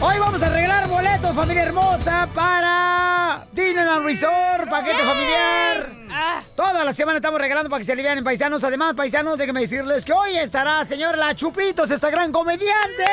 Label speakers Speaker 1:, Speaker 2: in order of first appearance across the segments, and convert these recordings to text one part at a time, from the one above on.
Speaker 1: Hoy vamos a arreglar boletos, familia hermosa, para Disneyland Resort, paquete familiar. Toda la semana estamos regalando para que se alivianen paisanos. Además, paisanos, déjenme decirles que hoy estará señor La Chupitos, esta gran comediante.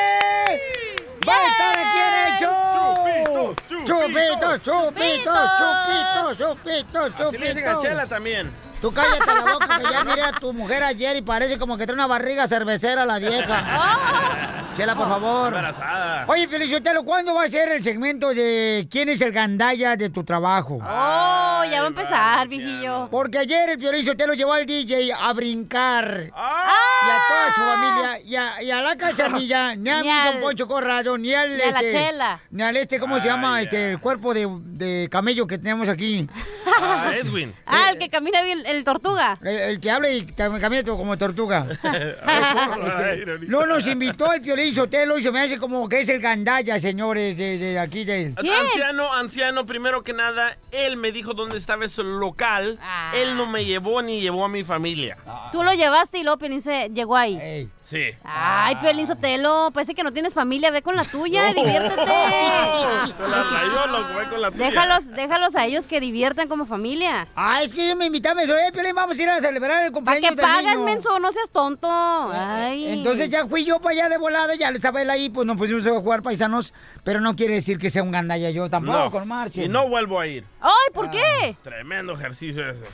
Speaker 1: Va a estar aquí en el show.
Speaker 2: Chupitos,
Speaker 1: Chupitos,
Speaker 2: Chupitos.
Speaker 1: chupitos, chupitos, chupitos, chupitos.
Speaker 2: Así le dicen a Chela también.
Speaker 1: Tú cállate la boca que ya miré a tu mujer ayer y parece como que trae una barriga cervecera la vieja. Chela, por favor.
Speaker 2: Ah, Embarazada.
Speaker 1: Oye, Felicitelo, ¿cuándo va a ser el segmento de quién es el gandalla de tu trabajo?
Speaker 3: Oh, ya va a empezar, viejillo.
Speaker 1: Porque ayer el Piolín Sotelo llevó al DJ a brincar. Y a toda su familia. Y a, y a la cachanilla, ni a
Speaker 3: Ni
Speaker 1: mi
Speaker 3: al-
Speaker 1: don Poncho Corrado, ni al...
Speaker 3: ni a la
Speaker 1: este,
Speaker 3: Chela.
Speaker 1: Ni al este, ¿cómo se
Speaker 2: Ah,
Speaker 1: llama?
Speaker 2: ya.
Speaker 1: Este, el cuerpo de, de camello que tenemos aquí.
Speaker 2: Ah, Edwin.
Speaker 3: Ah, el que camina bien, el tortuga.
Speaker 1: El, el que habla y tam- camina como tortuga.
Speaker 2: Ay, ironía.
Speaker 1: No nos invitó el Piolín Sotelo y se me hace como que es el gandalla, señores, de, de aquí de... Ah,
Speaker 3: ¿Quién?
Speaker 2: Anciano, anciano, primero que nada, él me dijo dónde estaba ese local.
Speaker 3: Ah.
Speaker 2: Él no me llevó ni llevó a mi familia.
Speaker 3: Tú lo llevaste y luego Piolín se llegó ahí.
Speaker 1: Ey. Ah.
Speaker 2: Sí.
Speaker 3: Ay, Piolín Sotelo, parece que no tienes familia, ve con la tuya, diviértete.
Speaker 2: Te Oh. la traigo, loco, voy con la tuya.
Speaker 3: Ah. Déjalos, déjalos a ellos que diviertan como familia.
Speaker 1: Ah, es que yo me invitaba, me dijo, eh, Piolín, vamos a ir a celebrar el
Speaker 3: ¿Para
Speaker 1: cumpleaños
Speaker 3: qué
Speaker 1: del
Speaker 3: pagas,
Speaker 1: niño". Eh,
Speaker 3: menso? No seas tonto. Ay.
Speaker 1: Entonces ya fui yo para allá de volada, ya estaba él ahí, pues nos pusimos a jugar paisanos, pero no quiere decir que sea un gandalla yo
Speaker 2: No,
Speaker 1: tampoco, no, marche. Ah.
Speaker 2: y no vuelvo a ir.
Speaker 3: Ay, ¿por qué?
Speaker 2: Tremendo ejercicio eso.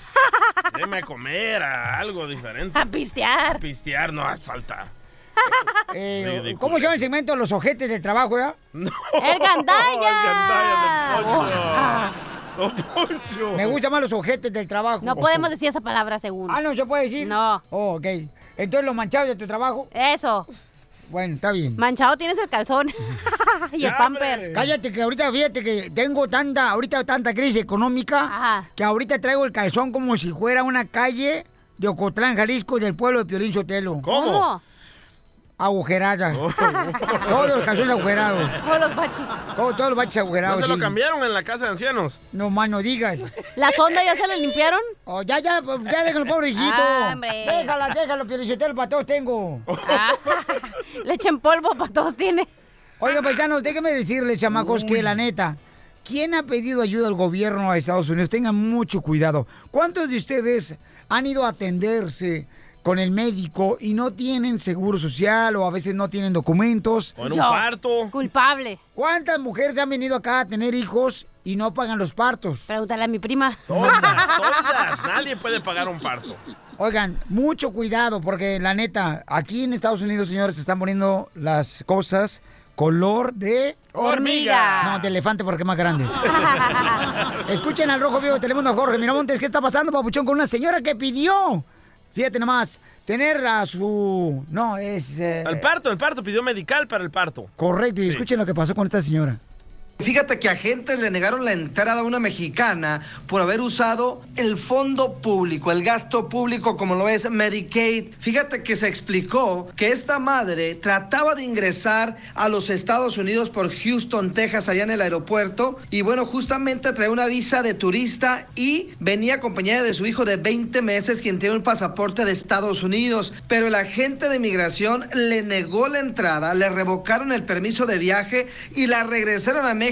Speaker 2: Deme a comer a algo diferente.
Speaker 3: A pistear.
Speaker 2: Pistear, no asalta.
Speaker 1: Eh,
Speaker 2: Ridículo.
Speaker 1: ¿Cómo se llama el segmento? Los ojetes del trabajo, ¿ya?
Speaker 3: El
Speaker 2: El
Speaker 3: gandalla.
Speaker 2: gandalla de Poncho. Don Poncho.
Speaker 1: Me gustan más los ojetes del trabajo.
Speaker 3: No podemos decir esa palabra según.
Speaker 1: Ah, no, ¿se puede decir?
Speaker 3: No.
Speaker 1: Oh, ok. Entonces, los manchados de tu trabajo,
Speaker 3: Eso.
Speaker 1: bueno, está bien.
Speaker 3: Manchado tienes el calzón y el
Speaker 2: Ya,
Speaker 3: pamper.
Speaker 2: hombre.
Speaker 1: Cállate que ahorita fíjate que tengo tanta, ahorita tanta crisis económica
Speaker 3: Ajá.
Speaker 1: que ahorita traigo el calzón como si fuera una calle de Ocotlán, Jalisco, del pueblo de Piolín Sotelo.
Speaker 2: ¿Cómo? Oh.
Speaker 1: Agujerada. Todos los calzones agujerados.
Speaker 3: Como los baches.
Speaker 1: Todo- todos los baches
Speaker 2: ¿No
Speaker 1: agujerados.
Speaker 2: se lo
Speaker 1: sí.
Speaker 2: cambiaron en la casa de ancianos?
Speaker 1: No más no digas.
Speaker 3: ¿La sonda ya se la limpiaron?
Speaker 1: Oh, ya, ya, pues, ya déjalo, pobrecito.
Speaker 3: Ah, hombre.
Speaker 1: Déjala, déjalo, Piolichotelo, para todos tengo.
Speaker 3: Ah, leche en polvo para todos tiene.
Speaker 1: Oiga, paisanos, déjenme decirles, chamacos, que la neta, ¿quién ha pedido ayuda al gobierno de Estados Unidos? Tengan mucho cuidado. ¿Cuántos de ustedes han ido a atenderse con el médico y no tienen seguro social o a veces no tienen documentos?
Speaker 2: ¿O en un
Speaker 3: Yo.
Speaker 2: parto?
Speaker 3: Culpable.
Speaker 1: ¿Cuántas mujeres han venido acá a tener hijos y no pagan los partos?
Speaker 3: Pregúntale a mi prima.
Speaker 2: Todas, todas. Nadie puede pagar un parto.
Speaker 1: Oigan, mucho cuidado, porque la neta, aquí en Estados Unidos, señores, se están poniendo las cosas color de.
Speaker 3: Hormiga.
Speaker 1: No, de elefante, porque es más grande. Escuchen al Rojo Vivo de Telemundo Jorge Miramontes, ¿qué está pasando, papuchón, con una señora que pidió? Fíjate nomás, tener a su. No, es. eh,
Speaker 2: El parto, el parto. Pidió medical para el parto.
Speaker 1: correcto, y escuchen lo que pasó con esta señora.
Speaker 4: Fíjate que agentes le negaron la entrada a una mexicana por haber usado el fondo público, el gasto público como lo es Medicaid. Fíjate que se explicó que esta madre trataba de ingresar a los Estados Unidos por Houston, Texas, allá en el aeropuerto. Y bueno, justamente traía una visa de turista y venía acompañada de su hijo de 20 meses, quien tiene un pasaporte de Estados Unidos. Pero el agente de migración le negó la entrada, le revocaron el permiso de viaje y la regresaron a México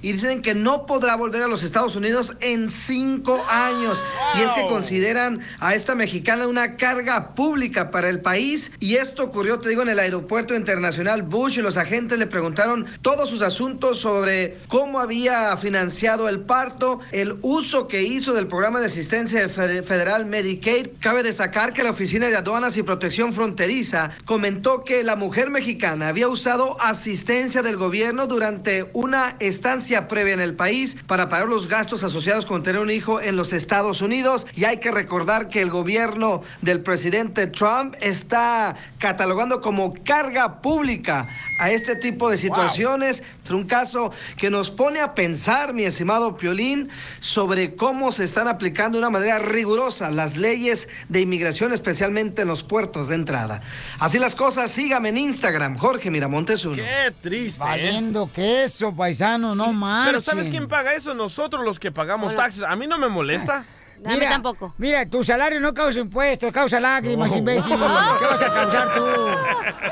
Speaker 4: y dicen que no podrá volver a los Estados Unidos en cinco años. Y es que
Speaker 2: ¡Wow!
Speaker 4: consideran a esta mexicana una carga pública para el país. Y esto ocurrió, te digo, en el aeropuerto internacional Bush y los agentes le preguntaron todos sus asuntos sobre cómo había financiado el parto, el uso que hizo del programa de asistencia fede- federal Medicaid. Cabe destacar que la Oficina de Aduanas y Protección Fronteriza comentó que la mujer mexicana había usado asistencia del gobierno durante una una estancia previa en el país para pagar los gastos asociados con tener un hijo en los Estados Unidos. Y hay que recordar que el gobierno del presidente Trump está catalogando como carga pública a este tipo de situaciones. Es un caso que nos pone a pensar, mi estimado Piolín, sobre cómo se están aplicando de una manera rigurosa las leyes de inmigración, especialmente en los puertos de entrada. Así las cosas, sígame en Instagram, Jorge Miramontes uno.
Speaker 2: Qué triste. ¿eh?
Speaker 1: Valiendo queso, paisano, no más.
Speaker 2: Pero ¿sabes quién paga eso? Nosotros los que pagamos
Speaker 3: Hola.
Speaker 2: taxes. A mí no me molesta.
Speaker 3: A mí tampoco.
Speaker 1: Mira, tu salario no causa impuestos, causa lágrimas, imbécil. ¿Qué vas a causar tú?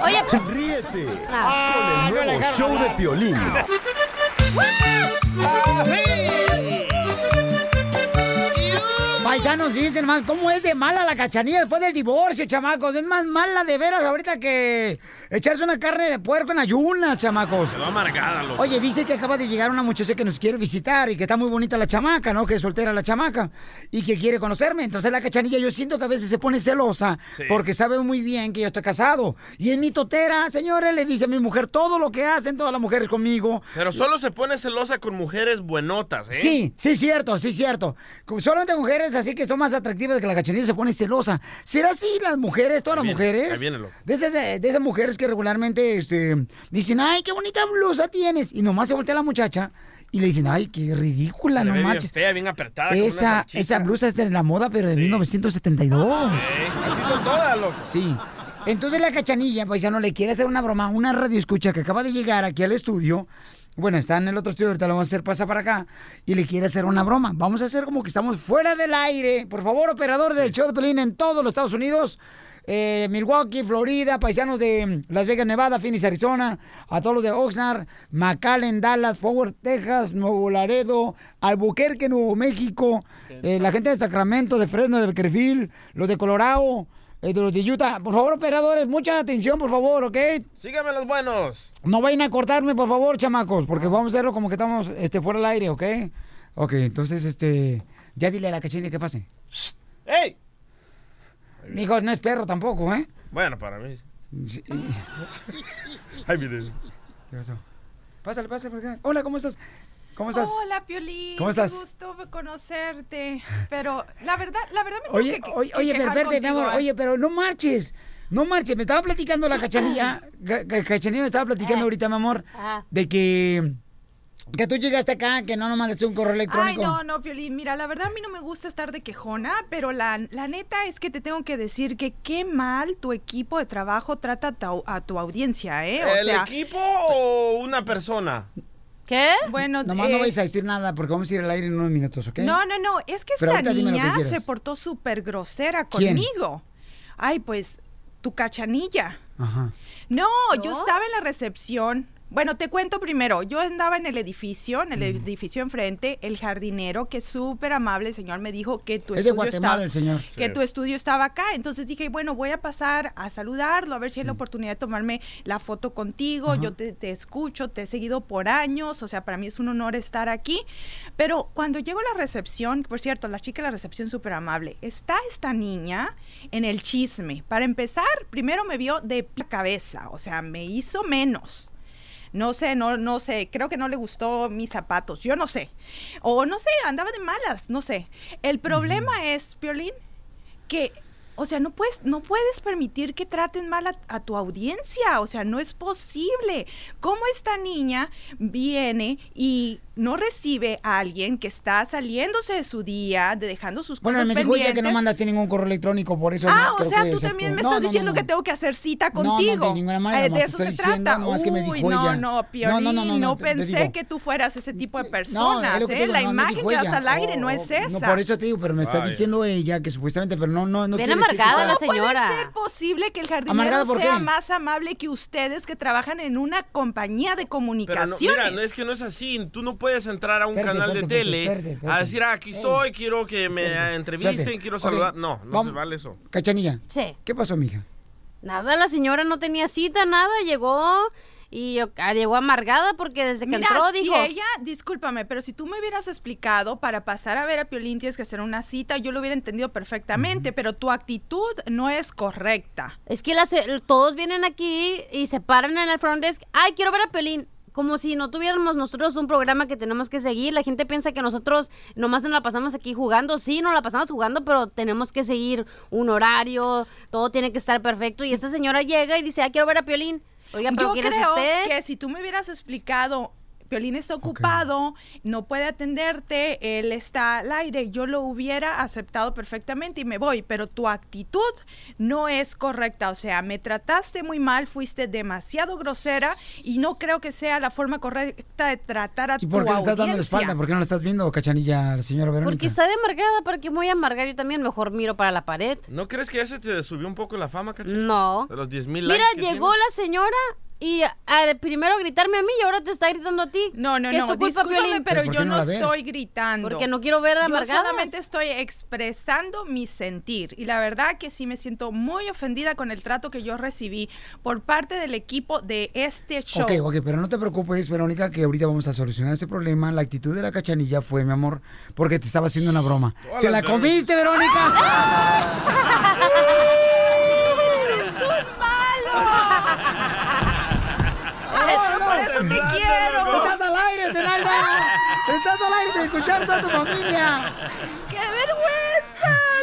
Speaker 3: Oye,
Speaker 5: Ríete
Speaker 1: Ah,
Speaker 5: con el
Speaker 1: no la
Speaker 5: nuevo
Speaker 1: dejaron
Speaker 5: show de
Speaker 1: hablar.
Speaker 5: Piolín.
Speaker 1: Paisanos, dicen más, ¿cómo es de mala la cachanilla después del divorcio, chamacos? Es más mala de veras ahorita que echarse una carne de puerco en ayunas, chamacos.
Speaker 2: Quedó amargada, loco.
Speaker 1: Oye, dice que acaba de llegar una muchacha que nos quiere visitar y que está muy bonita la chamaca, ¿no? Que es soltera la chamaca y que quiere conocerme. Entonces la cachanilla yo siento que a veces se pone celosa
Speaker 2: Sí.
Speaker 1: porque sabe muy bien que yo estoy casado. Y en mi totera, señores, le dice a mi mujer todo lo que hacen todas las mujeres conmigo.
Speaker 2: Pero solo se pone celosa con mujeres buenotas, ¿eh?
Speaker 1: Sí, sí, cierto, sí, cierto. Con- Solamente mujeres así que son más atractivas que la cachanilla se pone celosa. ¿Será así las mujeres, todas
Speaker 2: Ahí
Speaker 1: las
Speaker 2: viene,
Speaker 1: mujeres?
Speaker 2: ahí viene, loco.
Speaker 1: de, esas, eh, de esas mujeres que regularmente este, dicen, ay, qué bonita blusa tienes. Y nomás se voltea la muchacha y le dicen, ay, qué ridícula,
Speaker 2: Se le
Speaker 1: no
Speaker 2: ve bien
Speaker 1: manches.
Speaker 2: fea, bien apretada. como una
Speaker 1: Esa,
Speaker 2: salchicha.
Speaker 1: esa blusa es de la moda, pero de
Speaker 2: Sí.
Speaker 1: 1972.
Speaker 2: Eh, Así son todas, loco.
Speaker 1: Sí. Entonces la cachanilla, pues ya no le quiere hacer una broma. a Una radio escucha que acaba de llegar aquí al estudio. Bueno, está en el otro estudio, ahorita lo vamos a hacer pasa para acá. Y le quiere hacer una broma. Vamos a hacer como que estamos fuera del aire. Por favor, operador del show de Pelín en todos los Estados Unidos. eh, Milwaukee, Florida, paisanos de mm, Las Vegas, Nevada, Phoenix, Arizona, a todos los de Oxnard, McAllen, Dallas, Forward, Texas, Nuevo Laredo, Albuquerque, Nuevo México, eh, la gente de Sacramento, de Fresno, de Beckerfield, los de Colorado, eh, de los de Utah. Por favor, operadores, mucha atención, por favor, ¿ok?
Speaker 2: Síganme los buenos.
Speaker 1: No vayan a cortarme, por favor, chamacos, porque vamos a hacerlo como que estamos este, fuera del aire, ¿ok? Ok, entonces, este, ya dile a la cachinilla que pase.
Speaker 2: ¡Ey!
Speaker 1: Mijo, no es perro tampoco, ¿eh?
Speaker 2: Bueno, para mí.
Speaker 1: Sí.
Speaker 2: Ay, miren.
Speaker 1: ¿Qué pasó? Pásale, pásale por acá. Hola, ¿cómo estás? ¿Cómo estás?
Speaker 6: Hola, Piolín.
Speaker 1: ¿Cómo estás?
Speaker 6: Qué gusto conocerte. Pero la verdad, la verdad me tengo
Speaker 1: Oye,
Speaker 6: que,
Speaker 1: oye,
Speaker 6: que
Speaker 1: oye, pero
Speaker 6: quejar
Speaker 1: espérate, mi
Speaker 6: contigo,
Speaker 1: amor,
Speaker 6: ¿eh?
Speaker 1: oye, pero no marches. No marches, me estaba platicando la cachanilla. ca- ca- Cachanilla me estaba platicando
Speaker 6: Eh.
Speaker 3: Ah.
Speaker 1: ahorita, mi amor,
Speaker 3: Ah.
Speaker 1: de que, que tú llegaste acá, que no nos mandaste un correo
Speaker 6: Ay,
Speaker 1: electrónico.
Speaker 6: no, no, Piolín. Mira, la verdad a mí no me gusta estar de quejona, pero la, la neta es que te tengo que decir que qué mal tu equipo de trabajo trata a tu, a tu audiencia, ¿eh? O
Speaker 2: ¿El
Speaker 6: sea,
Speaker 2: equipo o una persona?
Speaker 3: ¿qué?
Speaker 6: bueno,
Speaker 1: Nomás
Speaker 6: eh,
Speaker 1: no vais a decir nada porque vamos a ir al aire en unos minutos, ¿ok?
Speaker 6: No, no, no. Es que
Speaker 1: Pero
Speaker 6: esta
Speaker 1: ahorita dime lo que
Speaker 6: niña se
Speaker 1: quieras.
Speaker 6: portó súper grosera
Speaker 1: ¿Quién?
Speaker 6: conmigo. Ay, pues, tu cachanilla.
Speaker 1: Ajá.
Speaker 6: No,
Speaker 3: ¿No?
Speaker 6: ¿Yo? estaba en la recepción. Bueno, te cuento primero. Yo andaba en el edificio, en el edificio enfrente. El jardinero, que es súper amable, el señor, me dijo que tu
Speaker 1: es de
Speaker 6: estudio
Speaker 1: Guatemala
Speaker 6: estaba-
Speaker 1: el señor.
Speaker 6: que tu estudio estaba acá. Entonces dije, bueno, voy a pasar a saludarlo, a ver si hay la oportunidad de tomarme la foto contigo. Yo te, te escucho, te he seguido por años, o sea, para mí es un honor estar aquí. Pero cuando llego a la recepción, por cierto, la chica de la recepción súper amable, está esta niña en el chisme. Para empezar, primero me vio de pi- cabeza, o sea, me hizo menos. No sé, no, no sé, creo que no le gustó mis zapatos, yo no sé. O no sé, andaba de malas, no sé. El problema es, Piolín, que, o sea, no puedes, no puedes permitir que traten mal a, a tu audiencia, o sea, no es posible. ¿Cómo esta niña viene y no recibe a alguien que está saliéndose de su día, de dejando sus
Speaker 1: Bueno, me
Speaker 6: cosas
Speaker 1: dijo ella
Speaker 6: pendientes?
Speaker 1: que no mandaste ningún correo electrónico, por eso.
Speaker 6: Ah,
Speaker 1: no
Speaker 6: o
Speaker 1: creo
Speaker 6: sea,
Speaker 1: que
Speaker 6: tú
Speaker 1: se
Speaker 6: también
Speaker 1: pudo.
Speaker 6: me
Speaker 1: No,
Speaker 6: estás
Speaker 1: no, no,
Speaker 6: diciendo
Speaker 1: no.
Speaker 6: que tengo que hacer cita
Speaker 1: No, no, de
Speaker 6: contigo.
Speaker 1: ninguna manera,
Speaker 6: Eh,
Speaker 1: nomás
Speaker 6: de
Speaker 1: te
Speaker 6: eso
Speaker 1: estoy
Speaker 6: se
Speaker 1: diciendo,
Speaker 6: trata.
Speaker 1: nomás que me
Speaker 6: Uy,
Speaker 1: dijo ella.
Speaker 6: no, no,
Speaker 1: No, no,
Speaker 6: Piolín,
Speaker 1: no, no,
Speaker 6: no,
Speaker 1: no, te- te
Speaker 6: pensé
Speaker 1: digo.
Speaker 6: que tú fueras ese tipo de
Speaker 1: No,
Speaker 6: personas.
Speaker 1: es lo que
Speaker 6: ¿eh?
Speaker 1: te digo,
Speaker 6: La
Speaker 1: no, me
Speaker 6: imagen
Speaker 1: dijo
Speaker 6: que das
Speaker 1: ella.
Speaker 6: al aire no
Speaker 1: Oh,
Speaker 6: es
Speaker 1: oh,
Speaker 6: esa.
Speaker 1: No, por eso te digo, pero me está
Speaker 2: Vaya.
Speaker 1: diciendo ella que supuestamente, pero no, no, no
Speaker 3: Bien
Speaker 1: quiere decir que
Speaker 3: amargada
Speaker 1: está-
Speaker 3: la señora.
Speaker 6: puede ser posible que el
Speaker 1: ¿Amargada
Speaker 6: jardinero
Speaker 1: por
Speaker 6: sea
Speaker 1: qué?
Speaker 6: más amable que ustedes que trabajan en una compañía de
Speaker 2: Pero no,
Speaker 6: comunicaciones?
Speaker 2: mira, no, es que no es así. Tú no puedes entrar a un
Speaker 1: Espérate,
Speaker 2: canal
Speaker 1: espérate,
Speaker 2: de tele
Speaker 1: espérate, espérate, espérate.
Speaker 2: a decir, ah, aquí
Speaker 1: Ey,
Speaker 2: estoy, quiero que me
Speaker 1: espérate,
Speaker 2: entrevisten,
Speaker 1: espérate.
Speaker 2: quiero
Speaker 1: Ok,
Speaker 2: saludar. No, no
Speaker 1: vamos.
Speaker 2: se vale eso.
Speaker 1: Cachanilla,
Speaker 3: Sí.
Speaker 1: ¿qué pasó, mija?
Speaker 3: Nada, la señora no tenía cita, nada, llegó y yo- ah, llegó amargada porque desde que
Speaker 6: Mira,
Speaker 3: entró
Speaker 6: si
Speaker 3: dijo,
Speaker 6: ella, discúlpame, pero si tú me hubieras explicado para pasar a ver a Piolín tienes que hacer una cita, yo lo hubiera entendido perfectamente, pero tu actitud no es correcta.
Speaker 3: es que las- todos vienen aquí y se paran en el front desk, ay, quiero ver a Pelín. como si no tuviéramos nosotros un programa que tenemos que seguir. La gente piensa que nosotros nomás nos la pasamos aquí jugando. Sí, nos la pasamos jugando, pero tenemos que seguir un horario, todo tiene que estar perfecto. Y esta señora llega y dice, ah, quiero ver a Piolín. Oiga, pero
Speaker 7: Yo
Speaker 3: ¿quién es
Speaker 7: creo
Speaker 3: usted?
Speaker 7: que si tú me hubieras explicado, Piolín está ocupado, no puede atenderte, él está al aire, yo lo hubiera aceptado perfectamente y me voy, pero tu actitud no es correcta, o sea, me trataste muy mal, fuiste demasiado grosera y no creo que sea la forma correcta de tratar a
Speaker 1: ¿Y
Speaker 7: tu
Speaker 1: por qué le estás dando la
Speaker 7: audiencia.
Speaker 1: espalda? ¿Por qué no la estás viendo, cachanilla, la señora Verónica?
Speaker 3: Porque está de amargada, ¿para qué me voy a amargar? Yo también mejor miro para la pared.
Speaker 2: ¿No crees que ya se te subió un poco la fama, caché?
Speaker 3: No.
Speaker 2: De los 10 mil
Speaker 3: Mira,
Speaker 2: likes que
Speaker 3: llegó
Speaker 2: tienes.
Speaker 3: la señora y al primero a gritarme a mí y ahora te está gritando a ti.
Speaker 7: No, no,
Speaker 3: ¿Qué
Speaker 7: no,
Speaker 3: es tu culpa,
Speaker 7: discúlpame,
Speaker 3: Piolín?
Speaker 7: pero
Speaker 1: ¿Pero por
Speaker 7: yo
Speaker 1: qué no
Speaker 7: no
Speaker 1: la ves?
Speaker 7: estoy gritando.
Speaker 3: Porque no quiero ver
Speaker 7: Yo
Speaker 3: amargadas.
Speaker 7: solamente estoy expresando mi sentir y la verdad que sí me siento muy ofendida con el trato que yo recibí por parte del equipo de este show.
Speaker 1: Ok, ok, pero no te preocupes, Verónica, que ahorita vamos a solucionar ese problema. La actitud de la cachanilla fue, mi amor, porque te estaba haciendo una broma.
Speaker 2: Hola,
Speaker 1: ¡Te la
Speaker 2: Andrés.
Speaker 1: comiste, Verónica!
Speaker 7: ¡Eres un malo!
Speaker 1: ¡No, no!
Speaker 7: Por eso te quiero.
Speaker 1: ¡Estás al aire, Zenaida! ¡Estás al aire de escuchar toda tu familia!
Speaker 7: ¡Qué vergüenza!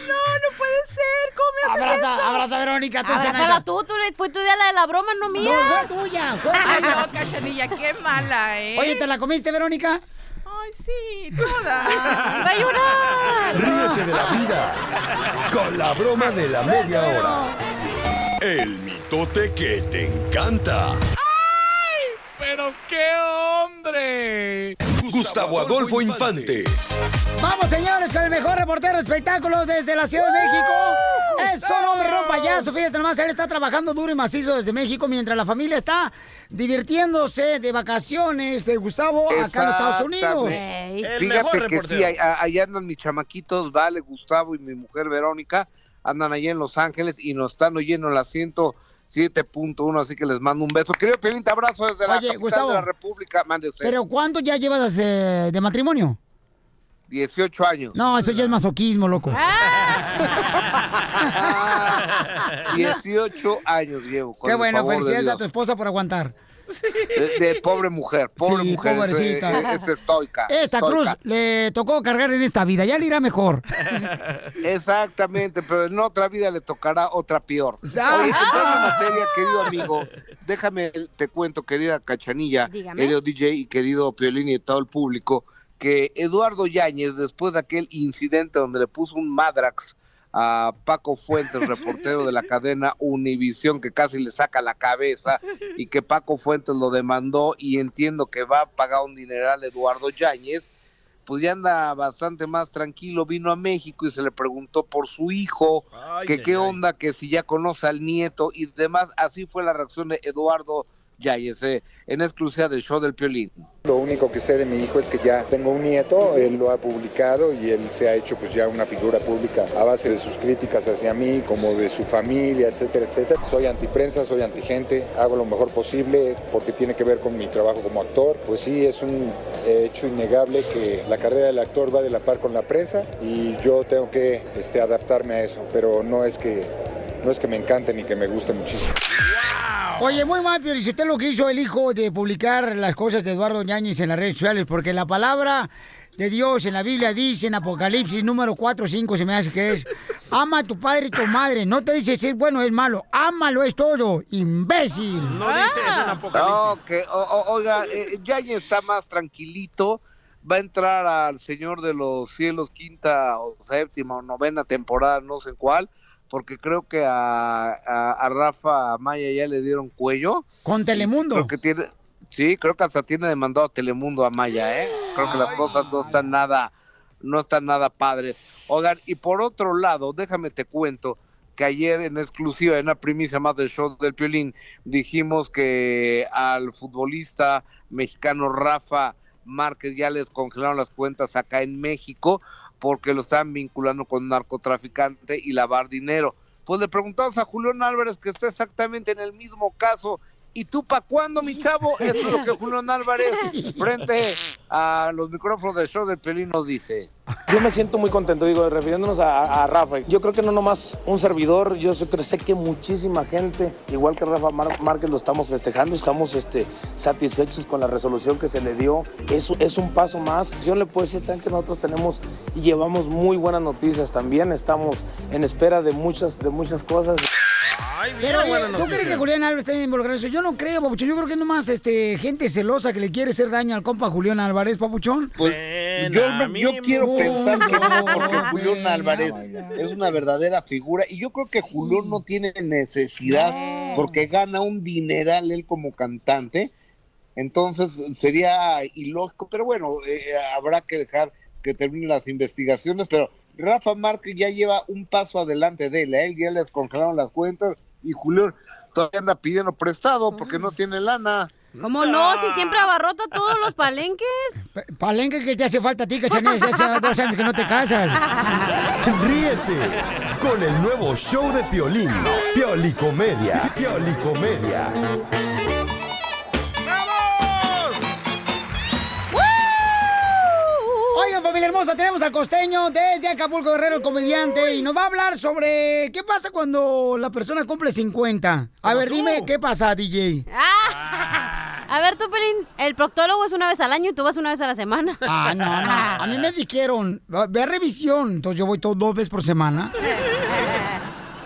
Speaker 7: No, no puede ser. ¿Cómo me haces eso?
Speaker 1: ¡Abraza, abraza, Verónica! tú,
Speaker 3: Abrázala
Speaker 1: Zenaida.
Speaker 3: tú, tú le- fue tu día la de la broma, no
Speaker 1: ¡No,
Speaker 3: mía.
Speaker 1: fue tuya! fue
Speaker 7: Ay,
Speaker 1: tuya.
Speaker 7: no, cachanilla, qué mala, ¿eh?
Speaker 1: Oye, ¿te la comiste, Verónica?
Speaker 7: Ay, sí, toda.
Speaker 3: Iba a llorar.
Speaker 5: Ríete de la vida con la broma de la media hora. El mitote que te encanta.
Speaker 8: Pero qué hombre.
Speaker 5: Gustavo Adolfo Infante.
Speaker 1: Vamos, señores, con el mejor reportero de espectáculos desde la Ciudad de México. Es un hombre ropa payaso, fíjate nomás, él está trabajando duro y macizo desde México mientras la familia está divirtiéndose de vacaciones de Gustavo acá en los Estados Unidos.
Speaker 9: Exactamente.
Speaker 3: Ey.
Speaker 2: El
Speaker 9: Fíjate
Speaker 2: mejor
Speaker 9: que
Speaker 2: reportero.
Speaker 9: sí, a- a- allá andan mis chamaquitos, Vale, Gustavo y mi mujer Verónica, andan allá en Los Ángeles y nos están oyendo en la 107.1, así que les mando un beso. Querido Piolín, te abrazo desde la
Speaker 1: Oye,
Speaker 9: capital
Speaker 1: Gustavo,
Speaker 9: de la República, mande usted,
Speaker 1: Pero ¿cuánto ya llevas eh, de matrimonio?
Speaker 9: 18 años.
Speaker 1: No, eso ya es masoquismo, loco.
Speaker 9: Ah, 18 años llevo. con
Speaker 1: Qué
Speaker 9: el
Speaker 1: bueno,
Speaker 9: favor de
Speaker 1: felicidades a
Speaker 9: Dios.
Speaker 1: tu esposa por aguantar.
Speaker 9: de, de pobre mujer, pobre
Speaker 1: Sí,
Speaker 9: mujer, es-
Speaker 1: pobrecita.
Speaker 9: Es, es estoica.
Speaker 1: Esta
Speaker 9: estoica.
Speaker 1: cruz le tocó cargar en esta vida, ya le irá mejor.
Speaker 9: Exactamente, pero en otra vida le tocará otra peor.
Speaker 1: Sa-
Speaker 9: Oye, entrando en materia, querido amigo, déjame te cuento, querida Cachanilla,
Speaker 3: Dígame.
Speaker 9: querido DJ y querido Piolín y todo el público, que Eduardo Yáñez, después de aquel incidente donde le puso un madrax a Paco Fuentes, reportero de la cadena Univisión, que casi le saca la cabeza, y que Paco Fuentes lo demandó, y entiendo que va a pagar un dineral Eduardo Yáñez, pues ya anda bastante más tranquilo, vino a México y se le preguntó por su hijo,
Speaker 2: Ay,
Speaker 9: que
Speaker 2: ay,
Speaker 9: qué
Speaker 2: ay.
Speaker 9: onda, que si ya conoce al nieto y demás, así fue la reacción de Eduardo Yáñez eh, en exclusiva del show del Piolín.
Speaker 10: Lo único que sé de mi hijo es que ya tengo un nieto, él lo ha publicado y él se ha hecho pues ya una figura pública a base de sus críticas hacia mí, como de su familia, etcétera, etcétera. Soy antiprensa, soy antigente, hago lo mejor posible porque tiene que ver con mi trabajo como actor. Pues sí, es un hecho innegable que la carrera del actor va de la par con la prensa y yo tengo que este, adaptarme a eso, pero no es que, no es que me encante ni que me guste muchísimo.
Speaker 1: Oye, muy mal, Pio Lizotelo, lo que hizo el hijo de publicar las cosas de Eduardo Ñañez en las redes sociales, porque la palabra de Dios en la Biblia dice en Apocalipsis número 4, 5, se me hace que es, ama a tu padre y tu madre, no te dice si es bueno o es malo, ámalo es todo, imbécil.
Speaker 2: No dice eso en
Speaker 1: Ah.
Speaker 9: No,
Speaker 2: Apocalipsis.
Speaker 9: que, o- o- oiga, eh, Yáñez está más tranquilito, va a entrar al Señor de los Cielos, quinta o séptima o novena temporada, no sé cuál, porque creo que a, a- a Rafa Maya ya le dieron cuello.
Speaker 1: Con Telemundo.
Speaker 9: Creo que tiene, sí, creo que hasta tiene demandado a Telemundo a Maya, ¿eh? Creo que las cosas no están nada, no están nada padres. Oigan, y por otro lado, déjame te cuento que ayer en exclusiva, en una primicia más del show del Piolín, dijimos que al futbolista mexicano Rafa Márquez ya les congelaron las cuentas acá en México porque lo estaban vinculando con narcotraficante y lavar dinero. Pues le preguntamos a Julián Álvarez que está exactamente en el mismo caso ¿Y tú pa' cuándo, mi chavo? Esto es lo que Julián Álvarez, frente a los micrófonos del show del Pelín, nos dice.
Speaker 11: Yo me siento muy contento, digo, refiriéndonos a, a Rafa. Yo creo que no nomás un servidor, yo sé que- sé que muchísima gente, igual que Rafa Mar- Márquez, lo estamos festejando, estamos este, satisfechos con la resolución que se le dio. Es, es un paso más. Yo le puedo decir también que nosotros tenemos y llevamos muy buenas noticias también. Estamos en espera de muchas, de muchas cosas.
Speaker 1: Pero,
Speaker 11: mira,
Speaker 1: oye,
Speaker 11: buena
Speaker 1: ¿tú
Speaker 11: noticia.
Speaker 1: crees que Julián Álvarez está involucrado en eso? Yo no creo, papuchón. Yo creo que es nomás este, gente celosa que le quiere hacer daño al compa Julián Álvarez, papuchón.
Speaker 9: Pues, yo, yo quiero pensar que no, porque
Speaker 1: no,
Speaker 9: Julián Álvarez es una verdadera figura y yo creo que Julián no tiene necesidad porque gana un dineral él como cantante. Entonces sería ilógico, pero bueno, eh, habrá que dejar que terminen las investigaciones, pero Rafa Márquez ya lleva un paso adelante de él, a él ya les congelaron las cuentas y Julián todavía anda pidiendo prestado porque no tiene lana.
Speaker 3: ¿Cómo no? Si siempre abarrota todos los palenques.
Speaker 1: Palenque que te hace falta a ti, cachanés. Hace dos años que no te casas.
Speaker 5: Ríete con el nuevo show de Piolín. Piolicomedia. Piolicomedia.
Speaker 1: Oigan, familia hermosa, tenemos al costeño desde Acapulco Guerrero, el comediante, y nos va a hablar sobre qué pasa cuando la persona cumple 50. A ver, dime qué pasa, DJ.
Speaker 3: Ah. A ver, tú, Pelín, el proctólogo es una vez al año y tú vas una vez a la semana.
Speaker 1: Ah, no, no. A mí me dijeron, "Va- ve a revisión. Entonces yo voy todo, dos veces por semana.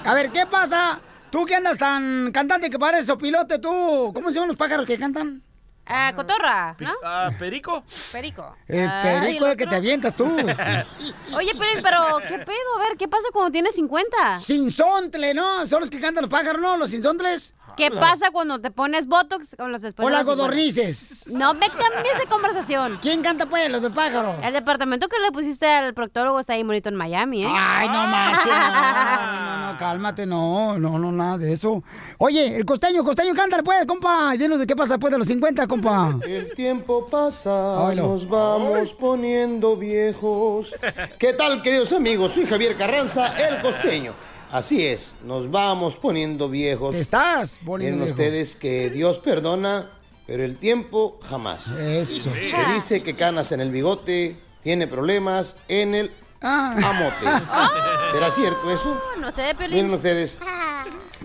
Speaker 1: A ver, ¿qué pasa? Tú que andas tan cantante que pareces pilote, tú. ¿Cómo se llaman los pájaros que cantan?
Speaker 3: Ah, cotorra, ¿no?
Speaker 2: ¿Perico?
Speaker 3: Perico.
Speaker 1: El
Speaker 3: Ah, y
Speaker 1: perico
Speaker 3: el
Speaker 1: el que te avientas tú.
Speaker 3: otro- Oye, Pelín, pero ¿qué pedo? A ver, ¿qué pasa cuando tienes 50?
Speaker 1: Sinsontle, ¿no? Son los que cantan los pájaros, ¿no? Los sinsontles.
Speaker 3: ¿Qué pasa cuando te pones Botox con los después?
Speaker 1: O
Speaker 3: de
Speaker 1: las
Speaker 3: los 50?
Speaker 1: godornices.
Speaker 3: No me cambies de conversación.
Speaker 1: ¿Quién canta, pues, los del pájaro?
Speaker 3: El departamento que le pusiste al proctólogo está ahí bonito en Miami, ¿eh?
Speaker 1: Ay, no manches. No, no, no, cálmate, no, no, no, nada de eso. Oye, el costeño, costeño, cántale, pues, compa. Llenos de qué pasa después de los 50, compa.
Speaker 12: El tiempo pasa,
Speaker 1: Ay, no.
Speaker 12: nos vamos poniendo viejos. ¿Qué tal, queridos amigos? Soy Javier Carranza, el costeño. Así es, nos vamos poniendo viejos.
Speaker 1: Estás poniendo
Speaker 12: Miren
Speaker 1: viejo.
Speaker 12: ustedes que Dios perdona, pero el tiempo jamás.
Speaker 1: Eso.
Speaker 12: Se dice que canas en el bigote, tiene problemas en el
Speaker 1: Ah.
Speaker 12: amote. ¿Será cierto eso?
Speaker 3: Oh, No, No sé de Pelín.
Speaker 12: Miren ustedes.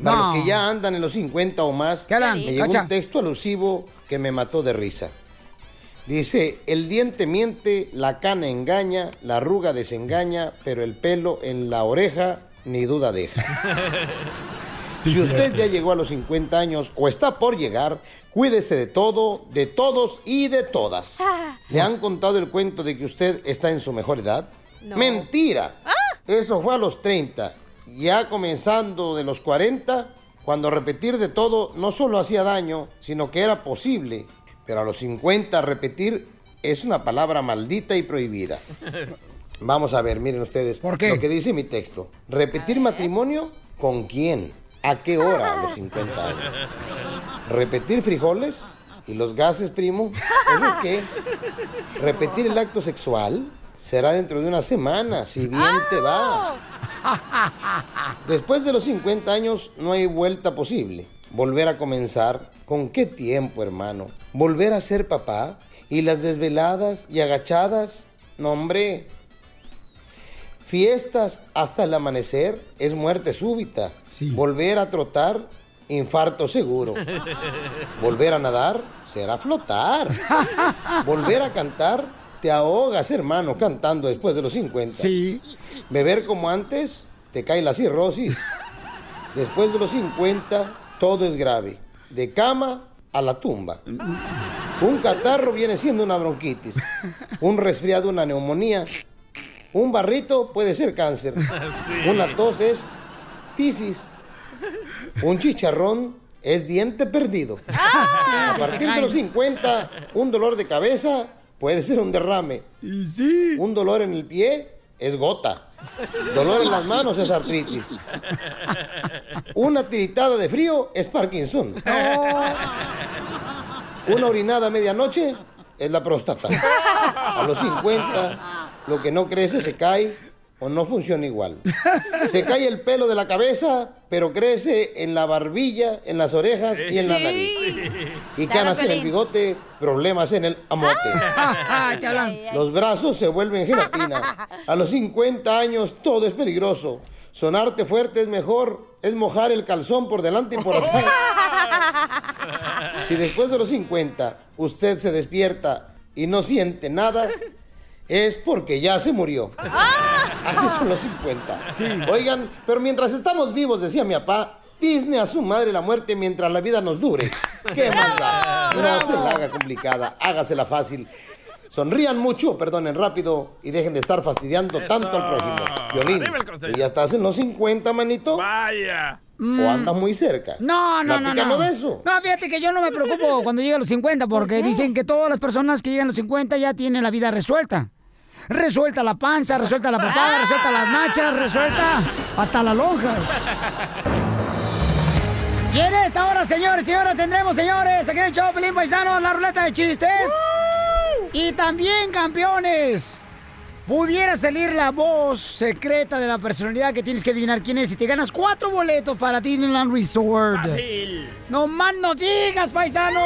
Speaker 12: Para los que ya andan en los 50 o más,
Speaker 3: harán?
Speaker 12: me llegó
Speaker 3: Cacha.
Speaker 12: un texto alusivo que me mató de risa. Dice, el diente miente, la cana engaña, la arruga desengaña, pero el pelo en la oreja ni duda deja. si usted ya llegó a los 50 años o está por llegar, cuídese de todo, de todos y de todas.
Speaker 7: ¡Ah!
Speaker 12: ¿Le han contado el cuento de que usted está en su mejor edad?
Speaker 13: No.
Speaker 12: ¡Mentira! Eso fue a los 30. Ya comenzando de los 40, cuando repetir de todo no solo hacía daño, sino que era posible. Pero a los 50 repetir es una palabra maldita y prohibida. Vamos a ver, miren ustedes. Lo que dice mi texto. Repetir matrimonio con quién, a qué hora a los 50 años. Repetir frijoles y los gases, primo. ¿Eso es qué? Repetir el acto sexual será dentro de una semana, si bien te va. Después de los 50 años no hay vuelta posible. Volver a comenzar, ¿con qué tiempo, hermano? Volver a ser papá y las desveladas y agachadas, no hombre. Fiestas hasta el amanecer es muerte súbita. Volver a trotar, infarto seguro. Volver a nadar será flotar. Volver a cantar, te ahogas, hermano, cantando después de los 50. Sí. Beber como antes, te cae la cirrosis. Después de los 50, todo es grave. De cama a la tumba. Un catarro viene siendo una bronquitis. Un resfriado, una neumonía. Un barrito puede ser cáncer. Una tos es tisis. Un chicharrón es diente perdido. a partir de los 50, un dolor de cabeza puede ser un derrame. Un dolor en el pie es gota. Dolor en las manos es artritis. Una tiritada de frío es Parkinson. Una orinada a medianoche es la próstata. A los 50, lo que no crece se cae o no funciona igual. Se cae el pelo de la cabeza, pero crece en la barbilla, en las orejas y en la nariz. Y canas en el bigote, problemas en el amote.
Speaker 1: te hablan.
Speaker 12: Los brazos se vuelven gelatina. A los 50 años todo es peligroso. Sonarte fuerte es mejor, es mojar el calzón por delante y por atrás. Si después de los 50 usted se despierta y no siente nada, es porque ya se murió.
Speaker 3: Ah.
Speaker 12: Así son los 50. Oigan, pero mientras estamos vivos, decía mi papá, Disney a su madre la muerte mientras la vida nos dure. ¿Qué más
Speaker 8: Ah,
Speaker 12: da? No se la haga complicada, hágasela fácil. Sonrían mucho, perdonen rápido y dejen de estar fastidiando tanto al prójimo. Violín,
Speaker 8: Arriba el
Speaker 12: tú ya estás en los 50, manito.
Speaker 2: Vaya.
Speaker 12: O andas muy cerca.
Speaker 1: No, no, no, no.
Speaker 12: Platícanos de eso.
Speaker 1: No, fíjate que yo no me preocupo cuando llegue a los 50, porque dicen que todas las personas que llegan a los 50 ya tienen la vida resuelta. Resuelta la panza, resuelta la papada, resuelta las nachas, resuelta hasta la lonja. Y en esta hora, señores, señoras, tendremos, señores, aquí en el show Pelín Paisano, la ruleta de chistes. Y también, campeones, pudiera salir la voz secreta de la personalidad que tienes que adivinar quién es y te ganas cuatro boletos para Disneyland Resort. No más no digas, paisano.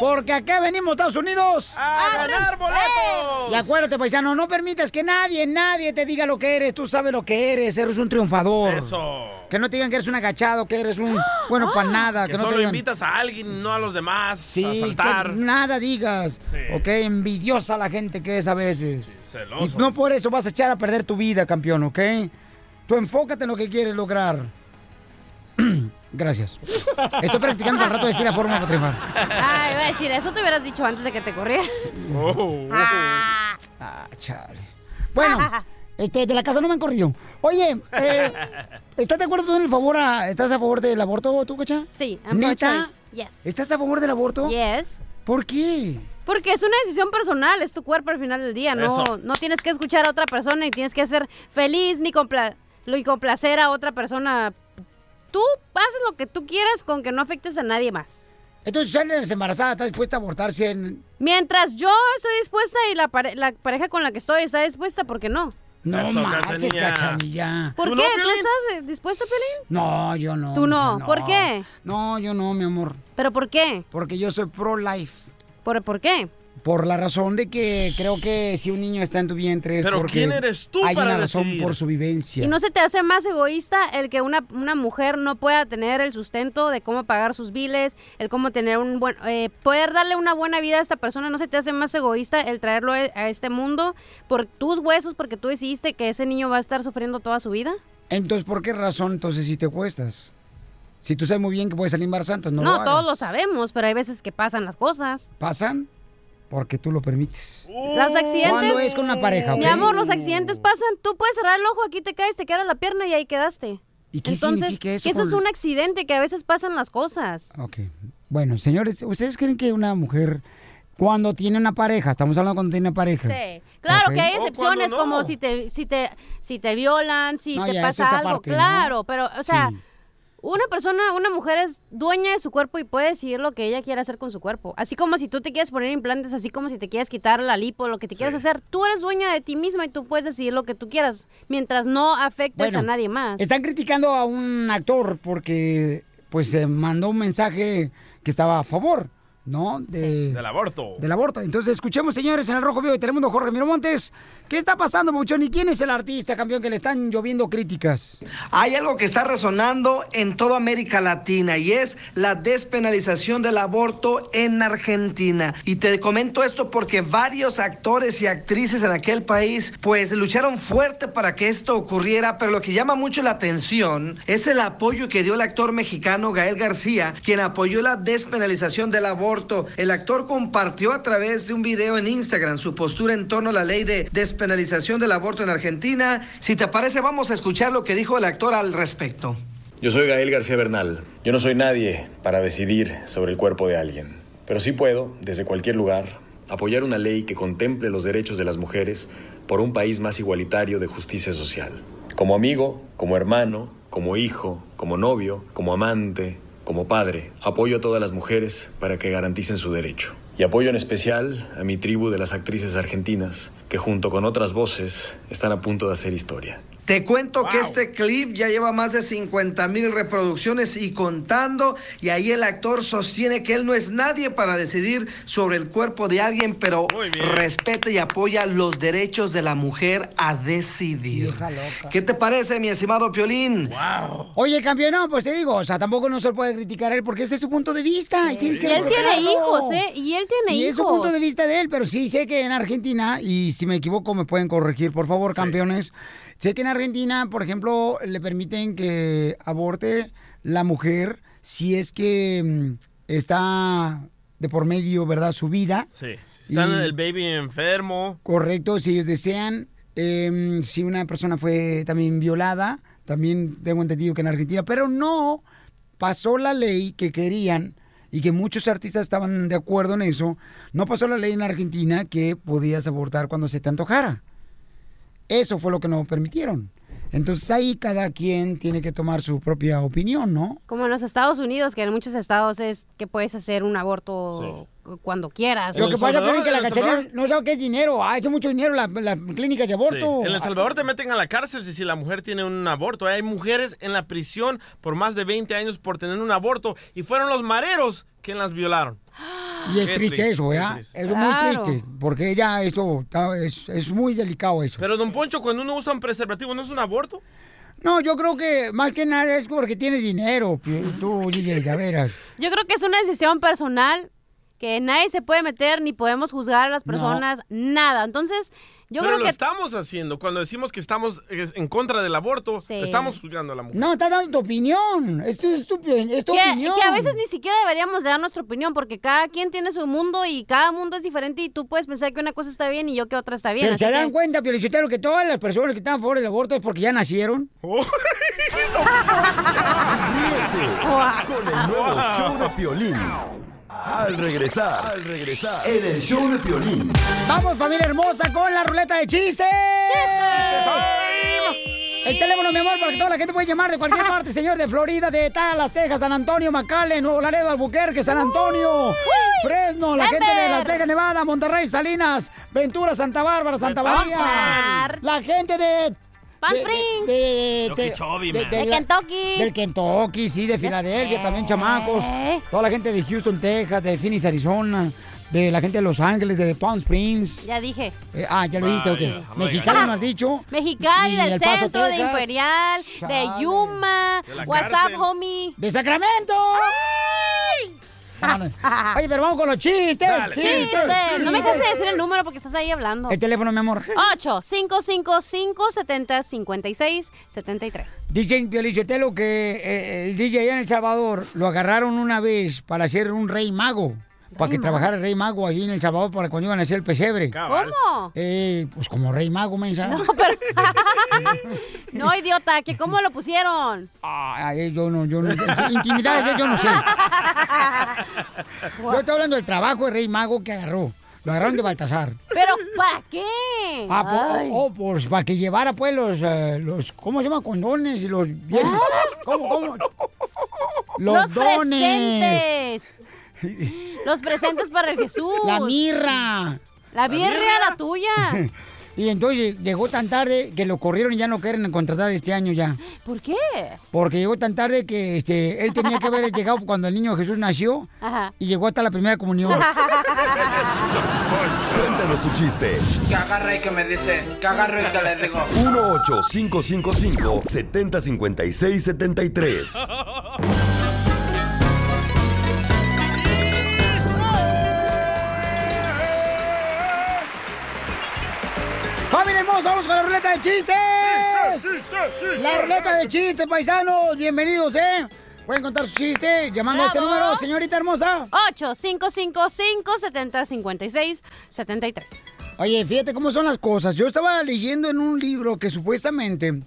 Speaker 1: Porque acá venimos, Estados Unidos.
Speaker 8: ¡A ganar boletos!
Speaker 1: Y acuérdate, paisano, no permitas que nadie, nadie te diga lo que eres. Tú sabes lo que eres, eres un triunfador.
Speaker 2: Eso. Ah.
Speaker 1: Que no te digan que eres un agachado, que eres un bueno
Speaker 3: ¡Ah!
Speaker 1: para nada, que,
Speaker 2: Que,
Speaker 1: no
Speaker 2: solo
Speaker 1: te digan.
Speaker 2: invitas a alguien, no a los demás.
Speaker 1: Sí,
Speaker 2: a
Speaker 1: que
Speaker 2: saltar.
Speaker 1: nada digas. Ok, envidiosa la gente que es a veces.
Speaker 2: celoso.
Speaker 1: Y no por eso vas a echar a perder tu vida, campeón, ¿ok? Tú enfócate en lo que quieres lograr. Gracias. Estoy practicando al rato decir la forma para triunfar.
Speaker 3: Ay, iba a decir, eso te hubieras dicho antes de que te corriera. Oh,
Speaker 1: Ah, chale. Bueno, este, de la casa no me han corrido. Oye, eh, ¿estás de acuerdo tú en el favor a, ¿estás a favor del aborto tú, cacha?
Speaker 3: Sí, I'm
Speaker 1: ¿Neta?
Speaker 3: pro-choice. Yes.
Speaker 1: ¿Estás a favor del aborto?
Speaker 3: Yes.
Speaker 1: ¿Por qué?
Speaker 3: Porque es una decisión personal, es tu cuerpo al final del día. No,
Speaker 1: Eso.
Speaker 3: no tienes que escuchar a otra persona y tienes que ser feliz ni compla lo- y complacer a otra persona. Tú haces lo que tú quieras con que no afectes a nadie más.
Speaker 1: Entonces, sales embarazada, estás dispuesta a abortar si en...
Speaker 3: Mientras yo estoy dispuesta y la, pare- la pareja con la que estoy está dispuesta, ¿por qué no?
Speaker 1: No
Speaker 8: Eso,
Speaker 1: marches,
Speaker 8: Cachanilla.
Speaker 1: cachanilla.
Speaker 3: ¿Por qué? ¿Tú estás eh, dispuesta, Pelín?
Speaker 1: No, yo no.
Speaker 3: Tú no.
Speaker 1: yo
Speaker 3: ¿Por qué?
Speaker 1: No, yo no, mi amor.
Speaker 3: ¿Pero por qué?
Speaker 1: Porque yo soy pro-life.
Speaker 3: ¿Por, ¿Por qué?
Speaker 1: Por la razón de que creo que si un niño está en tu vientre es
Speaker 3: Pero
Speaker 1: porque
Speaker 3: ¿quién eres tú
Speaker 1: hay
Speaker 3: para
Speaker 1: una razón
Speaker 3: decidir?
Speaker 1: por su vivencia.
Speaker 3: ¿Y no se te hace más egoísta el que una, una mujer no pueda tener el sustento de cómo pagar sus biles, el cómo tener un buen, eh, poder darle una buena vida a esta persona? ¿No se te hace más egoísta el traerlo e- a este mundo por tus huesos, porque tú decidiste que ese niño va a estar sufriendo toda su vida?
Speaker 1: Entonces, ¿por qué razón entonces si te cuestas? Si tú sabes muy bien que puedes salir embarazada, entonces no,
Speaker 3: No,
Speaker 1: lo hagas.
Speaker 3: todos lo sabemos, pero hay veces que pasan las cosas.
Speaker 1: Pasan porque tú lo permites.
Speaker 3: Los accidentes.
Speaker 1: Cuando es con una pareja,
Speaker 3: Mi
Speaker 1: ¿ok?
Speaker 3: amor, los accidentes pasan. Tú puedes cerrar el ojo, aquí te caes, te quedas la pierna y ahí quedaste.
Speaker 1: ¿Y qué significa eso
Speaker 3: que eso
Speaker 1: con-
Speaker 3: es un accidente, que a veces pasan las cosas.
Speaker 1: Ok. Bueno, señores, ¿ustedes creen que una mujer cuando tiene una pareja, estamos hablando cuando tiene una pareja?
Speaker 3: Sí, claro
Speaker 1: Ok.
Speaker 3: que hay
Speaker 1: O cuando
Speaker 3: excepciones
Speaker 1: no.
Speaker 3: como si te si te si te violan, si
Speaker 1: No,
Speaker 3: te
Speaker 1: ya, esa es
Speaker 3: pasa algo,
Speaker 1: aparte, ¿no?
Speaker 3: claro, pero o sea,
Speaker 1: Sí.
Speaker 3: una persona, una mujer es dueña de su cuerpo y puede decidir lo que ella quiera hacer con su cuerpo. Así como si tú te quieres poner implantes, así como si te quieres quitar la lipo, lo que te quieras hacer, tú eres dueña de ti misma y tú puedes decidir lo que tú quieras mientras no afectes
Speaker 1: Bueno,
Speaker 3: pues, a nadie más.
Speaker 1: Están criticando a un actor porque pues eh, mandó un mensaje que estaba a favor, ¿no? De-
Speaker 2: Del aborto.
Speaker 1: Del aborto. Entonces, escuchemos, señores, en el Rojo Vivo de Telemundo, Jorge Miramontes. ¿Qué está pasando, Muchón? ¿Y quién es el artista, campeón, que le están lloviendo críticas?
Speaker 4: Hay algo que está resonando en toda América Latina y es la despenalización del aborto en Argentina. Y te comento esto porque varios actores y actrices en aquel país pues lucharon fuerte para que esto ocurriera, pero lo que llama mucho la atención es el apoyo que dio el actor mexicano Gael García, quien apoyó la despenalización del aborto. El actor compartió a través de un video en Instagram su postura en torno a la ley de despenalización del aborto en Argentina. Si te parece, vamos a escuchar lo que dijo el actor al respecto.
Speaker 13: Yo soy Gael García Bernal. Yo no soy nadie para decidir sobre el cuerpo de alguien, pero sí puedo, desde cualquier lugar, apoyar una ley que contemple los derechos de las mujeres por un país más igualitario de justicia social. Como amigo, como hermano, como hijo, como novio, como amante, como padre, apoyo a todas las mujeres para que garanticen su derecho. Y apoyo en especial a mi tribu de las actrices argentinas, que junto con otras voces están a punto de hacer historia.
Speaker 4: Te cuento que este clip ya lleva más de 50 mil reproducciones y contando, y ahí el actor sostiene que él no es nadie para decidir sobre el cuerpo de alguien, pero respeta y apoya los derechos de la mujer a decidir. ¿Qué te parece, mi estimado Piolín?
Speaker 1: Oye, campeón, no, pues te digo, o sea, tampoco no se puede criticar a él porque ese es su punto de vista. Y tienes
Speaker 3: Y
Speaker 1: que
Speaker 3: él tiene
Speaker 1: respetarlo.
Speaker 3: hijos, ¿eh? Y él tiene
Speaker 1: Y
Speaker 3: hijos.
Speaker 1: es su punto de vista de él, pero sí sé que en Argentina, y si me equivoco me pueden corregir, por favor, campeones. Sé que en Argentina, por ejemplo, le permiten que aborte la mujer si es que mm, está de por medio, ¿verdad? Su vida.
Speaker 2: Sí. Si Está
Speaker 1: Y-
Speaker 2: el baby enfermo.
Speaker 1: Correcto, si ellos desean. Em, si una persona fue también violada, también tengo entendido que en Argentina, pero no pasó la ley que querían y que muchos artistas estaban de acuerdo en eso. No pasó la ley en Argentina que podías abortar cuando se te antojara. Eso fue lo que no permitieron. Entonces ahí cada quien tiene que tomar su propia opinión, ¿no?
Speaker 3: Como en los Estados Unidos, que en muchos estados es que puedes hacer un aborto cuando quieras.
Speaker 1: Lo que pasa es que la cachanilla no sabe qué es dinero. Ha hecho mucho dinero la, la clínica de
Speaker 2: Sí.
Speaker 1: aborto.
Speaker 2: En El Salvador te meten a la cárcel si, si la mujer tiene un aborto. Hay mujeres en la prisión por más de 20 años por tener un aborto y fueron los mareros quien las violaron.
Speaker 1: Y es
Speaker 2: Qué
Speaker 1: triste
Speaker 2: triste,
Speaker 1: eso,
Speaker 2: qué
Speaker 1: ¿verdad?
Speaker 2: triste.
Speaker 1: Eso es muy
Speaker 2: Claro.
Speaker 1: triste, porque ya esto está- es, es muy delicado eso.
Speaker 2: Pero, don Poncho, cuando uno usa un preservativo, ¿no es un aborto?
Speaker 1: No, yo creo que más que nada es porque tienes dinero, pi- tú, DJ, ya verás.
Speaker 3: Yo creo que es una decisión personal que nadie se puede meter ni podemos juzgar a las personas, nada. Entonces, yo
Speaker 2: Pero
Speaker 3: creo
Speaker 2: lo
Speaker 3: que
Speaker 2: estamos haciendo. Cuando decimos que estamos eh, en contra del aborto, estamos juzgando a la mujer.
Speaker 1: No, estás dando tu opinión, esto es tu, opi- es tu
Speaker 3: que,
Speaker 1: opinión.
Speaker 3: que a veces ni siquiera deberíamos de dar nuestra opinión porque cada quien tiene su mundo y cada mundo es diferente y tú puedes pensar que una cosa está bien y yo que otra está bien.
Speaker 1: Pero
Speaker 3: así
Speaker 1: se
Speaker 3: que-
Speaker 1: dan cuenta, Piolichotero, que todas las personas que están a favor del aborto es porque ya nacieron.
Speaker 5: Ríete con el nuevo show de Piolín. Al regresar, al regresar, en el show de Piolín.
Speaker 1: Vamos, familia hermosa, con la ruleta de chistes. El teléfono, mi amor, para que toda la gente puede llamar de cualquier parte, señor, de Florida, de Dallas, Texas, San Antonio, McAllen, Nuevo Laredo, Albuquerque, San Antonio, Fresno, la gente de Las Vegas, Nevada, Monterrey, Salinas, Ventura, Santa Bárbara, Santa María, la gente de...
Speaker 3: Palm
Speaker 1: de-
Speaker 3: Springs.
Speaker 1: de- de- de-
Speaker 3: Okeechobee,
Speaker 1: de-
Speaker 3: man.
Speaker 1: de
Speaker 3: De
Speaker 1: la-
Speaker 3: Kentucky.
Speaker 1: Del Kentucky, sí, de
Speaker 3: Ya
Speaker 1: Filadelfia
Speaker 3: sé.
Speaker 1: también, chamacos.
Speaker 3: ¿Eh?
Speaker 1: Toda la gente de Houston, Texas, de Phoenix, Arizona, de la gente de Los Ángeles, de Palm Springs.
Speaker 3: Ya dije. Ah,
Speaker 1: Eh, ah, ya lo dijiste,
Speaker 3: Vaya,
Speaker 1: ok.
Speaker 3: vaya.
Speaker 1: Mexicano no has dicho.
Speaker 3: Mexicali,
Speaker 1: Y El
Speaker 3: del
Speaker 1: Paso,
Speaker 3: centro, de
Speaker 1: Texas.
Speaker 3: Imperial,
Speaker 1: Chale.
Speaker 3: de Yuma,
Speaker 1: De la
Speaker 3: WhatsApp,
Speaker 1: cárcel.
Speaker 3: homie.
Speaker 1: ¡De Sacramento! Ah, no. Oye, pero vamos con los chistes.
Speaker 3: Chistes. No me
Speaker 1: chistes.
Speaker 3: canses de decir el número porque estás ahí hablando.
Speaker 1: El teléfono, mi amor.
Speaker 3: 8 555 70 56 73
Speaker 1: Dicen, Piolichotelo, que eh, el DJ allá en El Salvador lo agarraron una vez para hacer un rey mago. Para que
Speaker 3: mago?
Speaker 1: trabajara el rey mago allí en El Salvador para cuando iban a hacer el pesebre.
Speaker 3: Cabal. ¿Cómo?
Speaker 1: Eh, pues como rey mago, mensa.
Speaker 3: No, pero... no, idiota, que cómo lo pusieron.
Speaker 1: Ah, eh, yo no, yo no. Intimidad, yo no sé. Yo estoy hablando del trabajo del rey mago que agarró. Lo agarraron de Baltasar.
Speaker 3: ¿Pero para qué?
Speaker 1: Ah, po-
Speaker 3: Ay.
Speaker 1: oh, pues para que llevara pues los, eh, los, ¿cómo se llama? Condones y los bien. ¿Cómo, cómo? Los,
Speaker 3: Los
Speaker 1: dones.
Speaker 3: presentes. Los presentes para el Jesús.
Speaker 1: La mirra.
Speaker 3: La birria, la tuya.
Speaker 1: Y entonces llegó tan tarde que lo corrieron y ya no quieren contratar este año ya.
Speaker 3: ¿Por qué?
Speaker 1: Porque llegó tan tarde que este, él tenía que haber llegado cuando el niño Jesús nació
Speaker 3: Ajá.
Speaker 1: y llegó hasta la primera comunión.
Speaker 5: Cuéntanos tu chiste.
Speaker 14: Que agarro y que me dice, que agarro y que le digo.
Speaker 1: Oh,
Speaker 5: 1-8-555-7056-73.
Speaker 1: ¡Familia hermosa, vamos con la ruleta de chistes! La ruleta de chistes, paisanos, bienvenidos, ¿eh? Pueden contar su chiste llamando a este
Speaker 3: Bravo.
Speaker 1: número, señorita hermosa.
Speaker 3: 8 555 70 56 73
Speaker 1: Oye, fíjate cómo son las cosas. Yo estaba leyendo en un libro que supuestamente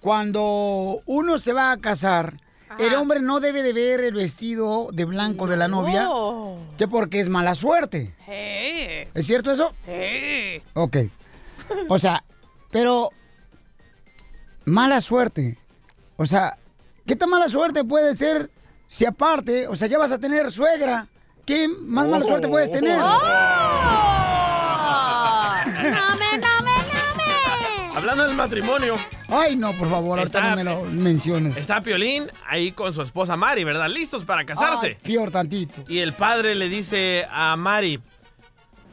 Speaker 1: cuando uno se va a casar, el hombre no debe de ver el vestido de blanco de la novia,
Speaker 3: Oh.
Speaker 1: que porque es mala suerte.
Speaker 8: Hey.
Speaker 1: ¿Es cierto eso?
Speaker 8: Hey.
Speaker 1: Ok. O sea, pero mala suerte. O sea, ¿qué tan mala suerte puede ser si aparte, o sea, ya vas a tener suegra?
Speaker 12: Oh.
Speaker 2: Oh.
Speaker 3: Oh.
Speaker 1: ¿Qué más mala suerte puedes tener?
Speaker 8: Oh.
Speaker 3: No me
Speaker 2: Hablando del matrimonio.
Speaker 1: Ay, no, por favor, ahorita
Speaker 2: Está-
Speaker 1: no me lo menciones.
Speaker 2: Está Piolín ahí con su esposa Mari, ¿verdad? Listos para casarse.
Speaker 1: Ay, Fior tantito.
Speaker 2: Y el padre le dice a Mari,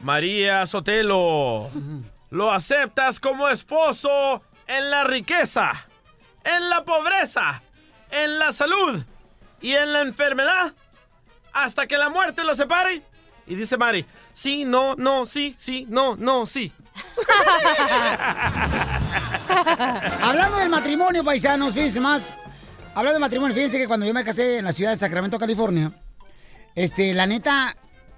Speaker 2: María Sotelo, lo aceptas como esposo en la riqueza, en la pobreza, en la salud y en la enfermedad, hasta que la muerte lo separe. Y dice Mari, sí, no, no, sí, sí, no, no, sí.
Speaker 1: Hablando del matrimonio, paisanos, fíjense más. Hablando del matrimonio, fíjense que cuando yo me casé en la ciudad de Sacramento, California, este, la neta,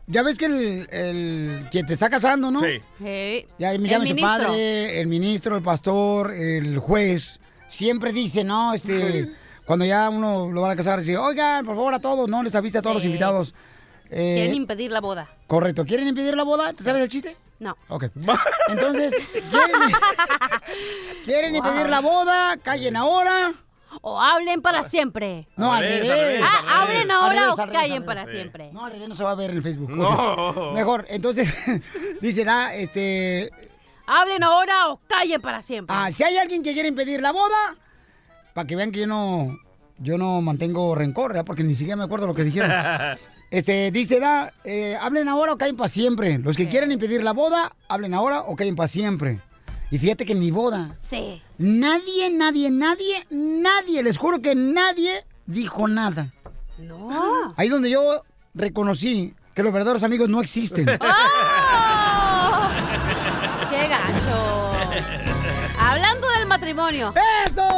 Speaker 1: ya ves que el, el que te está casando, ¿no?
Speaker 3: Sí. Hey.
Speaker 1: Ya me
Speaker 3: El
Speaker 1: llama su
Speaker 3: ministro.
Speaker 1: padre, el ministro, el pastor, el juez. Siempre dice, ¿no? Este, cuando ya uno lo van a casar, dice, oigan, por favor, a todos, ¿no? Les avisa a todos los
Speaker 3: Sí.
Speaker 1: invitados. Eh,
Speaker 3: Quieren impedir la boda.
Speaker 1: correcto. ¿Quieren impedir la boda? ¿Te sabes el chiste?
Speaker 3: No.
Speaker 1: Ok. Entonces, ¿quieren, quieren
Speaker 3: Wow.
Speaker 1: impedir la boda? Callen ahora.
Speaker 3: O hablen para siempre.
Speaker 1: No, al revés.
Speaker 3: Ah, hablen ahora o
Speaker 1: Al revés, al revés,
Speaker 3: callen
Speaker 1: al
Speaker 3: para
Speaker 1: revés.
Speaker 3: siempre.
Speaker 1: No, al revés no se va a ver en el Facebook.
Speaker 3: No.
Speaker 1: Mejor, entonces, dicen, ah, este...
Speaker 3: Hablen ahora o callen para siempre.
Speaker 1: Ah, si hay alguien que quiere impedir la boda, para que vean que yo no, yo no mantengo rencor, ¿verdad? porque ni siquiera me acuerdo lo que dijeron. Este, dice, da, eh, hablen ahora o callen para siempre. Los que quieren impedir la boda, hablen ahora o callen para siempre. Y fíjate que en mi boda,
Speaker 3: Sí.
Speaker 1: nadie, nadie, nadie, nadie, les juro que nadie dijo nada.
Speaker 3: No.
Speaker 1: Ahí donde yo reconocí que los verdaderos amigos no existen.
Speaker 3: Ah, ¡Qué gacho! Hablando del matrimonio.
Speaker 1: ¡Eso!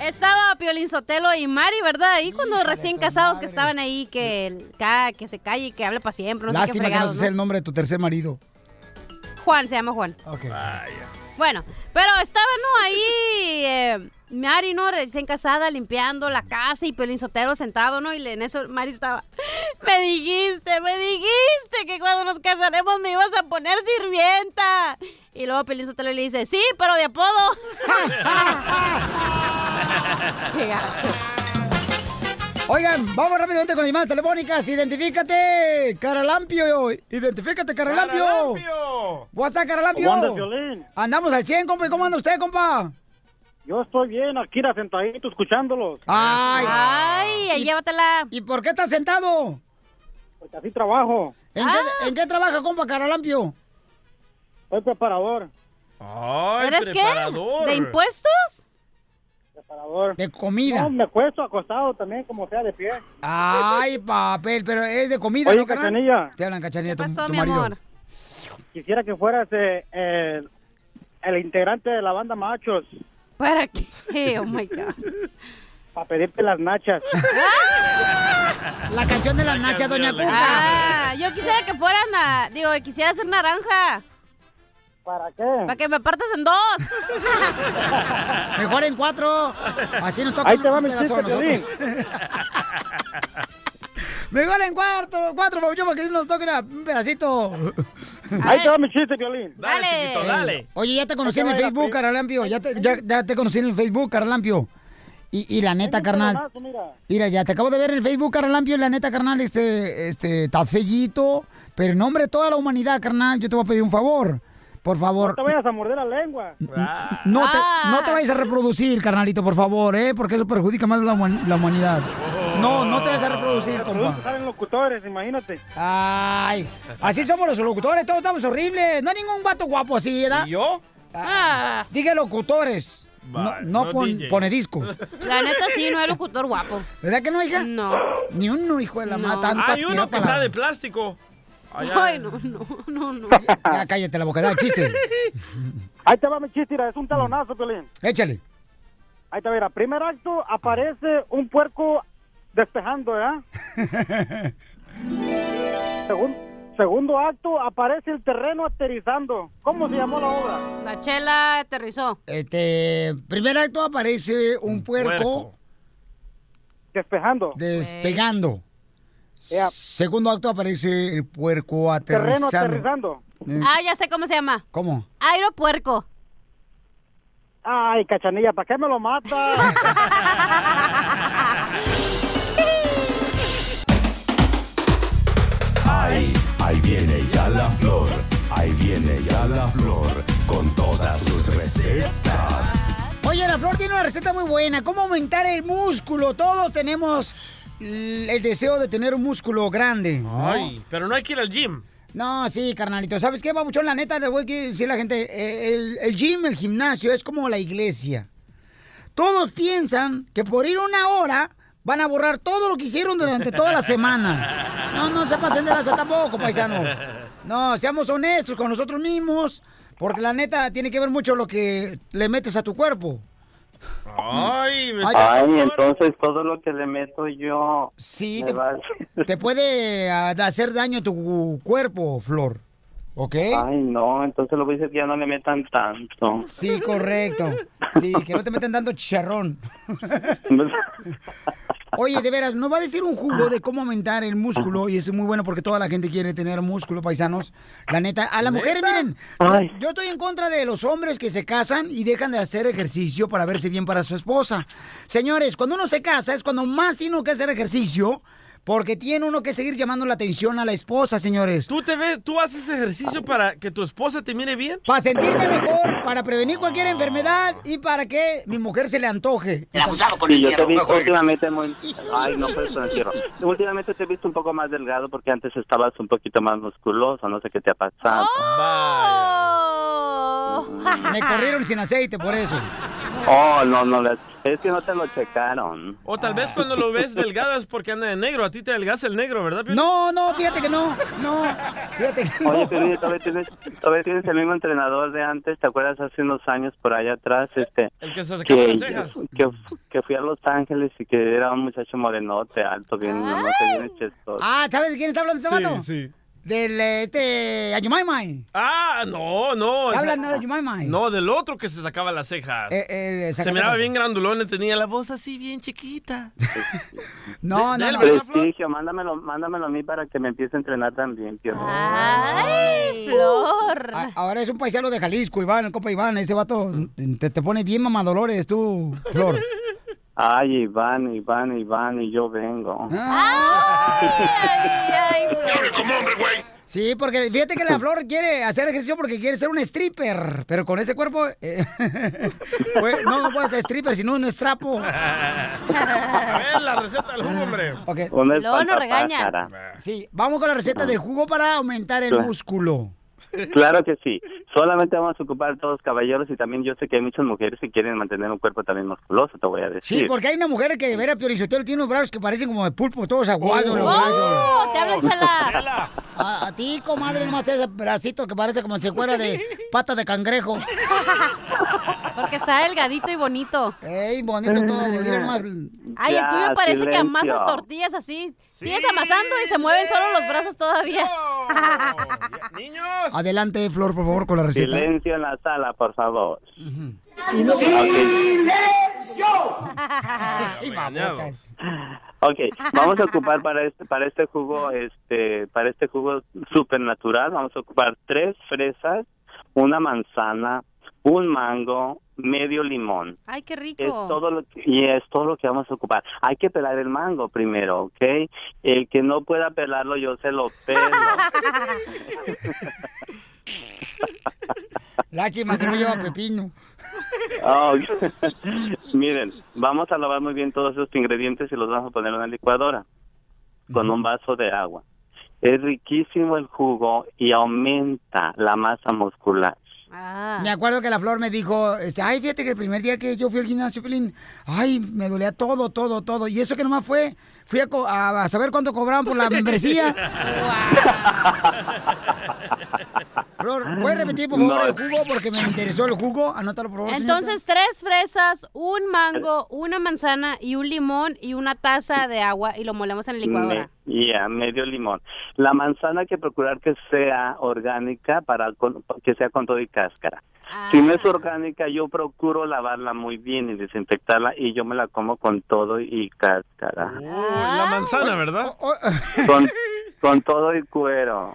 Speaker 3: Estaba Piolín Sotelo y Mari, ¿verdad? Ahí cuando recién casados que estaban ahí, que, el ca- que se calle y que hable para siempre. No sé qué
Speaker 1: Lástima que no
Speaker 3: fregados,
Speaker 1: sé el nombre de tu tercer marido.
Speaker 3: ¿no? Juan, se llama Juan.
Speaker 1: Ok.
Speaker 3: Bueno, pero estaba, ¿no? Ahí eh, Mari, ¿no? Recién casada, limpiando la casa y Piolín Sotelo sentado, ¿no? Y le- en eso Mari estaba, me dijiste, me dijiste que cuando nos casaremos me ibas a poner sirvienta. Y luego Piolín Sotelo le dice, sí, pero de apodo. Qué gacho.
Speaker 1: Oigan, vamos rápidamente con las llamadas telefónicas. Identifícate, Caralampio. Identifícate, Caralampio. WhatsApp, Caralampio.
Speaker 15: ¿Cómo andas, Piolín?
Speaker 1: Andamos al 100, compa. ¿Y ¿Cómo anda usted, compa?
Speaker 15: Yo estoy bien, aquí sentadito, escuchándolos.
Speaker 1: Ay.
Speaker 3: Ay, llévatela.
Speaker 1: ¿Y por qué estás sentado?
Speaker 15: Porque así trabajo.
Speaker 1: ¿En,
Speaker 15: Ah.
Speaker 1: qué, en qué trabaja, compa, Caralampio?
Speaker 15: Soy preparador.
Speaker 3: ¿Eres qué? ¿De impuestos?
Speaker 15: Preparador.
Speaker 1: De comida.
Speaker 15: No, me cuesto acostado también, como sea, de pie.
Speaker 1: Ay, papel, pero es de comida,
Speaker 15: Oye,
Speaker 1: ¿no, carnal?
Speaker 15: Cachanilla.
Speaker 1: Te hablan, Cachanilla, tu,
Speaker 15: pasó,
Speaker 1: tu
Speaker 15: mi
Speaker 1: marido.
Speaker 15: amor? Quisiera que fueras eh, el, el integrante de la banda Machos.
Speaker 3: ¿Para qué? Oh, my God.
Speaker 15: Para pedirte las nachas.
Speaker 1: La canción de las nachas, doña Cuca.
Speaker 3: Ah, yo quisiera que fueran a- Digo, quisiera ser naranja.
Speaker 15: ¿Para qué?
Speaker 3: Para que me partas en dos.
Speaker 1: Mejor en cuatro. Así nos toca
Speaker 15: Ahí te va
Speaker 1: un
Speaker 15: mi
Speaker 1: pedazo a
Speaker 15: chiste,
Speaker 1: nosotros. Mejor en cuatro, cuatro, Pabuchón, porque si nos toca un pedacito. Eh,
Speaker 15: Ahí te va mi chiste, Violín.
Speaker 2: Dale, chiquito, dale.
Speaker 1: Oye, ya te conocí
Speaker 15: Ahí
Speaker 1: en
Speaker 15: te
Speaker 1: el
Speaker 15: va la
Speaker 1: Facebook,
Speaker 15: pri-
Speaker 1: Caralampio. Ya te, ya, ya te conocí en el Facebook, Caralampio. Y, y la neta, carnal.
Speaker 15: Pedazo, mira.
Speaker 1: Mira, ya te acabo de ver en el Facebook, Caralampio. Y la neta, carnal, este, este, estás fellito. Pero en nombre de toda la humanidad, carnal, yo te voy a pedir un favor. Por favor.
Speaker 15: No te vayas a morder la lengua.
Speaker 1: No te,
Speaker 3: Ah.
Speaker 1: no te vayas a reproducir, carnalito, por favor, ¿eh? Porque eso perjudica más la, human- la humanidad. No, no te vayas a reproducir, compa. Ah.
Speaker 15: Salen locutores, imagínate.
Speaker 1: Ay, así somos los locutores, todos estamos horribles. No hay ningún vato guapo así, ¿verdad?
Speaker 2: yo?
Speaker 1: Diga locutores. No, no
Speaker 3: no
Speaker 1: pon-
Speaker 3: DJ.
Speaker 1: pone discos.
Speaker 3: La neta sí, no es locutor guapo.
Speaker 1: ¿Verdad que no, hija?
Speaker 3: No.
Speaker 1: Ni uno, hijo de la
Speaker 3: No.
Speaker 1: mata.
Speaker 2: Hay uno que está de plástico. Allá
Speaker 3: Ay,
Speaker 2: en-
Speaker 3: no, no, no, no.
Speaker 1: Ya cállate la boca, da el chiste. Mm.
Speaker 15: Ahí te va mi chiste, mira, es un talonazo, Piolín.
Speaker 1: Échale.
Speaker 15: Ahí te va, mira, primer acto aparece un puerco despejando, ¿verdad? Segun- segundo acto aparece el terreno aterrizando. ¿Cómo se llamó la obra?
Speaker 3: La chela aterrizó.
Speaker 1: Este, primer acto aparece un puerco.
Speaker 15: Despejando.
Speaker 1: Despegando. Segundo acto aparece el puerco
Speaker 15: Terreno
Speaker 1: aterrizando.
Speaker 15: aterrizando.
Speaker 1: Mm.
Speaker 3: Ah, ya sé cómo se llama.
Speaker 1: ¿Cómo?
Speaker 3: Aeropuerco.
Speaker 15: Ay, cachanilla, ¿para qué me lo mata?
Speaker 5: Ahí, ahí viene ya la flor, ahí viene ya la flor, con todas sus recetas.
Speaker 1: Oye, la flor tiene una receta muy buena. ¿Cómo aumentar el músculo? Todos tenemos l- el deseo de tener un músculo grande. ¿no?
Speaker 2: Ay, pero no hay que ir al gym.
Speaker 1: No, sí, carnalito. ¿Sabes qué, Babuchón? La neta, le voy a decir a la gente, eh, el, el gym, el gimnasio, es como la iglesia. Todos piensan que por ir una hora van a borrar todo lo que hicieron durante toda la semana. No, no se pasen de lanza tampoco, paisanos. No, seamos honestos con nosotros mismos, porque la neta tiene que ver mucho lo que le metes a tu cuerpo.
Speaker 2: Ay, me
Speaker 16: Ay, entonces todo lo que le meto yo.
Speaker 1: Sí, te,
Speaker 16: me vale.
Speaker 1: te puede ah, hacer daño a tu cuerpo, Flor. ¿Ok?
Speaker 16: Ay, no, entonces lo voy a decir que ya no le metan tanto.
Speaker 1: Sí, correcto. Sí, que no te meten dando chicharrón. Oye, de veras, nos va a decir un jugo de cómo aumentar el músculo y es muy bueno porque toda la gente quiere tener músculo, paisanos. La neta, a las mujeres, miren,
Speaker 16: Ay.
Speaker 1: yo estoy en contra de los hombres que se casan y dejan de hacer ejercicio para verse bien para su esposa. Señores, cuando uno se casa es cuando más tiene uno que hacer ejercicio porque tiene uno que seguir llamando la atención a la esposa, señores.
Speaker 2: ¿Tú te ves, tú haces ejercicio para que tu esposa te mire bien?
Speaker 1: Para sentirme mejor, para prevenir cualquier enfermedad y para que mi mujer se le antoje.
Speaker 16: Sí, yo te vi últimamente muy... Ay, no, pues, pero eso no quiero. Últimamente te he visto un poco más delgado porque antes estabas un poquito más musculoso, no sé qué te ha pasado.
Speaker 1: Oh. Me corrieron sin aceite por eso.
Speaker 16: Oh, no, no, la- es que no te lo checaron.
Speaker 2: O tal vez cuando lo ves delgado es porque anda de negro. A ti te delgaza el negro, ¿verdad, Piolín?
Speaker 1: No, no, fíjate que no. No, fíjate que no.
Speaker 16: Oye, pero todavía tienes, todavía tienes el mismo entrenador de antes, ¿te acuerdas hace unos años por allá atrás? Este,
Speaker 2: El que se sacaba
Speaker 16: que,
Speaker 2: las cejas.
Speaker 16: que, que fui a Los Ángeles y que era un muchacho morenote, alto, bien,
Speaker 2: Ah.
Speaker 16: no sé, bien chistoso.
Speaker 1: Ah, ¿sabes de quién está hablando este
Speaker 16: Sí,
Speaker 1: vato?
Speaker 2: sí.
Speaker 1: Del, eh, este, Ayumaymay.
Speaker 2: Ah, no, no.
Speaker 1: Hablan
Speaker 2: esa-
Speaker 1: de Ayumaymay.
Speaker 2: No, del otro que se sacaba las cejas.
Speaker 1: Eh, eh, saca-
Speaker 2: se miraba
Speaker 1: saca-
Speaker 2: bien grandulón y tenía la voz así bien chiquita.
Speaker 1: No,
Speaker 2: no, no.
Speaker 16: Prestigio, mándamelo, mándamelo a mí para que me empiece a entrenar también, tío.
Speaker 2: Ah.
Speaker 1: ¡Ay, Flor! ahora es un paisano de Jalisco, Iván, el compa Iván. Ese vato te, te pone bien mamadolores, tú, Flor.
Speaker 16: Ay, Iván, Iván, Iván, y yo vengo.
Speaker 2: Ah.
Speaker 1: Sí, porque fíjate que la Flor quiere hacer ejercicio porque quiere ser un stripper, pero con ese cuerpo... eh, pues, no, no puedes ser stripper, sino un estrapo.
Speaker 2: A ver la receta del jugo, hombre.
Speaker 1: Ok.
Speaker 16: Una Luego nos espantapájara. regaña.
Speaker 1: Sí, vamos con la receta del jugo para aumentar el
Speaker 16: Claro.
Speaker 1: músculo.
Speaker 16: Claro que sí. Solamente vamos a ocupar todos caballeros y también yo sé que hay muchas mujeres que quieren mantener un cuerpo también musculoso, te voy a decir.
Speaker 1: Sí, porque hay una mujer que de veras, Piorizotero, tiene unos brazos que parecen como de pulpo, todos aguados. los
Speaker 16: Oh,
Speaker 1: brazos.
Speaker 16: te hablan, chala.
Speaker 1: A, a ti, comadre, nomás ese bracito que parece como si fuera de pata de cangrejo.
Speaker 3: Porque está delgadito y bonito.
Speaker 1: ¡Ey, bonito todo! mira nomás.
Speaker 3: Ay, el tuyo
Speaker 1: Ya,
Speaker 3: parece que
Speaker 1: silencio.
Speaker 3: amasas tortillas así. Sigues amasando y se mueven solo los brazos todavía.
Speaker 1: Adelante, Flor, por favor, con la receta.
Speaker 16: Silencio en la sala, por favor. Ok, vamos a ocupar para este para este jugo este para este jugo supernatural vamos a ocupar tres fresas, una manzana, un mango, medio limón.
Speaker 3: Ay, qué rico.
Speaker 16: Es todo lo que, y es todo lo que vamos a ocupar. Hay que pelar el mango primero, ¿ok? El que no pueda pelarlo yo se lo pelo.
Speaker 1: Lástima que no lleva pepino.
Speaker 16: Ah, ok. Miren, vamos a lavar muy bien todos esos ingredientes y los vamos a poner en una licuadora con un vaso de agua. Es riquísimo el jugo y aumenta la masa muscular.
Speaker 1: Me acuerdo que la Flor me dijo, este, ay, fíjate que el primer día que yo fui al gimnasio, Pelín, ay, me dolía todo, todo, todo. Y eso que nomás fue, fui a, co- a- a saber cuánto cobraban por la membresía. Flor, ¿puedes repetir, por favor,
Speaker 3: No.
Speaker 1: el jugo? Porque me interesó el jugo. Anótalo, por favor, señorita.
Speaker 3: Entonces, tres fresas, un mango, una manzana y un limón y una taza de agua y lo molemos en la licuadora.
Speaker 16: Me- yeah, medio limón. La manzana hay que procurar que sea orgánica para con- que sea con todo y cáscara. Si no
Speaker 3: Ah.
Speaker 16: es orgánica, yo procuro lavarla muy bien y desinfectarla y yo me la como con todo y cáscara.
Speaker 2: la manzana, ¿verdad?
Speaker 16: Con, con todo y cuero.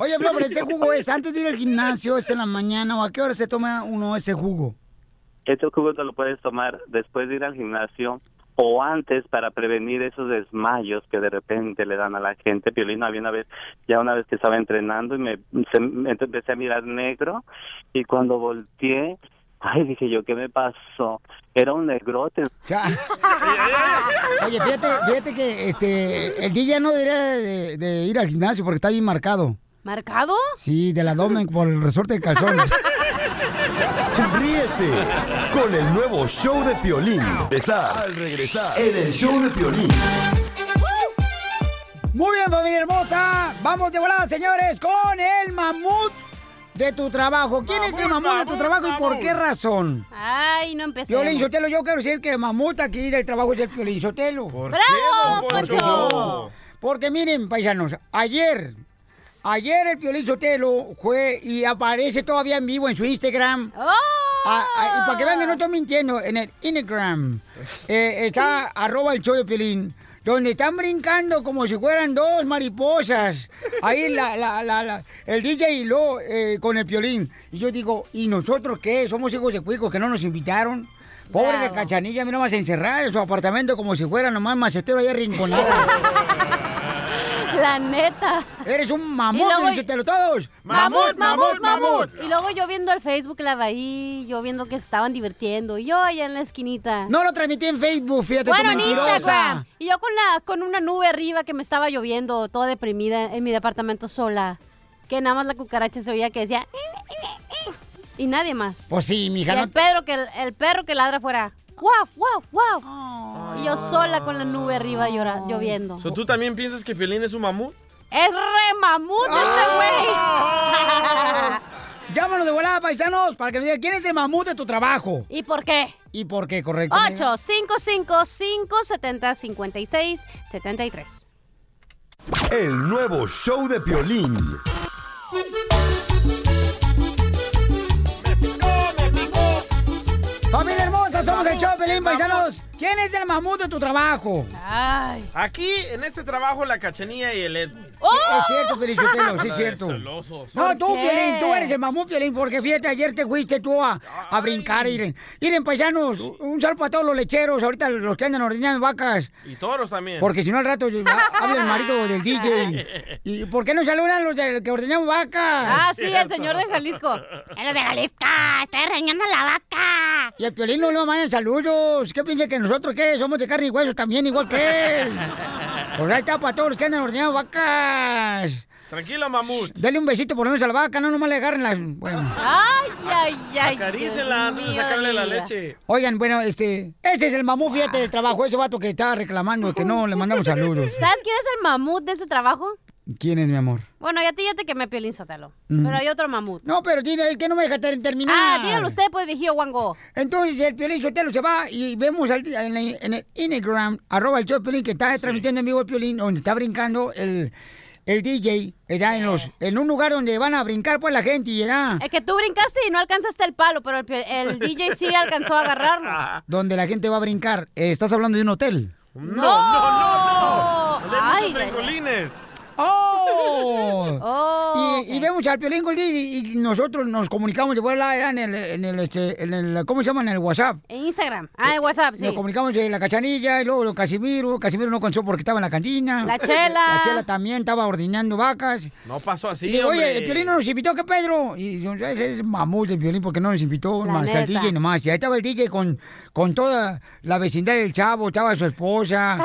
Speaker 1: Oye, Flor, pero ese jugo es antes de ir al gimnasio, es en la mañana, o a qué hora se toma uno ese jugo.
Speaker 16: Este jugo te lo puedes tomar después de ir al gimnasio, o antes para prevenir esos desmayos que de repente le dan a la gente. Piolín había una vez, ya una vez que estaba entrenando y me, se- me empecé a mirar negro y cuando volteé, ay, dije yo, ¿qué me pasó? Era un negrote.
Speaker 1: Oye, fíjate, fíjate que este el DJ no debería de, de ir al gimnasio porque está bien marcado.
Speaker 3: ¿Marcado?
Speaker 1: Sí, del abdomen por el resorte de calzones.
Speaker 5: Ríete con el nuevo show de Piolín. Besar al regresar en el show de Piolín.
Speaker 1: Muy bien, familia hermosa. Vamos de volada, señores, con el mamut de tu trabajo. ¿Quién es el mamut de tu trabajo y por qué razón?
Speaker 3: Ay, no empecé.
Speaker 1: Piolín Sotelo, yo quiero decir que el mamut aquí del trabajo es el Piolín Sotelo.
Speaker 3: qué, ¡Bravo, don Poncho? Poncho?
Speaker 1: Porque miren, paisanos, ayer, ayer el Piolín Sotelo fue y aparece todavía en vivo en su Instagram.
Speaker 3: ¡Oh!
Speaker 1: Ah, ah, y para que vean que no estoy mintiendo, en el Instagram eh, está arroba el show de Piolín. Donde están brincando como si fueran dos mariposas. Ahí la, la, la, la- el DJ y lo con el piolín. Y yo digo, ¿y nosotros qué? Somos hijos de cuicos que no nos invitaron. Pobre de Cachanilla, mira más encerrada en su apartamento como si fuera nomás macetero ahí arrinconada.
Speaker 3: La neta.
Speaker 1: Eres un mamut,
Speaker 3: luego-
Speaker 1: Felicitelo, todos.
Speaker 3: Y luego yo viendo el Facebook Live ahí, yo viendo que se estaban divirtiendo. Y yo allá en la esquinita.
Speaker 1: No lo transmití en Facebook, fíjate
Speaker 3: bueno,
Speaker 1: tu
Speaker 3: en
Speaker 1: mentirosa.
Speaker 3: Instagram. Y yo con, la, con una nube arriba que me estaba lloviendo, toda deprimida en mi departamento sola. Que nada más la cucaracha se oía que decía... "Eh, Y nadie más.
Speaker 1: Pues sí,
Speaker 3: Y
Speaker 1: mija, no
Speaker 3: el, Pedro que, el perro que ladra fuera. ¡Guau, guau, guau! Y yo sola con la nube arriba llora- lloviendo.
Speaker 2: So, ¿Tú también piensas que Piolín es un mamut?
Speaker 3: ¡Es re mamut este güey!
Speaker 1: ¡Ah! Llámanos de volada, paisanos, para que nos digan quién es el mamut de tu trabajo.
Speaker 3: ¿Y por qué?
Speaker 1: ¿Y por qué, correcto? mija?
Speaker 3: 8-555-570-5673.
Speaker 5: El nuevo show de Piolín.
Speaker 1: Familia hermosa, somos el show, de Pelín, paisanos. ¿Quién es el mamut de tu trabajo?
Speaker 2: Ah,
Speaker 3: Ay. ¡Oh!
Speaker 2: Aquí, en este trabajo, la cachanilla y el Ed.
Speaker 1: Es cierto, Piolín Sotelo, sí es cierto.
Speaker 2: Celosos.
Speaker 1: No,
Speaker 2: ¿Por
Speaker 1: tú,
Speaker 2: qué?
Speaker 1: Piolín, tú eres el mamut, Piolín, porque fíjate, ayer te fuiste tú a, a brincar, Iren. Iren, paisanos, un saludo para todos los lecheros, ahorita los que andan ordenando vacas.
Speaker 2: Y toros también.
Speaker 1: Porque si no, al rato ha- habla el marido del DJ. ¿Y por qué no saludan los del que ordenamos vacas?
Speaker 3: Ah, sí, el señor de Jalisco. ¡El de Jalisco! ¡Estoy reñando la vaca!
Speaker 1: Y el Piolín no le mandan saludos. ¿Qué piensa que nosotros qué? Somos de carne y hueso también, igual que él. Pues ahí está para todos los que andan ordenando vacas.
Speaker 2: Tranquila, mamut.
Speaker 1: Dale un besito por lo menos a la vaca, no nomás le agarren las... Bueno.
Speaker 3: ¡Ay, ay, ay! Dios
Speaker 2: Acarícela antes de
Speaker 3: mío,
Speaker 2: sacarle la
Speaker 3: vida.
Speaker 2: leche.
Speaker 1: Oigan, bueno, este... Ese es el mamú, fíjate, del trabajo. Ese vato que estaba reclamando que no le mandamos saludos.
Speaker 3: ¿Sabes quién es el mamut de ese trabajo?
Speaker 1: ¿Quién es, mi amor?
Speaker 3: Bueno, ya te, ya te quemé Piolín Sotelo.
Speaker 1: Ujú.
Speaker 3: Pero hay otro mamut.
Speaker 1: Mm. No, pero dile, es que no me deja ter- terminar.
Speaker 3: Ah, dígalo usted, pues, viejillo guango.
Speaker 1: Entonces el Piolín Sotelo se va y vemos al- en, el- en el Instagram, arroba el show de Piolín, que está transmitiendo en vivo el Piolín, donde está brincando el, el DJ, ¿verdad? En, los, en un lugar donde van a brincar pues la gente, ¿verdad?
Speaker 3: Es que tú brincaste y no alcanzaste el palo, pero el, Pio- el DJ sí alcanzó a agarrarlo.
Speaker 1: Donde la gente va a brincar. Eh, estás hablando de un hotel.
Speaker 3: ¡No, no,
Speaker 2: no!
Speaker 3: ay
Speaker 2: Muchos brincolines.
Speaker 1: ¡Oh!
Speaker 3: Oh,
Speaker 1: y, y vemos al Piolín con el DJ y nosotros nos comunicamos de vuelta allá en el, en el, este, en el- ¿cómo se llama? En el WhatsApp.
Speaker 3: En Instagram. Ah,
Speaker 1: Eh,
Speaker 3: en WhatsApp, sí.
Speaker 1: Nos comunicamos de la cachanilla y luego lo Casimiro. Casimiro no contó porque estaba en la cantina.
Speaker 3: La Chela.
Speaker 1: La chela también estaba ordeñando vacas.
Speaker 2: No pasó así,
Speaker 1: y digo, oye,
Speaker 2: hombre.
Speaker 1: el violín no nos invitó, ¿qué Pedro? Y yo, ese es mamut el violín porque no nos invitó,
Speaker 3: La
Speaker 1: más que el
Speaker 3: neta.
Speaker 1: DJ nomás. Y ahí estaba el DJ con, con toda la vecindad del chavo, estaba su esposa,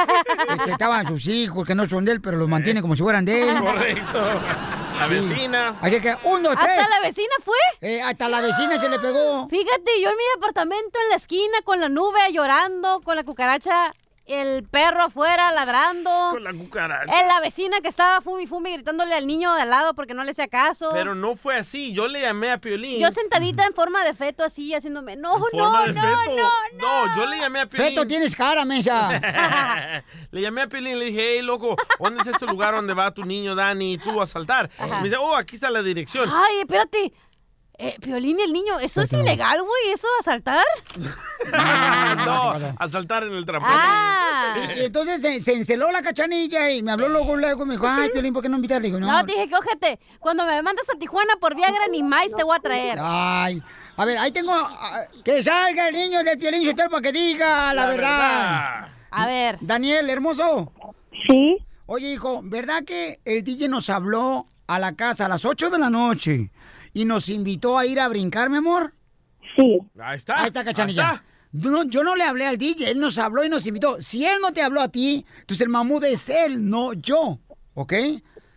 Speaker 1: este, estaban sus hijos que no son de él, pero los mantiene como si fueran de él.
Speaker 2: Correcto. La
Speaker 1: Sí.
Speaker 2: vecina.
Speaker 1: Así que, uno, dos, tres. Eh,
Speaker 3: ¿Hasta la vecina fue?
Speaker 1: hasta la vecina se le pegó.
Speaker 3: Fíjate, yo en mi departamento, en la esquina, con la nube, llorando, con la cucaracha, el perro afuera, ladrando.
Speaker 2: Con la cucaracha.
Speaker 3: En la vecina que estaba fumi fumi gritándole al niño de al lado porque no le hacía caso.
Speaker 2: Pero no fue así. Yo le llamé a Piolín.
Speaker 3: Yo sentadita en forma de feto así, haciéndome, no,
Speaker 2: En forma
Speaker 3: no,
Speaker 2: de
Speaker 3: no,
Speaker 2: feto.
Speaker 3: no.
Speaker 2: no. yo le llamé a Piolín.
Speaker 1: Feto, tienes cara, mesa.
Speaker 2: le llamé a Piolín y le dije, hey, loco, ¿dónde es este lugar donde va tu niño Dani y tú a saltar?
Speaker 3: Ajá. Ah,
Speaker 2: Me dice, oh, aquí está la dirección.
Speaker 3: Ay, espérate. Eh, Piolín y el niño, ¿eso es ilegal, güey? ¿Eso asaltar?
Speaker 2: no, a saltar en el trampolín.
Speaker 3: Ah.
Speaker 1: Sí, y entonces se, se enceló la cachanilla y me habló luego, luego, me dijo, ay, Piolín, ¿por qué no invitas? Le digo, no.
Speaker 3: No, te dije que ojete, cuando me mandas a Tijuana por Viagra ni más te voy a traer.
Speaker 1: Ay, a ver, ahí tengo, ah, que salga el niño del Piolín Sotelo para que diga la,
Speaker 3: La
Speaker 1: verdad.
Speaker 3: verdad. A ver.
Speaker 1: Daniel, hermoso.
Speaker 17: Sí.
Speaker 1: Oye, hijo, ¿verdad que el DJ nos habló a la casa a las 8 de la noche y nos invitó a ir a brincar, mi amor?
Speaker 17: Sí.
Speaker 2: Ahí está.
Speaker 1: Ahí está, cachanilla.
Speaker 2: Ahí está.
Speaker 1: No, yo no le hablé al DJ, él nos habló y nos invitó. Si él no te habló a ti, entonces el mamut es él, no yo. ¿Ok?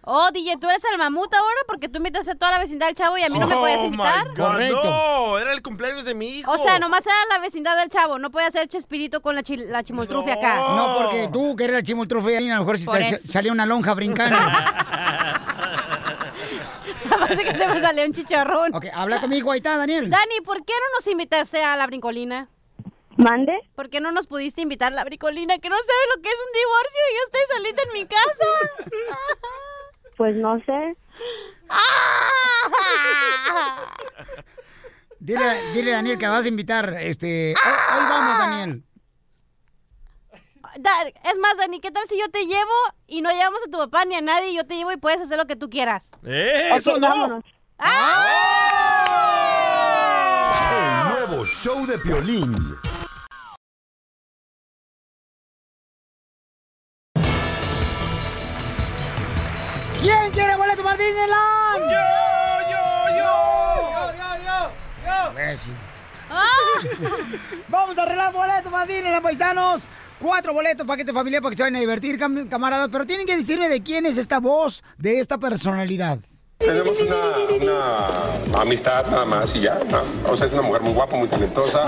Speaker 3: Oh, DJ, tú eres el mamut ahora porque tú invitaste a toda la vecindad del chavo y a mí no me podías invitar.
Speaker 2: Correcto. Oh No, era el cumpleaños de mi hijo.
Speaker 3: O sea, nomás era la vecindad del chavo. No podía ser Chespirito con la, chi- la chimoltrufia acá.
Speaker 1: No, porque tú que eres el chimultrufe ahí, a lo mejor si
Speaker 3: Por
Speaker 1: te
Speaker 3: eso.
Speaker 1: salía una lonja brincando.
Speaker 3: Parece que se me salió un chicharrón.
Speaker 1: Ok, habla conmigo, ahí está, Daniel.
Speaker 3: Dani, ¿por qué no nos invitaste a la brincolina?
Speaker 17: ¿Mande?
Speaker 3: ¿Por qué no nos pudiste invitar a la brincolina? Que no sabe lo que es un divorcio y yo estoy solita en mi casa.
Speaker 17: Pues no sé.
Speaker 3: Ah.
Speaker 1: Dile, dile, Daniel, que la vas a invitar. Este, ahí- ahí vamos,
Speaker 17: Ah.
Speaker 1: Daniel.
Speaker 3: Da- es más, Dani, ¿qué tal si yo te llevo y no llevamos a tu papá ni a nadie? y Yo te llevo y puedes hacer lo que tú quieras.
Speaker 2: ¡Eh!
Speaker 17: Ok,
Speaker 2: ¡Eso no!
Speaker 17: vámonos.
Speaker 5: El nuevo show de Piolín.
Speaker 1: ¿Quién quiere boleto para Disneyland?
Speaker 2: Yo, yo,
Speaker 1: yo. Ah. Vamos a arreglar boletos para Disneyland, paisanos. Cuatro boletos, paquete familiar, para que se vayan a divertir, cam- camaradas. Pero tienen que decirme de quién es esta voz, de esta personalidad.
Speaker 18: Tenemos una, una amistad nada más y ya. ¿no? O sea, es una mujer muy guapa, muy talentosa.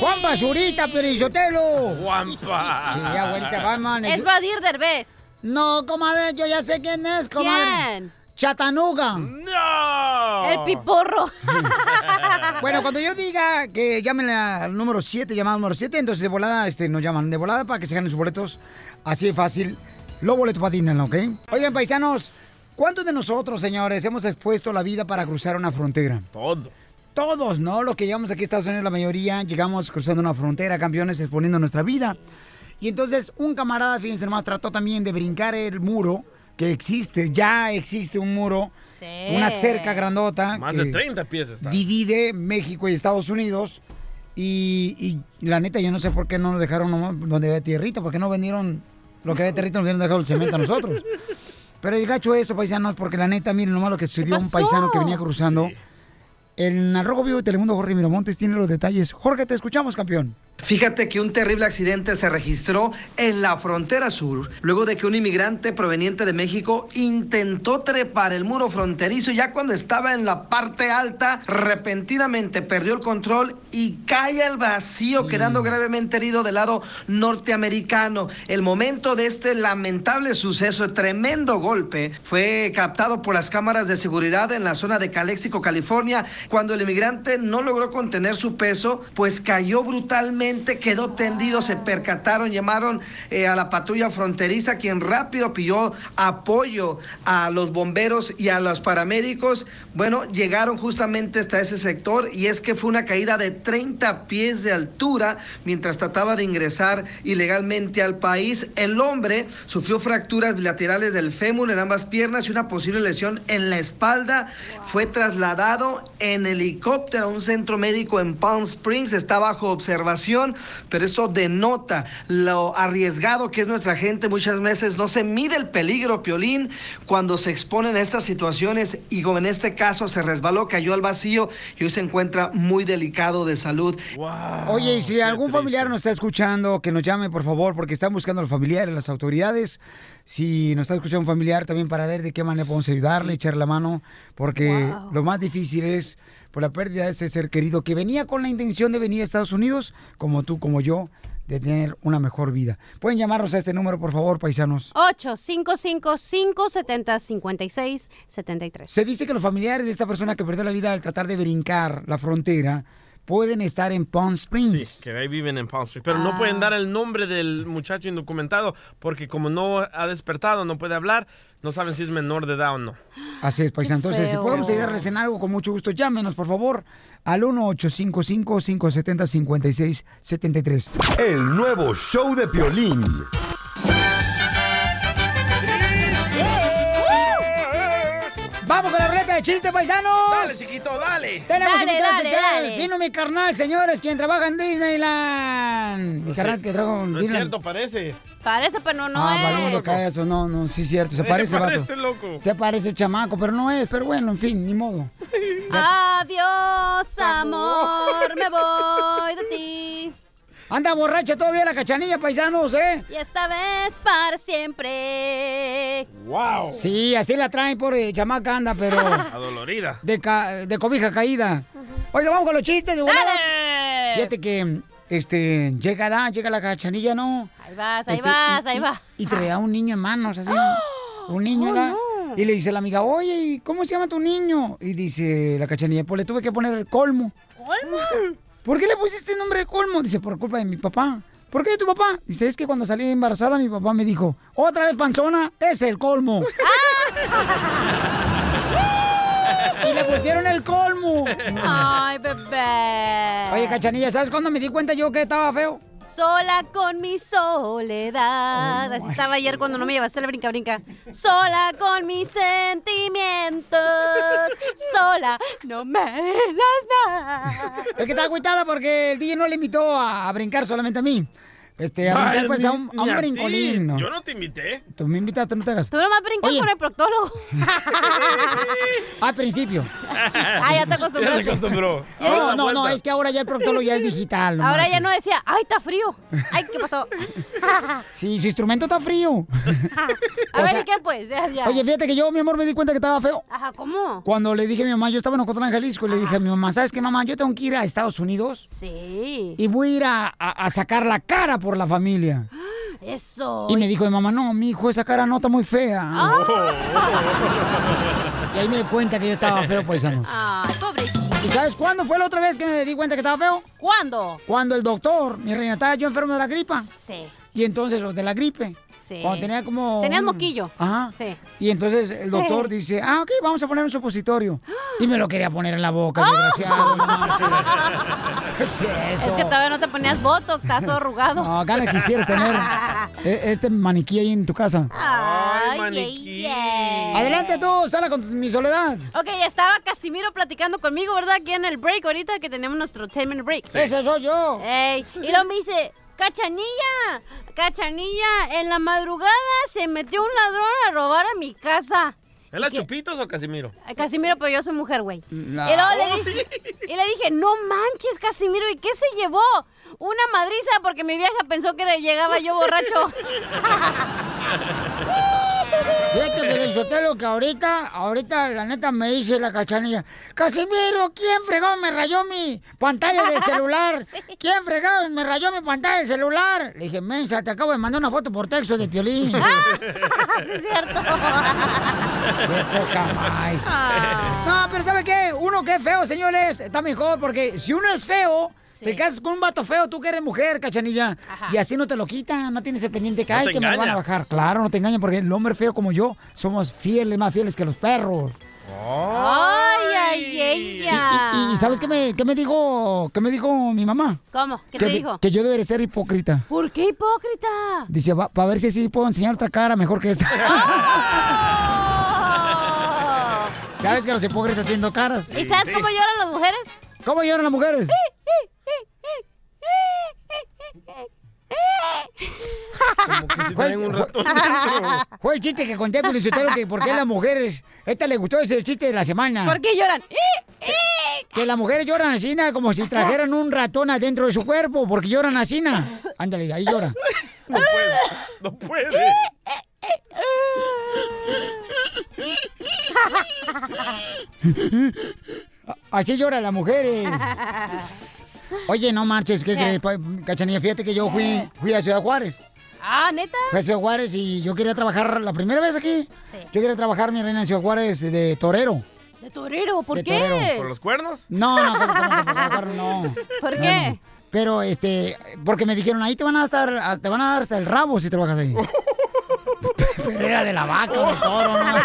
Speaker 1: Juan Zurita, Perizotelo.
Speaker 2: ¡Guampa!
Speaker 1: Sí, abuelita Batman.
Speaker 3: Es Badir Derbez.
Speaker 1: No, comadre, yo ya sé quién es, comadre.
Speaker 3: ¿Quién?
Speaker 1: Chatanuga.
Speaker 2: ¡No!
Speaker 3: El piporro.
Speaker 1: Bueno, cuando yo diga que llamen al número 7, llamada número 7, entonces de volada este, nos llaman de volada para que se ganen sus boletos. Así de fácil. Los boletos para Disneyland, ¿ok? Oigan, paisanos, ¿cuántos de nosotros, señores, hemos expuesto la vida para cruzar una frontera?
Speaker 2: Todo.
Speaker 1: Todos, ¿no? Los que llegamos aquí a Estados Unidos, la mayoría, llegamos cruzando una frontera, campeones, exponiendo nuestra vida. Y entonces un camarada, fíjense nomás, trató también de brincar el muro que existe, ya existe un muro, una cerca grandota.
Speaker 2: Más
Speaker 1: que-
Speaker 2: de 30 piezas. está.
Speaker 1: divide México y Estados Unidos. Y, y la neta, yo no sé por qué no nos dejaron nomás donde había tierrita, porque no vendieron lo que había tierrita, nos hubieran dejado el cemento a nosotros. Pero el gacho eso, paisanos, porque la neta, miren nomás lo que sucedió a un
Speaker 19: pasó?
Speaker 1: paisano que venía cruzando. En Arrojo Vivo de Telemundo, Jorge Miramontes tiene los detalles. Jorge, te escuchamos, campeón.
Speaker 4: Fíjate que un terrible accidente se registró en la frontera sur, luego de que un inmigrante proveniente de México intentó trepar el muro fronterizo y ya cuando estaba en la parte alta, repentinamente perdió el control y cae al vacío, quedando gravemente herido del lado norteamericano. El momento de este lamentable suceso, tremendo golpe, fue captado por las cámaras de seguridad en la zona de Caléxico, California, cuando el inmigrante no logró contener su peso, pues cayó brutalmente, quedó tendido, se percataron, llamaron eh, a la patrulla fronteriza, quien rápido pidió apoyo a los bomberos y a los paramédicos. Bueno, llegaron justamente hasta ese sector y es que fue una caída de 30 pies de altura mientras trataba de ingresar ilegalmente al país. El hombre sufrió fracturas bilaterales del fémur en ambas piernas y una posible lesión en la espalda. Fue trasladado en helicóptero a un centro médico en Palm Springs. Está bajo observación, pero esto denota lo arriesgado que es nuestra gente. Muchas veces no se mide el peligro, Piolín, cuando se exponen a estas situaciones y como en este caso se resbaló, cayó al vacío y hoy se encuentra muy delicado de salud.
Speaker 1: Oye, y si algún familiar nos está escuchando, que nos llame, por favor, porque están buscando al familiar, las autoridades. Si nos está escuchando un familiar, también para ver de qué manera podemos ayudarle, echar la mano, porque lo más difícil es por la pérdida de ese ser querido que venía con la intención de venir a Estados Unidos, como tú, como yo, de tener una mejor vida. Pueden llamarnos a este número, por favor, paisanos.
Speaker 3: 855-570-5673.
Speaker 1: Se dice que los familiares de esta persona que perdió la vida al tratar de brincar la frontera pueden estar en Palm Springs.
Speaker 2: Que ahí viven en Palm Springs. Pero no
Speaker 1: Ah.
Speaker 2: pueden dar el nombre del muchacho indocumentado porque como no ha despertado, no puede hablar, no saben si es menor de edad o no.
Speaker 1: Así es, paisano. Entonces, si
Speaker 2: feo.
Speaker 1: podemos ayudarles en algo, con mucho gusto, llámenos, por favor, al 1-855-570-5673.
Speaker 5: El nuevo show de Piolín.
Speaker 1: ¡Vamos con la ruleta de chiste, paisanos.
Speaker 2: Dale, chiquito, dale.
Speaker 1: Tenemos
Speaker 2: Dale,
Speaker 1: invitado
Speaker 2: dale,
Speaker 1: especial.
Speaker 2: dale.
Speaker 1: Vino mi carnal, señores, quien trabaja en Disneyland. Mi
Speaker 2: No
Speaker 1: carnal
Speaker 2: sé,
Speaker 1: que trabaja en
Speaker 2: Pues No es
Speaker 1: Disneyland.
Speaker 2: cierto, Eh, parece.
Speaker 3: Parece, pero no, no
Speaker 1: ah,
Speaker 3: es.
Speaker 1: valiendo eso, no, no, sí es cierto, se
Speaker 3: Se
Speaker 1: parece,
Speaker 3: parece,
Speaker 1: vato.
Speaker 3: loco.
Speaker 1: Se parece chamaco, pero no es, pero bueno, en fin, ni modo.
Speaker 3: Adiós, amor, me voy de ti.
Speaker 1: Anda borracha todavía la cachanilla, paisanos, ¿eh?
Speaker 3: Y esta vez para siempre.
Speaker 2: ¡Wow!
Speaker 1: Sí, así la traen, pobre chamaca, anda, pero
Speaker 2: Adolorida.
Speaker 1: de, ca- de cobija caída. Oiga, vamos con los chistes de volada. Fíjate que, este, llega, da, llega la cachanilla, ¿no?
Speaker 3: Ahí vas, ahí
Speaker 1: Este,
Speaker 3: vas,
Speaker 1: y-
Speaker 3: ahí ¡Oh!
Speaker 1: y-
Speaker 3: vas.
Speaker 1: Y traía un niño en manos, así. Un niño, ¿verdad? Y le dice la amiga, oye, ¿y ¿cómo se llama tu niño? Y dice la cachanilla, pues le tuve que poner el colmo.
Speaker 3: ¿Colmo?
Speaker 1: ¿Por qué le pusiste el nombre de colmo? Dice, por culpa de mi papá. ¿Por qué de tu papá? Dice, es que cuando salí embarazada, mi papá me dijo, otra vez panzona, es el colmo.
Speaker 3: Ah.
Speaker 1: y le pusieron el colmo.
Speaker 3: Ay, bebé.
Speaker 1: Oye, cachanilla, ¿sabes cuándo me di cuenta yo que estaba feo?
Speaker 3: Sola con mi soledad.
Speaker 2: Oh,
Speaker 3: Así estaba
Speaker 2: este
Speaker 3: ayer cuando no me llevaste la brinca brinca. Sola con mis sentimientos. Sola, no me das nada.
Speaker 1: Es que está agüitada porque el DJ no le invitó a, a brincar solamente a mí. Este, a brincar pues a un, a un
Speaker 2: Ni ti.
Speaker 1: brincolín. ¿no?
Speaker 2: Yo no te invité.
Speaker 1: Tú me invitaste, no te hagas.
Speaker 3: Tú nomás brincas con el proctólogo.
Speaker 1: Al principio.
Speaker 3: Ah, ya te acostumbraste.
Speaker 2: Ya se acostumbró. Ahora
Speaker 1: No,
Speaker 2: la
Speaker 1: no, no,
Speaker 2: vuelta.
Speaker 1: es que ahora ya el proctólogo ya es digital.
Speaker 3: Ahora ya
Speaker 1: marches.
Speaker 3: no decía, ay, está frío. Ay, ¿qué pasó?
Speaker 1: Sí, su instrumento está frío.
Speaker 3: A
Speaker 1: O
Speaker 3: ver,
Speaker 1: sea,
Speaker 3: ¿y qué pues? Ya, ya. Ah.
Speaker 1: Oye, fíjate que yo, mi amor, me di cuenta que estaba feo.
Speaker 3: Ajá, ¿cómo?
Speaker 1: Cuando le dije a mi mamá, yo estaba en Ocotlán, Jalisco, y le dije a mi mamá, ¿sabes qué, mamá? Yo tengo que ir a Estados Unidos
Speaker 3: Sí.
Speaker 1: y voy a ir a, a- a sacar la cara por la familia.
Speaker 3: ¡Ah! Eso.
Speaker 1: Y me dijo mi mamá, no, mi hijo, esa cara no está muy fea. Y ahí me di cuenta que yo estaba feo, paisanos.
Speaker 3: Ay, pobre.
Speaker 1: ¿Y sabes cuándo fue la otra vez que me di cuenta que estaba feo?
Speaker 3: ¿Cuándo?
Speaker 1: Cuando el doctor, mi reina, estaba yo enfermo de la gripa.
Speaker 3: Sí.
Speaker 1: Y entonces, o de la gripe.
Speaker 3: Sí.
Speaker 1: Cuando tenía como...
Speaker 3: Tenías
Speaker 1: un-
Speaker 3: moquillo.
Speaker 1: Ajá.
Speaker 3: Sí.
Speaker 1: Y entonces el doctor dice, ah, ok, vamos a poner un supositorio. Y me lo quería poner en la boca, el desgraciado. no marches. ¿Qué es eso?
Speaker 3: Es que todavía no te ponías botox, estás todo arrugado.
Speaker 1: No, ganas quisiera tener eh, este maniquí ahí en tu casa.
Speaker 3: Ay, maniquí.
Speaker 1: Adelante tú, sala con mi soledad.
Speaker 3: Ok, estaba Casimiro platicando conmigo, ¿verdad? Aquí en el break ahorita que tenemos nuestro 10 minute break.
Speaker 1: Sí. Ese soy yo.
Speaker 3: Ey, y luego me dice, Cachanilla, Cachanilla, en la madrugada se metió un ladrón a robar a mi casa.
Speaker 2: ¿Es la Chupitos o Casimiro?
Speaker 3: Ay, Casimiro, pero yo soy mujer, güey.
Speaker 2: No.
Speaker 3: Y luego le
Speaker 2: Oh,
Speaker 3: dije, y le dije, no manches, Casimiro, ¿y qué se llevó? Una madriza porque mi vieja pensó que le llegaba yo borracho.
Speaker 1: Fíjate, Pelizotelo, que ahorita, ahorita, la neta, me dice la cachanilla, Casimiro, ¿quién fregado me rayó mi pantalla del celular? ¿Quién fregado me rayó mi pantalla del celular? Le dije, mensa, te acabo de mandar una foto por texto de Piolín.
Speaker 3: Ah. sí, es cierto.
Speaker 1: Qué poca más. No, pero ¿sabe qué? Uno que es feo, señores, está mejor, porque si uno es feo... Te casas con un vato feo, tú que eres mujer, cachanilla. Y así no te lo quitan, no tienes el pendiente que,
Speaker 19: No
Speaker 1: hay
Speaker 19: te
Speaker 1: que me lo van a
Speaker 19: engaña.
Speaker 1: bajar. Claro, no te engañen, porque el hombre feo como yo somos fieles, más fieles que los perros.
Speaker 19: Oh.
Speaker 3: Ay, ay, ay, ay.
Speaker 1: ¿Y, y sabes qué me, qué me dijo qué me dijo mi mamá?
Speaker 3: ¿Cómo? ¿Qué
Speaker 1: que,
Speaker 3: te dijo?
Speaker 1: Que yo debería ser hipócrita.
Speaker 3: ¿Por qué hipócrita?
Speaker 1: Dice, para ver si así puedo enseñar otra cara mejor que esta.
Speaker 3: Ah.
Speaker 1: ya ves que los hipócritas tienen dos caras.
Speaker 3: ¿Y sabes cómo lloran las mujeres?
Speaker 1: ¿Cómo lloran las mujeres? Fue el- fue- Fue el chiste que conté, pero que por qué las mujeres, esta le gustó ese chiste de la semana.
Speaker 3: ¿Por qué lloran? ¡Eh!
Speaker 1: Que las mujeres lloran así, na, como si trajeran un ratón adentro de su cuerpo, porque lloran así. na. Ándale, ahí llora.
Speaker 2: No puede. No puede.
Speaker 1: Así lloran las mujeres. Oye, no marches, ¿qué
Speaker 3: ¿Qué?
Speaker 1: crees? pa- Cachanilla, fíjate que yo fui, fui a Ciudad Juárez.
Speaker 3: Ah, neta.
Speaker 1: Fui a Ciudad Juárez y yo quería trabajar la primera vez aquí.
Speaker 3: Sí.
Speaker 1: Yo quería trabajar, mi reina, en Ciudad Juárez de torero.
Speaker 3: De torero, ¿por
Speaker 1: De
Speaker 3: qué?
Speaker 1: torero.
Speaker 2: ¿Por los cuernos?
Speaker 1: No, no, como- como- como- como- como- no.
Speaker 3: ¿Por
Speaker 1: No,
Speaker 3: qué?
Speaker 1: no. Pero, este, porque me dijeron, ahí te van a estar, te van a dar hasta el rabo si trabajas ahí. Pero Pues era de la vaca, o de toro, no más.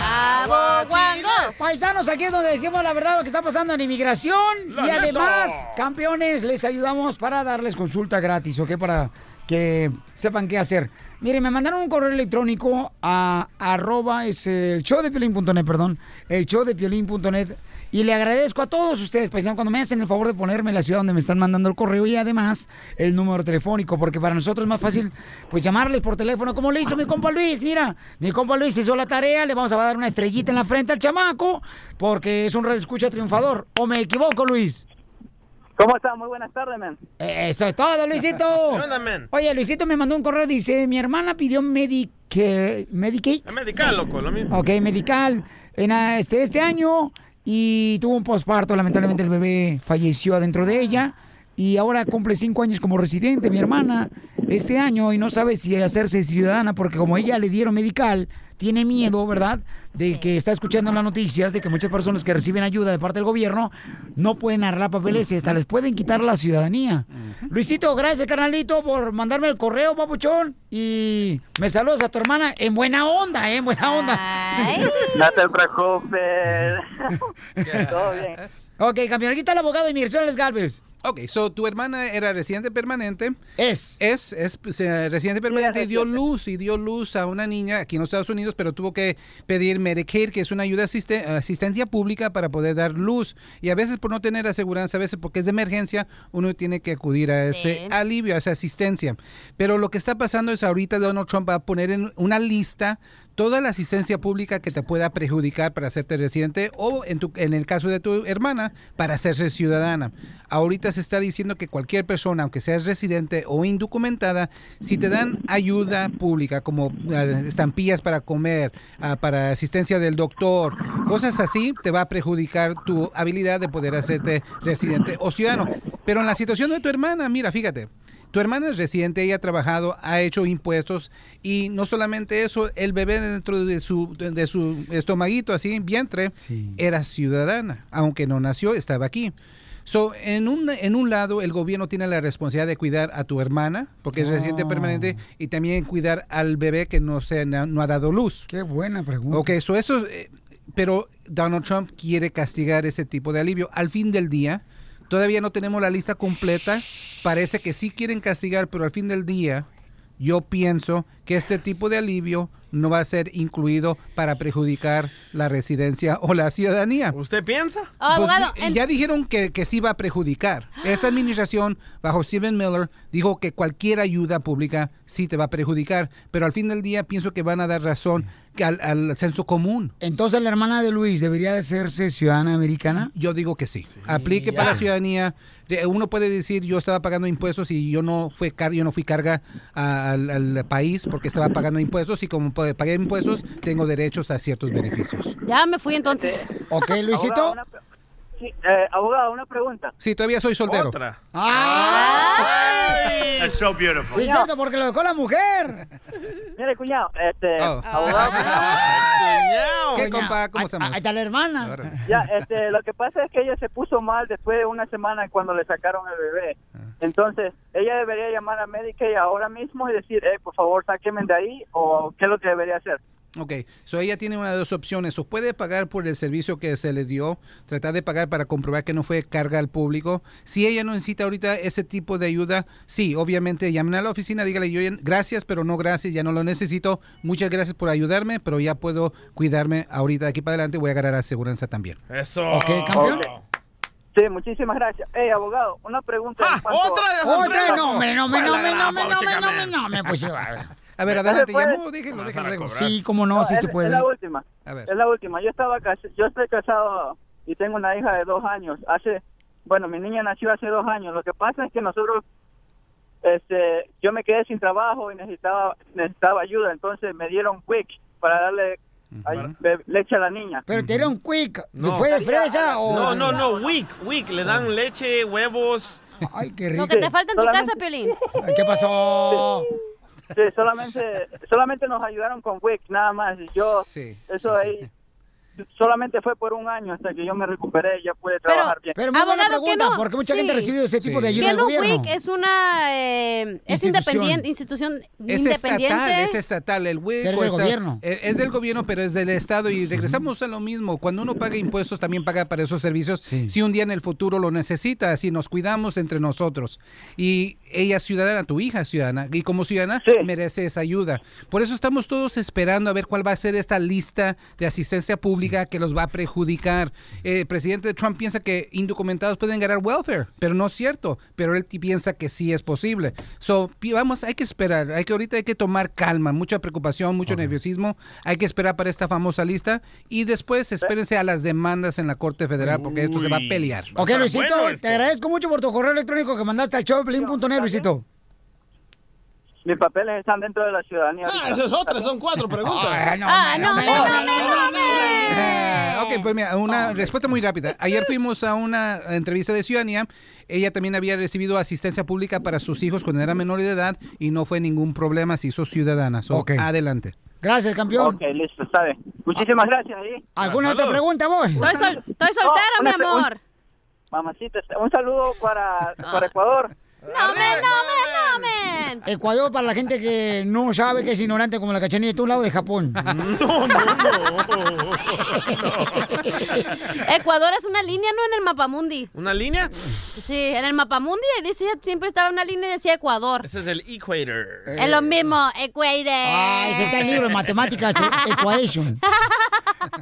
Speaker 3: ¡Aboguango!
Speaker 1: Paisanos, paisanos, aquí es donde decimos la verdad lo que está pasando en inmigración.
Speaker 8: La
Speaker 1: y
Speaker 8: neta.
Speaker 1: además, campeones, les ayudamos para darles consulta gratis, ¿ok? Para que sepan qué hacer. Miren, me mandaron un correo electrónico a arroba, es el show de piolín.net, perdón, el show de piolín.net. Y le agradezco a todos ustedes, paisanos, cuando me hacen el favor de ponerme la ciudad donde me están mandando el correo y además el número telefónico, porque para nosotros es más fácil pues llamarles por teléfono, como le hizo mi compa Luis. Mira, mi compa Luis hizo la tarea, le vamos a dar una estrellita en la frente al chamaco, porque es un red escucha triunfador. ¿O me equivoco, Luis?
Speaker 19: ¿Cómo estás? Muy buenas tardes, man.
Speaker 1: Eh, Eso es todo, Luisito.
Speaker 3: Oh.
Speaker 19: ¿Qué onda, men?
Speaker 1: Oye, Luisito me mandó un correo, dice, mi hermana pidió Medicare, Medicaid.
Speaker 2: Medical, loco, lo mismo.
Speaker 1: Ok, medical. En ah, este, este año y tuvo un posparto. Lamentablemente el bebé falleció adentro de ella. Y ahora cumple cinco años como residente, mi hermana, este año, y no sabe si hacerse ciudadana, porque como ella le dieron medical, tiene miedo, ¿verdad? De que está escuchando en las noticias, de que muchas personas que reciben ayuda de parte del gobierno no pueden arreglar papeles y hasta les pueden quitar la ciudadanía. Luisito, gracias, carnalito, por mandarme el correo, papuchón. Y me saludas a tu hermana en buena onda, ¿eh? En buena onda.
Speaker 19: No te preocupes. Todo bien.
Speaker 1: Ok, campeón, aquí está el abogado de inmigración, Les Galvez.
Speaker 20: Ok, so tu hermana era residente permanente.
Speaker 1: Es.
Speaker 20: Es, es pues, eh, residente permanente y dio luz, y dio luz a una niña aquí en los Estados Unidos, pero tuvo que pedir Medicaid, que es una ayuda asiste- asistencia pública para poder dar luz. Y a veces por no tener aseguranza, a veces porque es de emergencia, uno tiene que acudir a ese
Speaker 21: Sí.
Speaker 20: alivio, a esa asistencia. Pero lo que está pasando es ahorita Donald Trump va a poner en una lista toda la asistencia pública que te pueda perjudicar para hacerte residente o en, tu- en el caso de tu hermana para hacerse ciudadana. Ahorita se está diciendo que cualquier persona, aunque seas residente o indocumentada, si te dan ayuda pública como ah, estampillas para comer, ah, para asistencia del doctor, cosas así, te va a perjudicar tu habilidad de poder hacerte residente o ciudadano. Pero en la situación de tu hermana, mira, fíjate. Tu hermana es residente, ella ha trabajado, ha hecho impuestos y no solamente eso, el bebé dentro de su, de su estomaguito, así, vientre, era ciudadana, aunque no nació, estaba aquí. So, en, un, en un lado, el gobierno tiene la responsabilidad de cuidar a tu hermana, porque es residente
Speaker 1: Ah.
Speaker 20: permanente, y también cuidar al bebé que no, se, no, ha dado luz.
Speaker 1: Qué buena pregunta.
Speaker 20: Ok, so eso, eh, pero Donald Trump quiere castigar ese tipo de alivio. Al fin del día, Todavía no tenemos la lista completa. Parece que sí quieren castigar, pero al fin del día yo pienso que este tipo de alivio no va a ser incluido para perjudicar la residencia o la ciudadanía.
Speaker 2: ¿Usted piensa?
Speaker 20: Pues,
Speaker 3: abogado,
Speaker 20: di-
Speaker 3: el-
Speaker 20: ya dijeron que, que sí va a perjudicar. Esta administración, bajo Steven Miller, dijo que cualquier ayuda pública sí te va a perjudicar, pero al fin del día pienso que van a dar razón que al, al censo común.
Speaker 1: Entonces la hermana de Luis debería de hacerse ciudadana americana.
Speaker 20: Yo digo que sí. Aplique para la ciudadanía. Eh, Uno puede decir, yo estaba pagando impuestos y yo no fui, car- yo no fui carga a- al, al país porque estaba pagando impuestos y como pa- pagué impuestos, tengo derechos a ciertos beneficios.
Speaker 3: Ya me fui entonces.
Speaker 1: Ok,
Speaker 20: Luisito.
Speaker 19: Abogado, una pre- sí, eh, abogado, una pregunta.
Speaker 20: Sí, todavía soy soltero.
Speaker 5: That's so beautiful.
Speaker 20: Pues
Speaker 1: Sí, es cierto, porque lo dejó la mujer. Oh.
Speaker 19: Mire, cuñado, este,
Speaker 3: Oh.
Speaker 20: ¿Qué, compa? ¿Cómo estamos?
Speaker 1: Ahí está la hermana.
Speaker 19: Ya, este, lo que pasa es que ella se puso mal después de una semana cuando le sacaron el bebé.
Speaker 3: Ah.
Speaker 19: Entonces, ella debería llamar a Medicaid ahora mismo y decir, eh, por favor, sáquenme de ahí o qué es lo que debería hacer.
Speaker 20: Ok, so ella tiene una de dos opciones, o puede pagar por el servicio que se le dio, tratar de pagar para comprobar que no fue carga al público. Si ella no necesita ahorita ese tipo de ayuda, sí, obviamente llamen a la oficina, dígale yo ya- gracias, pero no gracias, ya no lo necesito, muchas gracias por ayudarme, pero ya puedo cuidarme ahorita de aquí para adelante, voy a agarrar aseguranza también.
Speaker 2: Eso.
Speaker 20: Ok, campeón.
Speaker 19: Ok. Sí, muchísimas gracias. Eh, abogado, una pregunta. en cuanto-
Speaker 1: Otra, no, hombre, no, hombre, no, hombre, no, hombre, no, hombre, no, hombre, no, hombre, pues,
Speaker 20: A ver, adelante, llamo, déjenlo, déjenlo, déjenlo.
Speaker 1: Sí, cómo no, sí
Speaker 19: pues, es-
Speaker 1: se puede.
Speaker 19: Es la última.
Speaker 20: A ver.
Speaker 19: Es la última. Yo estaba cas- yo estoy casado y tengo una hija de dos años. Hace, bueno, mi niña nació hace dos años. Lo que pasa es que nosotros, este, yo me quedé sin trabajo y necesitaba, necesitaba ayuda. Entonces me dieron quick para darle ay- be- leche a la niña.
Speaker 1: Pero te dieron quick.
Speaker 2: No.
Speaker 1: ¿Fue de fresa o...?
Speaker 2: No, no, no, weak, weak. Le dan leche, huevos.
Speaker 1: Ay, qué
Speaker 3: Lo que te falta en tu casa, Piolín.
Speaker 1: ¿Qué pasó?
Speaker 19: Sí, solamente, solamente nos ayudaron con quick, nada más. Y yo, eso ahí. solamente fue por un año hasta que yo me recuperé y ya pude trabajar bien.
Speaker 1: Pero muy buena
Speaker 3: Abogado, ¿qué
Speaker 1: pregunta,
Speaker 3: no?
Speaker 1: porque mucha gente ha
Speaker 3: Sí.
Speaker 1: recibido ese tipo de ayuda del
Speaker 3: Keanu
Speaker 1: gobierno.
Speaker 3: Wick es una eh, es
Speaker 20: Institución.
Speaker 3: independiente, institución
Speaker 20: Es
Speaker 3: independiente.
Speaker 20: estatal, es estatal. El
Speaker 1: Pero
Speaker 20: WIC
Speaker 1: es del
Speaker 20: cuesta-
Speaker 1: gobierno.
Speaker 20: eh, Es, del gobierno, pero es del Estado. Y regresamos a lo mismo. Cuando uno paga impuestos, también paga para esos servicios. Si un día en el futuro lo necesita, si nos cuidamos entre nosotros. Y ella es ciudadana, tu hija es ciudadana. Y como ciudadana, merece esa ayuda. Por eso estamos todos esperando a ver cuál va a ser esta lista de asistencia pública que los va a perjudicar. Eh, el presidente Trump piensa que indocumentados pueden ganar welfare, pero no es cierto. Pero él ti- piensa que sí es posible. So, pi- vamos, hay que esperar. Hay que ahorita hay que tomar calma, mucha preocupación, mucho nerviosismo. Hay que esperar para esta famosa lista y después espérense a las demandas en la Corte Federal porque esto se va a pelear.
Speaker 1: Ok, Luisito, te agradezco mucho por tu correo electrónico que mandaste al showplin.net, Luisito.
Speaker 19: Mis papeles están dentro de la ciudadanía.
Speaker 1: Ah, esa es otra, son
Speaker 19: cuatro
Speaker 20: preguntas.
Speaker 1: Ah, no, Ah, no, no, no, no, no, Oh.
Speaker 20: Ah, ok, pues mira, una respuesta muy rápida. Ayer fuimos a una entrevista de Ciudadanía. Ella también había recibido asistencia pública para sus hijos cuando era menor de edad y no fue ningún problema, se hizo ciudadana. So, Adelante.
Speaker 1: Gracias, campeón.
Speaker 19: Ok, listo, está bien. Muchísimas gracias. ¿eh?
Speaker 1: ¿Alguna otra pregunta, vos?
Speaker 3: Estoy, sol- estoy soltera, mi
Speaker 19: una pre-
Speaker 3: amor. Ah.
Speaker 19: Mamacita, este, un saludo para, para Ecuador.
Speaker 3: No me, no me, no me.
Speaker 1: Ecuador, para la gente que no sabe que es ignorante como la cachanilla, está a un lado de Japón. No, no, no.
Speaker 3: Ecuador es una línea, ¿no? En el mapamundi.
Speaker 2: ¿Una línea?
Speaker 3: Sí, en el mapamundi ahí decía, siempre estaba una línea y decía Ecuador.
Speaker 2: Ese es el Equator.
Speaker 3: Es lo mismo, Ecuador.
Speaker 1: Ay, ese está el libro de matemáticas, eh, Equation.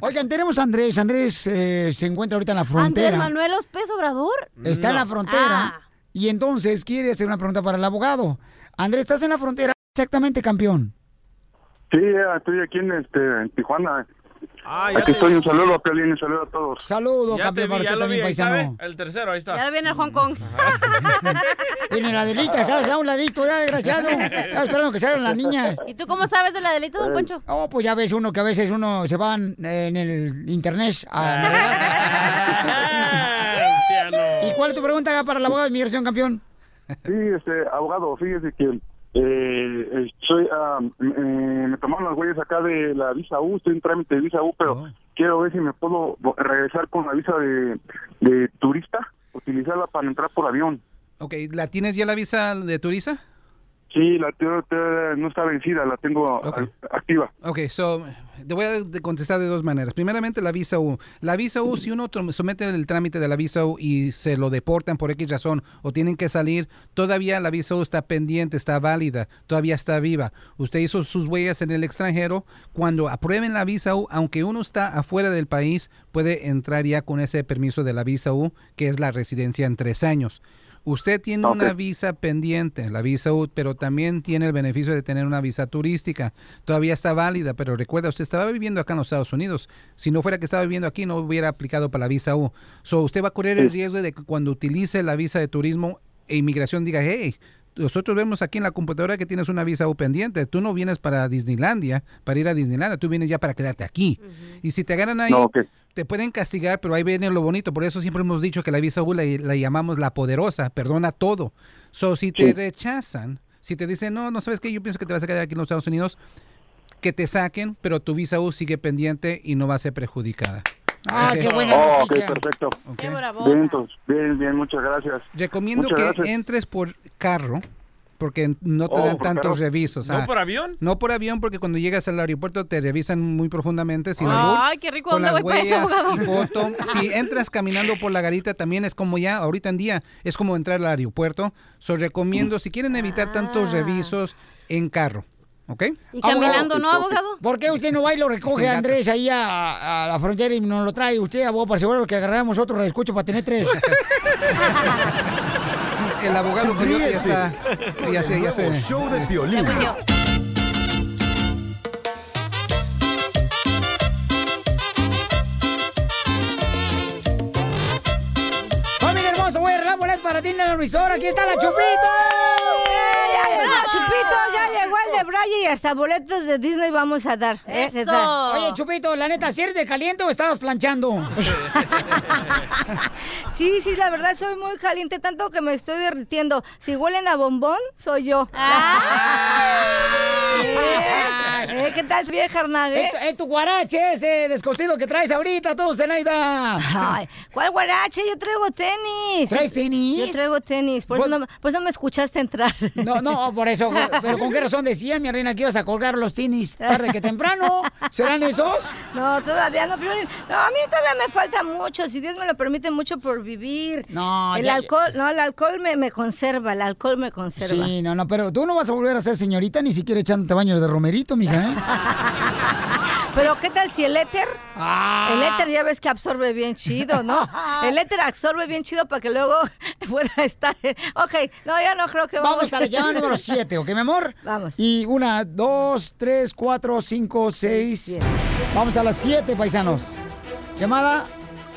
Speaker 1: Oigan, tenemos a Andrés. Andrés eh, se encuentra ahorita en la
Speaker 3: Andrés
Speaker 1: frontera.
Speaker 3: Manuel Ospez Obrador.
Speaker 1: Está en la frontera.
Speaker 3: Ah,
Speaker 1: Y entonces quiere hacer una pregunta para el abogado. Andrés, ¿estás en la frontera? Exactamente, campeón.
Speaker 21: Sí, ya estoy aquí en, este, en Tijuana.
Speaker 2: Ah,
Speaker 21: aquí estoy, un saludo a Piolín, un saludo a todos.
Speaker 2: Ya
Speaker 1: Saludo,
Speaker 2: te
Speaker 1: campeón,
Speaker 2: vi,
Speaker 1: para
Speaker 2: ya
Speaker 1: usted
Speaker 2: lo vi,
Speaker 1: también,
Speaker 2: ahí está,
Speaker 1: paisano.
Speaker 2: ve, El tercero, ahí está.
Speaker 3: ya lo viene el Hong Kong.
Speaker 1: Tiene la
Speaker 3: Ah.
Speaker 1: delita, ya, ya un ladito, ya, desgraciado. Estaba esperando que salgan las niñas.
Speaker 3: ¿Y tú cómo sabes de la delita, don Poncho?
Speaker 1: Oh, pues ya ves uno que a veces uno se va en en el internet a... ¿Y cuál es tu pregunta para el abogado de inmigración, campeón?
Speaker 21: Sí, este, abogado, fíjese que eh, eh, soy, ah, m- eh, me tomaron las huellas acá de la visa U, estoy en trámite de visa U, pero
Speaker 1: Oh.
Speaker 21: quiero ver si me puedo vo- regresar con la visa de, de turista, utilizarla para entrar por avión.
Speaker 20: Ok, ¿la tienes ya la visa de turista?
Speaker 21: Sí, la tengo- te- no está vencida, la tengo a- activa.
Speaker 20: Ok, so, te voy a de- contestar de dos maneras. Primeramente, la visa U. La visa U, si uno trom- somete el trámite de la visa U y se lo deportan por X razón o tienen que salir, todavía la visa U está pendiente, está válida, todavía está viva. Usted hizo sus huellas en el extranjero. Cuando aprueben la visa U, aunque uno está afuera del país, puede entrar ya con ese permiso de la visa U, que es la residencia en tres años. Usted tiene una visa pendiente, la visa U, pero también tiene el beneficio de tener una visa turística. Todavía está válida, pero recuerda, usted estaba viviendo acá en los Estados Unidos. Si no fuera que estaba viviendo aquí, no hubiera aplicado para la visa U. So, usted va a correr el riesgo de que cuando utilice la visa de turismo e inmigración diga, hey, nosotros vemos aquí en la computadora que tienes una visa U pendiente. Tú no vienes para Disneylandia, para ir a Disneylandia, tú vienes ya para quedarte aquí. Y si te ganan ahí,
Speaker 21: No, ok.
Speaker 20: te pueden castigar, pero ahí viene lo bonito. Por eso siempre hemos dicho que la visa U la, la llamamos la poderosa, perdona todo. So, si te
Speaker 21: Sí.
Speaker 20: rechazan, si te dicen, no, no sabes qué, yo pienso que te vas a quedar aquí en los Estados Unidos, que te saquen, pero tu visa U sigue pendiente y no va a ser perjudicada.
Speaker 21: Ah,
Speaker 20: Ok.
Speaker 21: qué buena Oh, ok, noticia. perfecto.
Speaker 20: Ok.
Speaker 21: Bien, entonces, bien, bien, muchas gracias.
Speaker 20: Recomiendo
Speaker 21: Muchas
Speaker 20: que
Speaker 21: gracias.
Speaker 20: entres por carro porque no te
Speaker 21: Oh,
Speaker 20: dan
Speaker 21: por
Speaker 20: tantos
Speaker 21: carro.
Speaker 20: revisos. Ah,
Speaker 2: ¿No por avión?
Speaker 20: No por avión porque cuando llegas al aeropuerto te revisan muy profundamente. Sin albur,
Speaker 3: Ay, qué rico,
Speaker 20: Con
Speaker 3: ¿dónde
Speaker 20: las
Speaker 3: voy para ese
Speaker 20: huellas y
Speaker 3: abogado?
Speaker 20: foto. Si entras caminando por la garita también es como ya, ahorita en día, es como entrar al aeropuerto. So recomiendo, si quieren evitar
Speaker 3: Ah.
Speaker 20: tantos revisos, en carro. ¿Ok?
Speaker 1: ¿Por qué usted no va y lo recoge a Andrés ahí a, a la frontera y nos lo trae usted, abogado, para seguro que agarramos otro escucho para tener tres?
Speaker 20: El abogado que ya
Speaker 1: Ríete.
Speaker 20: está. Ya sé, ya sé.
Speaker 5: Nuevo show de Piolín.
Speaker 1: ¡Familia hermosa, voy a arreglar boletos para ti en la Resort! ¡Aquí está la Chupito!
Speaker 22: No, Chupito, ya llegó el de Braille y hasta boletos de Disney vamos a dar. ¿eh? César?
Speaker 1: Oye, Chupito, la neta, ¿si eres de caliente o estabas planchando?
Speaker 22: Sí, sí, la verdad soy muy caliente, tanto que me estoy Ah. derritiendo. Si huelen a bombón, soy yo. Eh, ¿Qué tal, vieja carnal? eh?
Speaker 1: Es, tu- es tu guarache ese descosido que traes ahorita tú, Zenaida.
Speaker 22: Ay, ¿Cuál guarache? Yo traigo tenis.
Speaker 1: ¿Traes tenis?
Speaker 22: Yo traigo tenis. Por, eso no, por eso no me escuchaste entrar.
Speaker 1: No, no, por eso. Pero ¿con qué razón decías, mi reina, que ibas a colgar los tenis tarde que temprano? ¿Serán esos?
Speaker 22: No, todavía no, pero no, a mí todavía me falta mucho, si Dios me lo permite, mucho por vivir.
Speaker 1: No,
Speaker 22: el
Speaker 1: ya-
Speaker 22: alcohol, no, el alcohol me, me conserva, el alcohol me conserva.
Speaker 1: Sí, no, no, pero tú no vas a volver a ser señorita ni siquiera echándote baño de romerito, mija, ¿eh?
Speaker 22: Pero ¿qué tal si el éter?
Speaker 1: Ah.
Speaker 22: El éter ya ves que absorbe bien chido, ¿no? El éter absorbe bien chido para que luego pueda estar. eh, Ok, no, ya no creo que
Speaker 1: Vamos a la llamada número 7, ¿ok, mi amor? Vamos. Y una, dos, tres, cuatro, cinco, seis. Vamos a las siete, paisanos. Llamada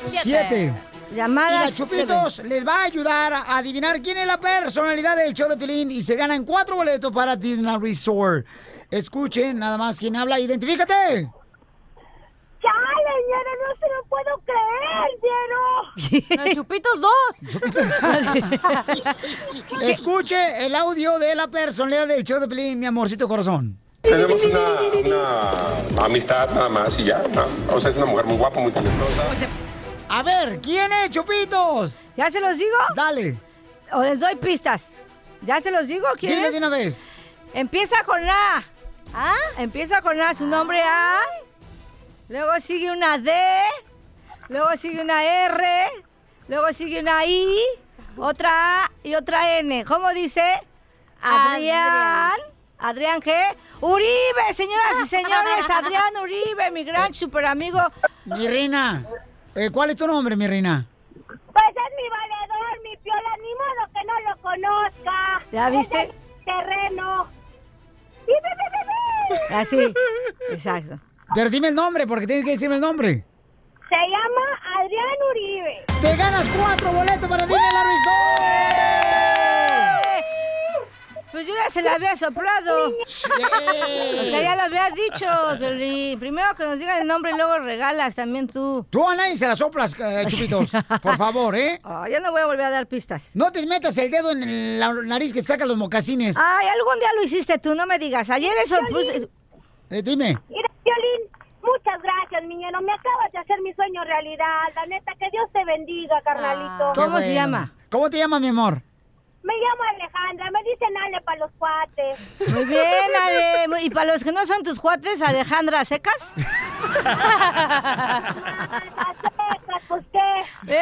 Speaker 22: Siete.
Speaker 1: siete.
Speaker 22: Llamada
Speaker 1: y la Chupitos les va a ayudar a adivinar quién es la personalidad del show de Pilín y se ganan cuatro boletos para Disney Resort. Escuchen nada más quién habla. ¡Identifícate!
Speaker 8: ¡Chale, ñero, no se lo puedo creer, ñero!
Speaker 3: ¡Los chupitos dos!
Speaker 1: Escuche el audio de la personalidad del show de Pilín, mi amorcito corazón.
Speaker 18: Tenemos una, una amistad nada más y ya. ¿no? O sea, es una mujer muy guapa, muy talentosa.
Speaker 1: A ver, ¿quién es, Chupitos?
Speaker 22: ¿Ya se los digo?
Speaker 1: Dale.
Speaker 22: O les doy pistas. ¿Ya se los digo? ¿Quién
Speaker 1: Dile
Speaker 22: es?
Speaker 1: de una vez.
Speaker 22: Empieza con A. ¿Ah? Empieza con A, su nombre A. Luego sigue una D. Luego sigue una R. Luego sigue una I. Otra A y otra N. ¿Cómo dice? Adrián. Adrián G. Uribe, señoras y señores. Adrián Uribe, mi gran super amigo.
Speaker 1: Eh. Mi reina, eh, ¿cuál es tu nombre, mi reina?
Speaker 8: Pues es mi valedor, mi piola, ni modo que no lo conozca.
Speaker 22: ¿Ya viste?
Speaker 8: Es de mi terreno. ¡Bi, bi, bi, bi, bi!
Speaker 1: Ah,
Speaker 22: Así. Exacto.
Speaker 1: Pero dime el nombre, porque tienes que decirme el nombre.
Speaker 8: Se llama Adrián Uribe.
Speaker 1: Te ganas cuatro boletos para Dile la Resort.
Speaker 22: Pues yo ya se la había soplado. O sea, ya lo había dicho, Piolín. Primero que nos digan el nombre y luego regalas también tú.
Speaker 1: Tú a nadie se la soplas, eh, Chupitos. Por favor, ¿eh?
Speaker 22: Oh, ya no voy a volver a dar pistas.
Speaker 1: No te metas el dedo en la nariz que te saca los mocasines.
Speaker 22: Ay, algún día lo hiciste tú, no me digas. Ayer eso... pues,
Speaker 1: Eh, dime.
Speaker 8: Mira, Piolín, muchas gracias, miñero. Me acabas de hacer mi sueño realidad. La neta, que Dios te bendiga,
Speaker 22: Ah,
Speaker 8: carnalito.
Speaker 1: Qué bueno. ¿Cómo te llama, mi amor?
Speaker 8: Me llamo Alejandra, me dicen Ale para los cuates.
Speaker 22: Muy bien, Ale. Muy- Y para los que no son tus cuates, Alejandra, ¿secas?
Speaker 8: ¿Por qué?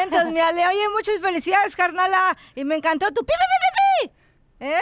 Speaker 22: Entonces, mi Ale, oye, muchas felicidades, carnala. Y me encantó tu pi, pi, pi, pi, pi. ¿Eh?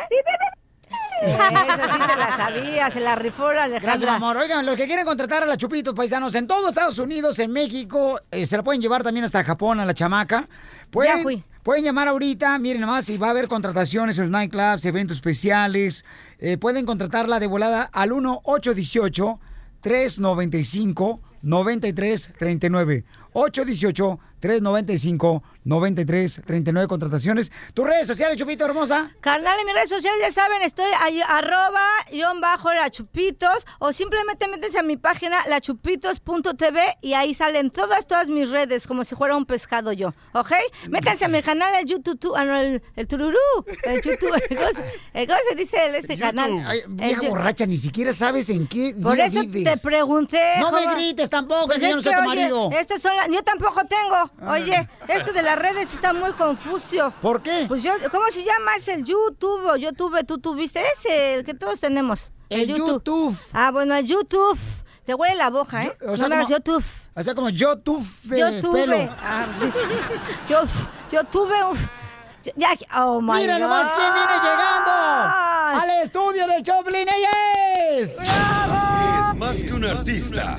Speaker 22: Eso sí se la sabía, se la rifó la Alejandra.
Speaker 1: Gracias, mi amor. Oigan, los que quieren contratar a la Chupitos Paisanos en todos Estados Unidos, en México, eh, se la pueden llevar también hasta Japón a la chamaca. Pueden,
Speaker 22: Ya fui.
Speaker 1: Pueden llamar ahorita, miren nomás, si va a haber contrataciones en los nightclubs, eventos especiales. eh, pueden contratarla de volada al 1-818-395-9339. 818-395-9339 contrataciones. ¿Tus redes sociales, Chupito hermosa?
Speaker 22: Carnal, en mis redes sociales ya saben, estoy ahí, arroba guión bajo la chupitos o simplemente métese a mi página lachupitos.tv y ahí salen todas, todas mis redes, como si fuera un pescado yo, ¿ok? Métanse a mi canal, el YouTube, ah, no, el, el tururú, el YouTube, el, ¿cómo se- el- ¿cómo se dice el- este canal?
Speaker 1: Ay,
Speaker 22: El
Speaker 1: vieja
Speaker 22: Yu-
Speaker 1: borracha, ni siquiera sabes en qué
Speaker 22: Por
Speaker 1: día
Speaker 22: eso
Speaker 1: vives.
Speaker 22: te pregunté.
Speaker 1: No me
Speaker 22: joven.
Speaker 1: grites tampoco, que yo no
Speaker 22: Pues es
Speaker 1: soy tu
Speaker 22: oye,
Speaker 1: marido. Ah.
Speaker 22: estas son las- Yo tampoco tengo. Oye, esto de las redes está muy confuso.
Speaker 1: ¿Por qué?
Speaker 22: Pues yo, ¿cómo se llama? Es el YouTube. o Yo tuve, tú tuviste ese, el que todos tenemos. El, YouTube. Ah, bueno, el YouTube. Te huele la boca, ¿eh?
Speaker 1: O sea, como-
Speaker 22: no me hagas YouTube.
Speaker 1: O sea, como yo tuve
Speaker 22: Yo tuve.
Speaker 1: pelo.
Speaker 22: Ah, sí. yo, yo tuve un... yo- Ya, oh my
Speaker 1: Mira
Speaker 22: God.
Speaker 1: nomás quién viene llegando al estudio del Choplin. ¡Ella es!
Speaker 5: Es más que un artista.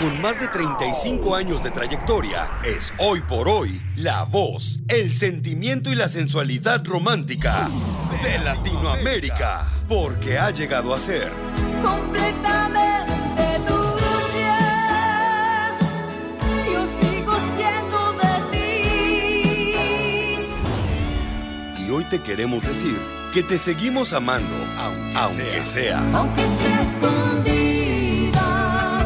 Speaker 5: Con más de 35 años de trayectoria, es hoy por hoy la voz, el sentimiento y la sensualidad romántica de Latinoamérica. Porque ha llegado a ser
Speaker 8: Completamente tuya, yo sigo siendo de ti.
Speaker 5: y hoy te queremos decir que te seguimos amando, aunque, aunque sea.
Speaker 8: Aunque esté escondidas,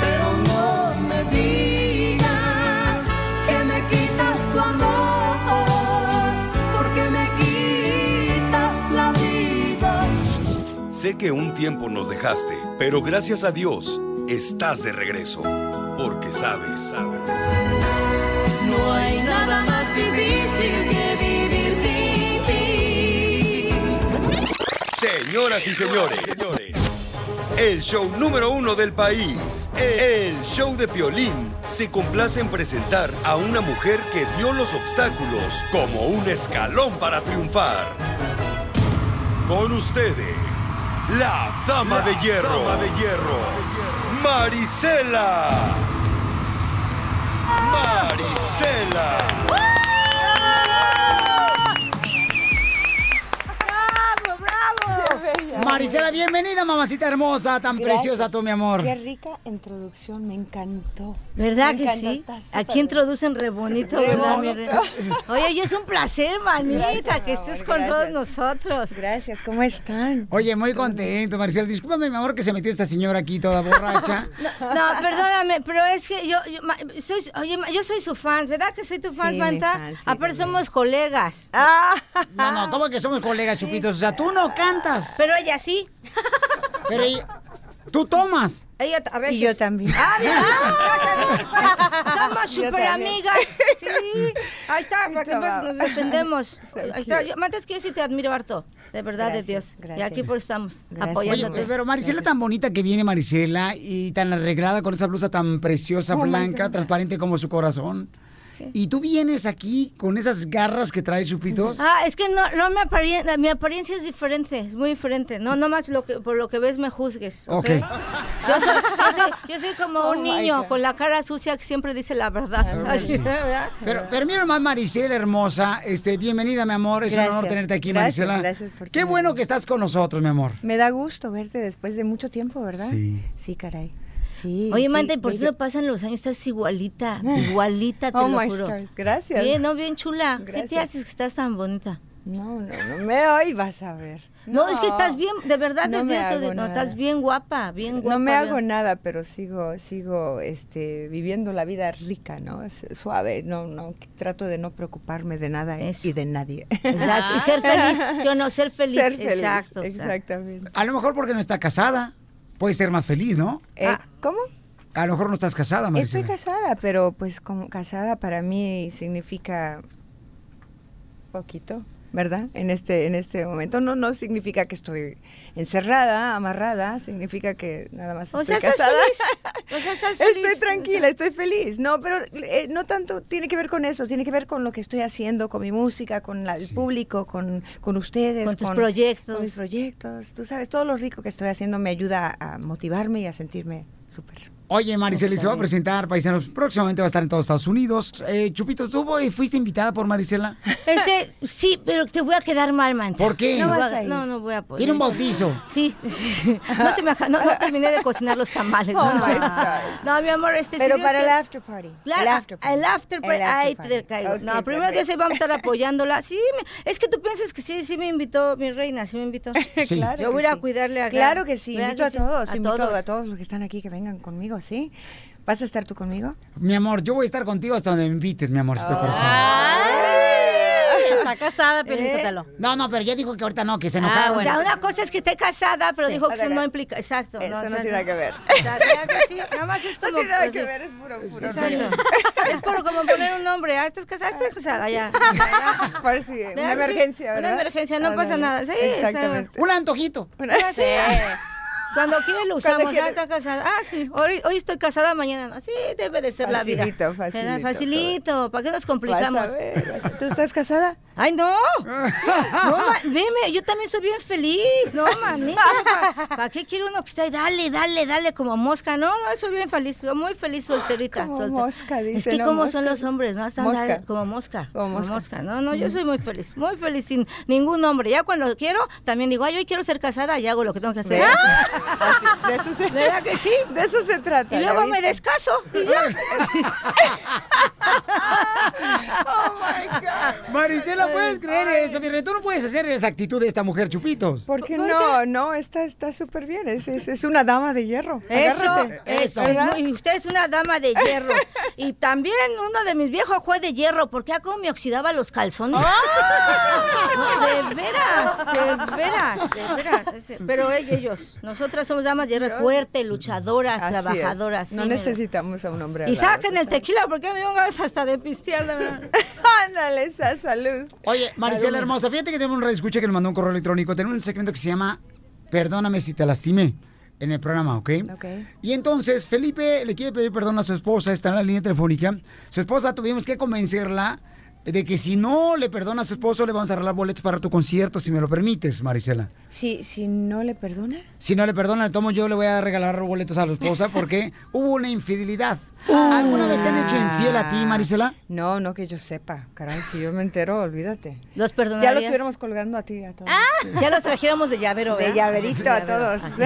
Speaker 8: pero no me digas que me quitas tu amor, porque me quitas la vida.
Speaker 5: Sé que un tiempo nos dejaste, pero gracias a Dios estás de regreso. Porque sabes, sabes.
Speaker 23: No hay nada más difícil que vivir sin ti.
Speaker 5: Señoras y señores, el show número uno del país, el show de Piolín, se complace en presentar a una mujer que vio los obstáculos como un escalón para triunfar. Con ustedes, la Dama, de, hierro, Marisela. Marisela.
Speaker 22: ¡Bravo, bravo!
Speaker 1: Marisela, bienvenida, mamacita hermosa, tan
Speaker 22: Gracias.
Speaker 1: preciosa tú, mi amor.
Speaker 22: Qué rica introducción, me encantó.
Speaker 1: ¿Verdad
Speaker 22: Me
Speaker 1: que
Speaker 22: encantó,
Speaker 1: sí?
Speaker 22: está súper
Speaker 1: Aquí
Speaker 22: introducen re bonito, Re ¿verdad, bonito. Miren? Oye, y es un placer, manita, que estés con todos nosotros.
Speaker 1: Gracias, ¿cómo están? Oye, muy contento, Marisela. Discúlpame, mi amor, que se metió esta señora aquí toda borracha.
Speaker 22: No, no, perdóname, pero es que yo, yo, ma- soy, oye, ma- yo soy su fans, ¿verdad que soy tu fans,
Speaker 1: mi
Speaker 22: Manta?
Speaker 1: fan, sí, Ah,
Speaker 22: Aparte somos colegas.
Speaker 1: No, no, ¿cómo que somos colegas, Chupitos? O sea, tú no cantas.
Speaker 22: Pero ella sí.
Speaker 1: Pero ella- tú tomas.
Speaker 22: Ella t- a veces.
Speaker 1: Y yo también.
Speaker 22: Ah, bien, ah, ya sabes, Somos
Speaker 1: Yo
Speaker 22: super
Speaker 1: también.
Speaker 22: amigas. Sí. Ahí está, Qué siempre guau. nos defendemos. So Ahí está. cute. Yo, Manta, es que yo sí te admiro harto. De verdad, de Dios. Gracias, Y gracias. aquí por eso estamos apoyándote.
Speaker 1: Oye, pero Marisela tan bonita que viene Marisela y tan arreglada con esa blusa tan preciosa,
Speaker 22: Oh, my
Speaker 1: blanca,
Speaker 22: God.
Speaker 1: transparente como su corazón. Y tú vienes aquí con esas garras que traes, Chupitos.
Speaker 22: Ah, es que no, no me aparien- eh, mi apariencia es diferente, es muy diferente. No, nomás lo que, por lo que ves me juzgues. ¿ok?
Speaker 1: Ok.
Speaker 22: Yo, soy, yo, soy, yo soy como Oh un my niño God. con la cara sucia que siempre dice la verdad.
Speaker 7: Ah,
Speaker 22: Así, ¿verdad? Oh
Speaker 1: Pero, pero mira más Marisela hermosa, este, bienvenida mi amor, es un honor
Speaker 7: Gracias.
Speaker 1: tenerte aquí
Speaker 7: Gracias,
Speaker 1: Marisela.
Speaker 7: gracias por
Speaker 1: Qué bueno que estás con nosotros mi amor.
Speaker 7: Me da gusto verte después de mucho tiempo, ¿verdad?
Speaker 1: Sí.
Speaker 7: Sí, caray. Sí.
Speaker 22: Oye,
Speaker 7: sí,
Speaker 22: Manta, ¿y por qué
Speaker 7: bella.
Speaker 22: no pasan los años? Estás igualita, igualita, te
Speaker 7: Oh,
Speaker 22: lo
Speaker 7: my
Speaker 22: juro.
Speaker 7: stars, gracias.
Speaker 22: Bien, no, bien chula. ¿Qué te
Speaker 7: Gracias.
Speaker 22: haces que estás tan bonita?
Speaker 7: No, no, no me hoy vas a ver.
Speaker 22: No, es que estás bien, de verdad,
Speaker 7: No
Speaker 22: te
Speaker 7: me
Speaker 22: digo esto de-
Speaker 7: hago
Speaker 22: no,
Speaker 7: nada.
Speaker 22: estás bien guapa, bien guapa.
Speaker 7: No me hago
Speaker 22: bien-
Speaker 7: nada, pero sigo, sigo, este, viviendo la vida rica, ¿no? Es suave, no, no, trato de no preocuparme de nada y de nadie.
Speaker 22: Exacto, y ser feliz, yo no, ser feliz.
Speaker 7: Ser feliz,
Speaker 22: exacto.
Speaker 7: exactamente.
Speaker 1: A lo mejor porque no está casada, puedes ser más feliz, ¿no?
Speaker 7: Eh,
Speaker 22: Ah.
Speaker 7: ¿Cómo?
Speaker 1: A lo mejor no estás casada,
Speaker 7: Estoy
Speaker 1: Marisela.
Speaker 7: casada, pero pues como casada para mí significa poquito, ¿verdad? En este en este momento no no significa que estoy encerrada, amarrada, significa que nada más
Speaker 22: O sea,
Speaker 7: estoy
Speaker 22: estás
Speaker 7: casada.
Speaker 22: feliz. O sea, estás feliz.
Speaker 7: Estoy tranquila, estoy feliz. No, pero eh, no tanto tiene que ver con eso, tiene que ver con lo que estoy haciendo, con mi música, con la- el público, con, con ustedes.
Speaker 22: Con tus proyectos.
Speaker 7: Con mis proyectos. Tú sabes, todo lo rico que estoy haciendo me ayuda a motivarme y a sentirme súper.
Speaker 1: Oye, Marisela, y se va a
Speaker 7: Ojalá.
Speaker 1: presentar, paisanos, próximamente va a estar en todos Estados Unidos. Eh, Chupitos, ¿tú voy- fuiste invitada por Marisela?
Speaker 22: Ese, sí, pero te voy a quedar mal, Manta.
Speaker 1: ¿Por qué?
Speaker 22: No,
Speaker 1: No
Speaker 22: voy
Speaker 1: vas a ir.
Speaker 22: no, no voy a poder.
Speaker 1: Tiene un bautizo.
Speaker 22: Sí, sí. No, se me aca- no, no terminé de cocinar los tamales. No,
Speaker 7: Oh,
Speaker 22: no.
Speaker 7: my God.
Speaker 22: No, mi amor, este
Speaker 7: Pero
Speaker 22: serios
Speaker 7: para
Speaker 22: que-
Speaker 7: el after party.
Speaker 22: Claro,
Speaker 7: el after party.
Speaker 22: el after party.
Speaker 7: El after
Speaker 22: Ay, te
Speaker 7: party.
Speaker 22: caigo.
Speaker 7: Ok,
Speaker 22: no, primero Dios
Speaker 7: perfecto.
Speaker 22: ahí vamos a estar apoyándola. Sí, me- es que tú piensas que sí, sí me invitó mi reina, sí me invitó.
Speaker 7: Sí. Claro
Speaker 22: Yo voy
Speaker 7: que
Speaker 22: a
Speaker 7: sí.
Speaker 22: cuidarle a
Speaker 7: Claro que sí,
Speaker 22: ¿Verdad
Speaker 7: invito a
Speaker 22: que sí?
Speaker 7: todos,
Speaker 22: A
Speaker 7: invito
Speaker 22: todos.
Speaker 7: a todos los que están aquí que vengan conmigo, ¿sí? ¿Vas a estar tú conmigo?
Speaker 1: Mi amor, yo voy a estar contigo hasta donde me invites, mi amorcito corazón.
Speaker 22: Está casada,
Speaker 7: Eh.
Speaker 22: Piolín Sotelo.
Speaker 1: No, no, pero ya dijo que ahorita no, que se
Speaker 22: Ah,
Speaker 1: enojaron.
Speaker 22: o sea, una cosa es que esté casada, pero
Speaker 7: Sí.
Speaker 22: dijo que eso
Speaker 7: Otra
Speaker 22: no
Speaker 7: cosa.
Speaker 22: implica. Exacto.
Speaker 7: Eso no
Speaker 22: o sea,
Speaker 7: tiene que ver.
Speaker 22: Exacto, claro que sí, Nada más es
Speaker 7: No
Speaker 22: como.
Speaker 7: tiene nada
Speaker 22: pues,
Speaker 7: que
Speaker 22: sí.
Speaker 7: ver, es puro, puro.
Speaker 22: Exacto. Es por como poner un nombre. Ah, estás casada, estás casada, ya.
Speaker 7: Por si una
Speaker 22: Ah. Sí,
Speaker 7: emergencia, ¿verdad?
Speaker 22: Una emergencia, no pasa
Speaker 7: Ándale.
Speaker 22: nada. Sí,
Speaker 7: Exactamente.
Speaker 1: Un antojito.
Speaker 22: Una- Sí. Cuando quieres lo
Speaker 7: Cuando
Speaker 22: usamos,
Speaker 7: quiere.
Speaker 22: ah, está casada. Ah, sí, hoy, hoy estoy casada, mañana no. Así debe de ser la vida.
Speaker 7: Facilito, facilito,
Speaker 22: ¿Verdad? Facilito, ¿para qué nos complicamos?
Speaker 7: Vas a ver, vas a- ¿Tú estás casada?
Speaker 22: ¡Ay, no! No, ma- veme, yo también soy bien feliz, no, mamita. ¿Para qué quiere uno que esté ahí? Dale, dale, dale, como mosca. No, no, soy bien feliz, soy muy feliz solterita.
Speaker 7: Como
Speaker 22: soltera.
Speaker 7: mosca, dice,
Speaker 22: Es que
Speaker 7: ¿no?
Speaker 22: como
Speaker 7: Mosca.
Speaker 22: son los hombres, ¿no? Están
Speaker 7: Mosca.
Speaker 22: ahí como mosca. Como mosca.
Speaker 7: mosca.
Speaker 22: No, no, yo soy muy feliz, muy feliz sin ningún hombre. Ya cuando quiero, también digo, ay, hoy quiero ser casada y hago lo que tengo que hacer.
Speaker 7: ¿Ves?
Speaker 22: ¡Ah!
Speaker 7: Así, de, eso se,
Speaker 22: ¿Verdad que sí?
Speaker 7: de eso se trata.
Speaker 22: Y
Speaker 7: ¿ya
Speaker 22: luego
Speaker 7: viste?
Speaker 22: me descaso y ya.
Speaker 1: Marisela, ¿puedes creer eso? Mire, tú no puedes hacer esa actitud de esta mujer, Chupitos.
Speaker 7: Porque no, no, está está súper bien. Es, es, es una dama de hierro.
Speaker 22: Eso,
Speaker 7: Agárrate.
Speaker 22: Eh, eso.
Speaker 7: ¿Verdad?
Speaker 22: Y usted es una dama de hierro. Y también uno de mis viejos fue de hierro, porque ya como me oxidaba los calzones. No, de veras, de veras, de veras. ese- Pero ey- ellos, nosotras somos damas de hierro fuerte, luchadoras,
Speaker 7: Así es.
Speaker 22: trabajadoras.
Speaker 7: No
Speaker 22: sí, mira.
Speaker 7: necesitamos a un hombre.
Speaker 22: Y
Speaker 7: bravo.
Speaker 22: saquen el tequila, porque me pongas hasta de pistear, de verdad.
Speaker 7: Ándale, esa salud.
Speaker 1: Oye, Marisela hermosa, fíjate que tenemos un escucha que nos mandó un correo electrónico. Tenemos un segmento que se llama Perdóname si te lastimé en el programa, ¿ok?
Speaker 22: Eh,
Speaker 1: Y entonces Felipe le quiere pedir perdón a su esposa, está en la línea telefónica. Su esposa tuvimos que convencerla de que si no le perdona a su esposo, le vamos a arreglar boletos para tu concierto, si me lo permites, Marisela.
Speaker 7: Si, si no le perdona.
Speaker 1: Si no le perdona, de tomo yo le voy a regalar boletos a la esposa porque hubo una infidelidad. ¿Alguna vez te han hecho infiel a ti, Marisela?
Speaker 7: Ah. No, no Ah, que yo sepa. Caray, si yo me entero, olvídate.
Speaker 22: Los
Speaker 7: Ya
Speaker 22: perdonarías. Ah.
Speaker 7: lo estuviéramos colgando a ti, a todos.
Speaker 22: Ya los trajéramos de llavero,
Speaker 7: De
Speaker 22: ¿verdad?
Speaker 7: llaverito a todos.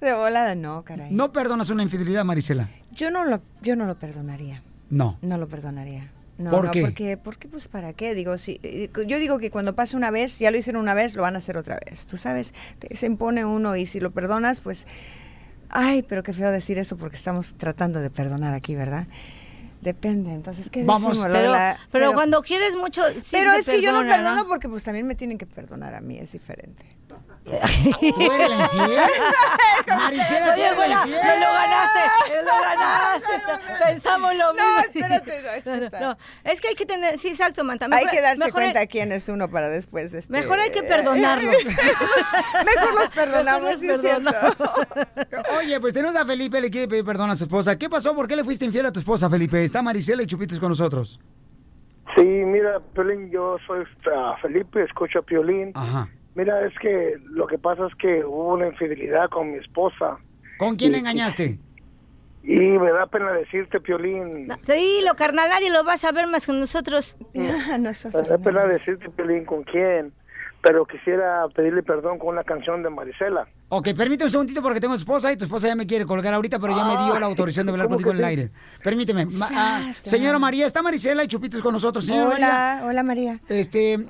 Speaker 1: De volada, no, caray. ¿No perdonas una infidelidad, Marisela?
Speaker 7: Yo no lo, yo no lo perdonaría.
Speaker 1: No.
Speaker 7: No lo perdonaría. No,
Speaker 1: ¿Por
Speaker 7: no,
Speaker 1: qué?
Speaker 7: Porque, porque, pues, ¿para qué? Digo, si, eh, yo digo que cuando pasa una vez, ya lo hicieron una vez, lo van a hacer otra vez. Tú sabes, te- se impone uno y si lo perdonas, pues, ay, pero qué feo decir eso porque estamos tratando de perdonar aquí, ¿verdad? Depende, entonces, ¿qué decimos,
Speaker 22: pero,
Speaker 7: Lola?
Speaker 22: pero, cuando quieres mucho. sí
Speaker 7: pero
Speaker 22: se
Speaker 7: es que yo no
Speaker 22: perdona,
Speaker 7: perdono porque, pues, también me tienen que perdonar a mí, es diferente.
Speaker 1: ¿Tú eres la infiel? Marisela, tú
Speaker 22: Oye,
Speaker 1: eres la
Speaker 22: güera,
Speaker 1: infiel.
Speaker 22: me lo ganaste, me lo ganaste. Pensamos lo mismo.
Speaker 7: No, espérate, no, es que
Speaker 22: No, no,
Speaker 7: está-
Speaker 22: no. Es que hay que tener, sí, exacto, Manta.
Speaker 7: hay
Speaker 22: mejor-
Speaker 7: que darse
Speaker 22: mejor e- hay-
Speaker 7: cuenta quién es uno para después. este-
Speaker 22: Mejor hay que perdonarlos.
Speaker 7: Mejor los perdonamos,
Speaker 22: Mejor los
Speaker 7: sí es cierto.
Speaker 1: Oye, pues tenemos a Felipe, le quiere pedir perdón a su esposa. ¿Qué pasó? ¿Por qué le fuiste infiel a tu esposa, Felipe? Está Marisela y Chupitos con nosotros.
Speaker 10: Sí, mira, Piolín, yo soy ah, Felipe, escucho a Piolín. Mira, es que lo que pasa es que hubo una infidelidad con mi esposa.
Speaker 1: ¿Con quién engañaste?
Speaker 10: Y me da pena decirte, Piolín.
Speaker 22: Sí, lo carnal, nadie lo vas a ver más que nosotros.
Speaker 10: Me da pena decirte, Piolín, con quién. Pero quisiera pedirle perdón con una canción de Marisela.
Speaker 1: Ok, permíteme un segundito porque tengo esposa y tu esposa ya me quiere colgar ahorita, pero ya me dio la autorización de hablar
Speaker 10: ¿cómo
Speaker 1: contigo en
Speaker 10: que
Speaker 1: el
Speaker 10: sí?
Speaker 1: aire. Permíteme. Ma- ah,
Speaker 7: Sastra.
Speaker 1: señora María, está Marisela y Chupitos con nosotros. Señora María.
Speaker 7: Hola, hola María.
Speaker 1: Este,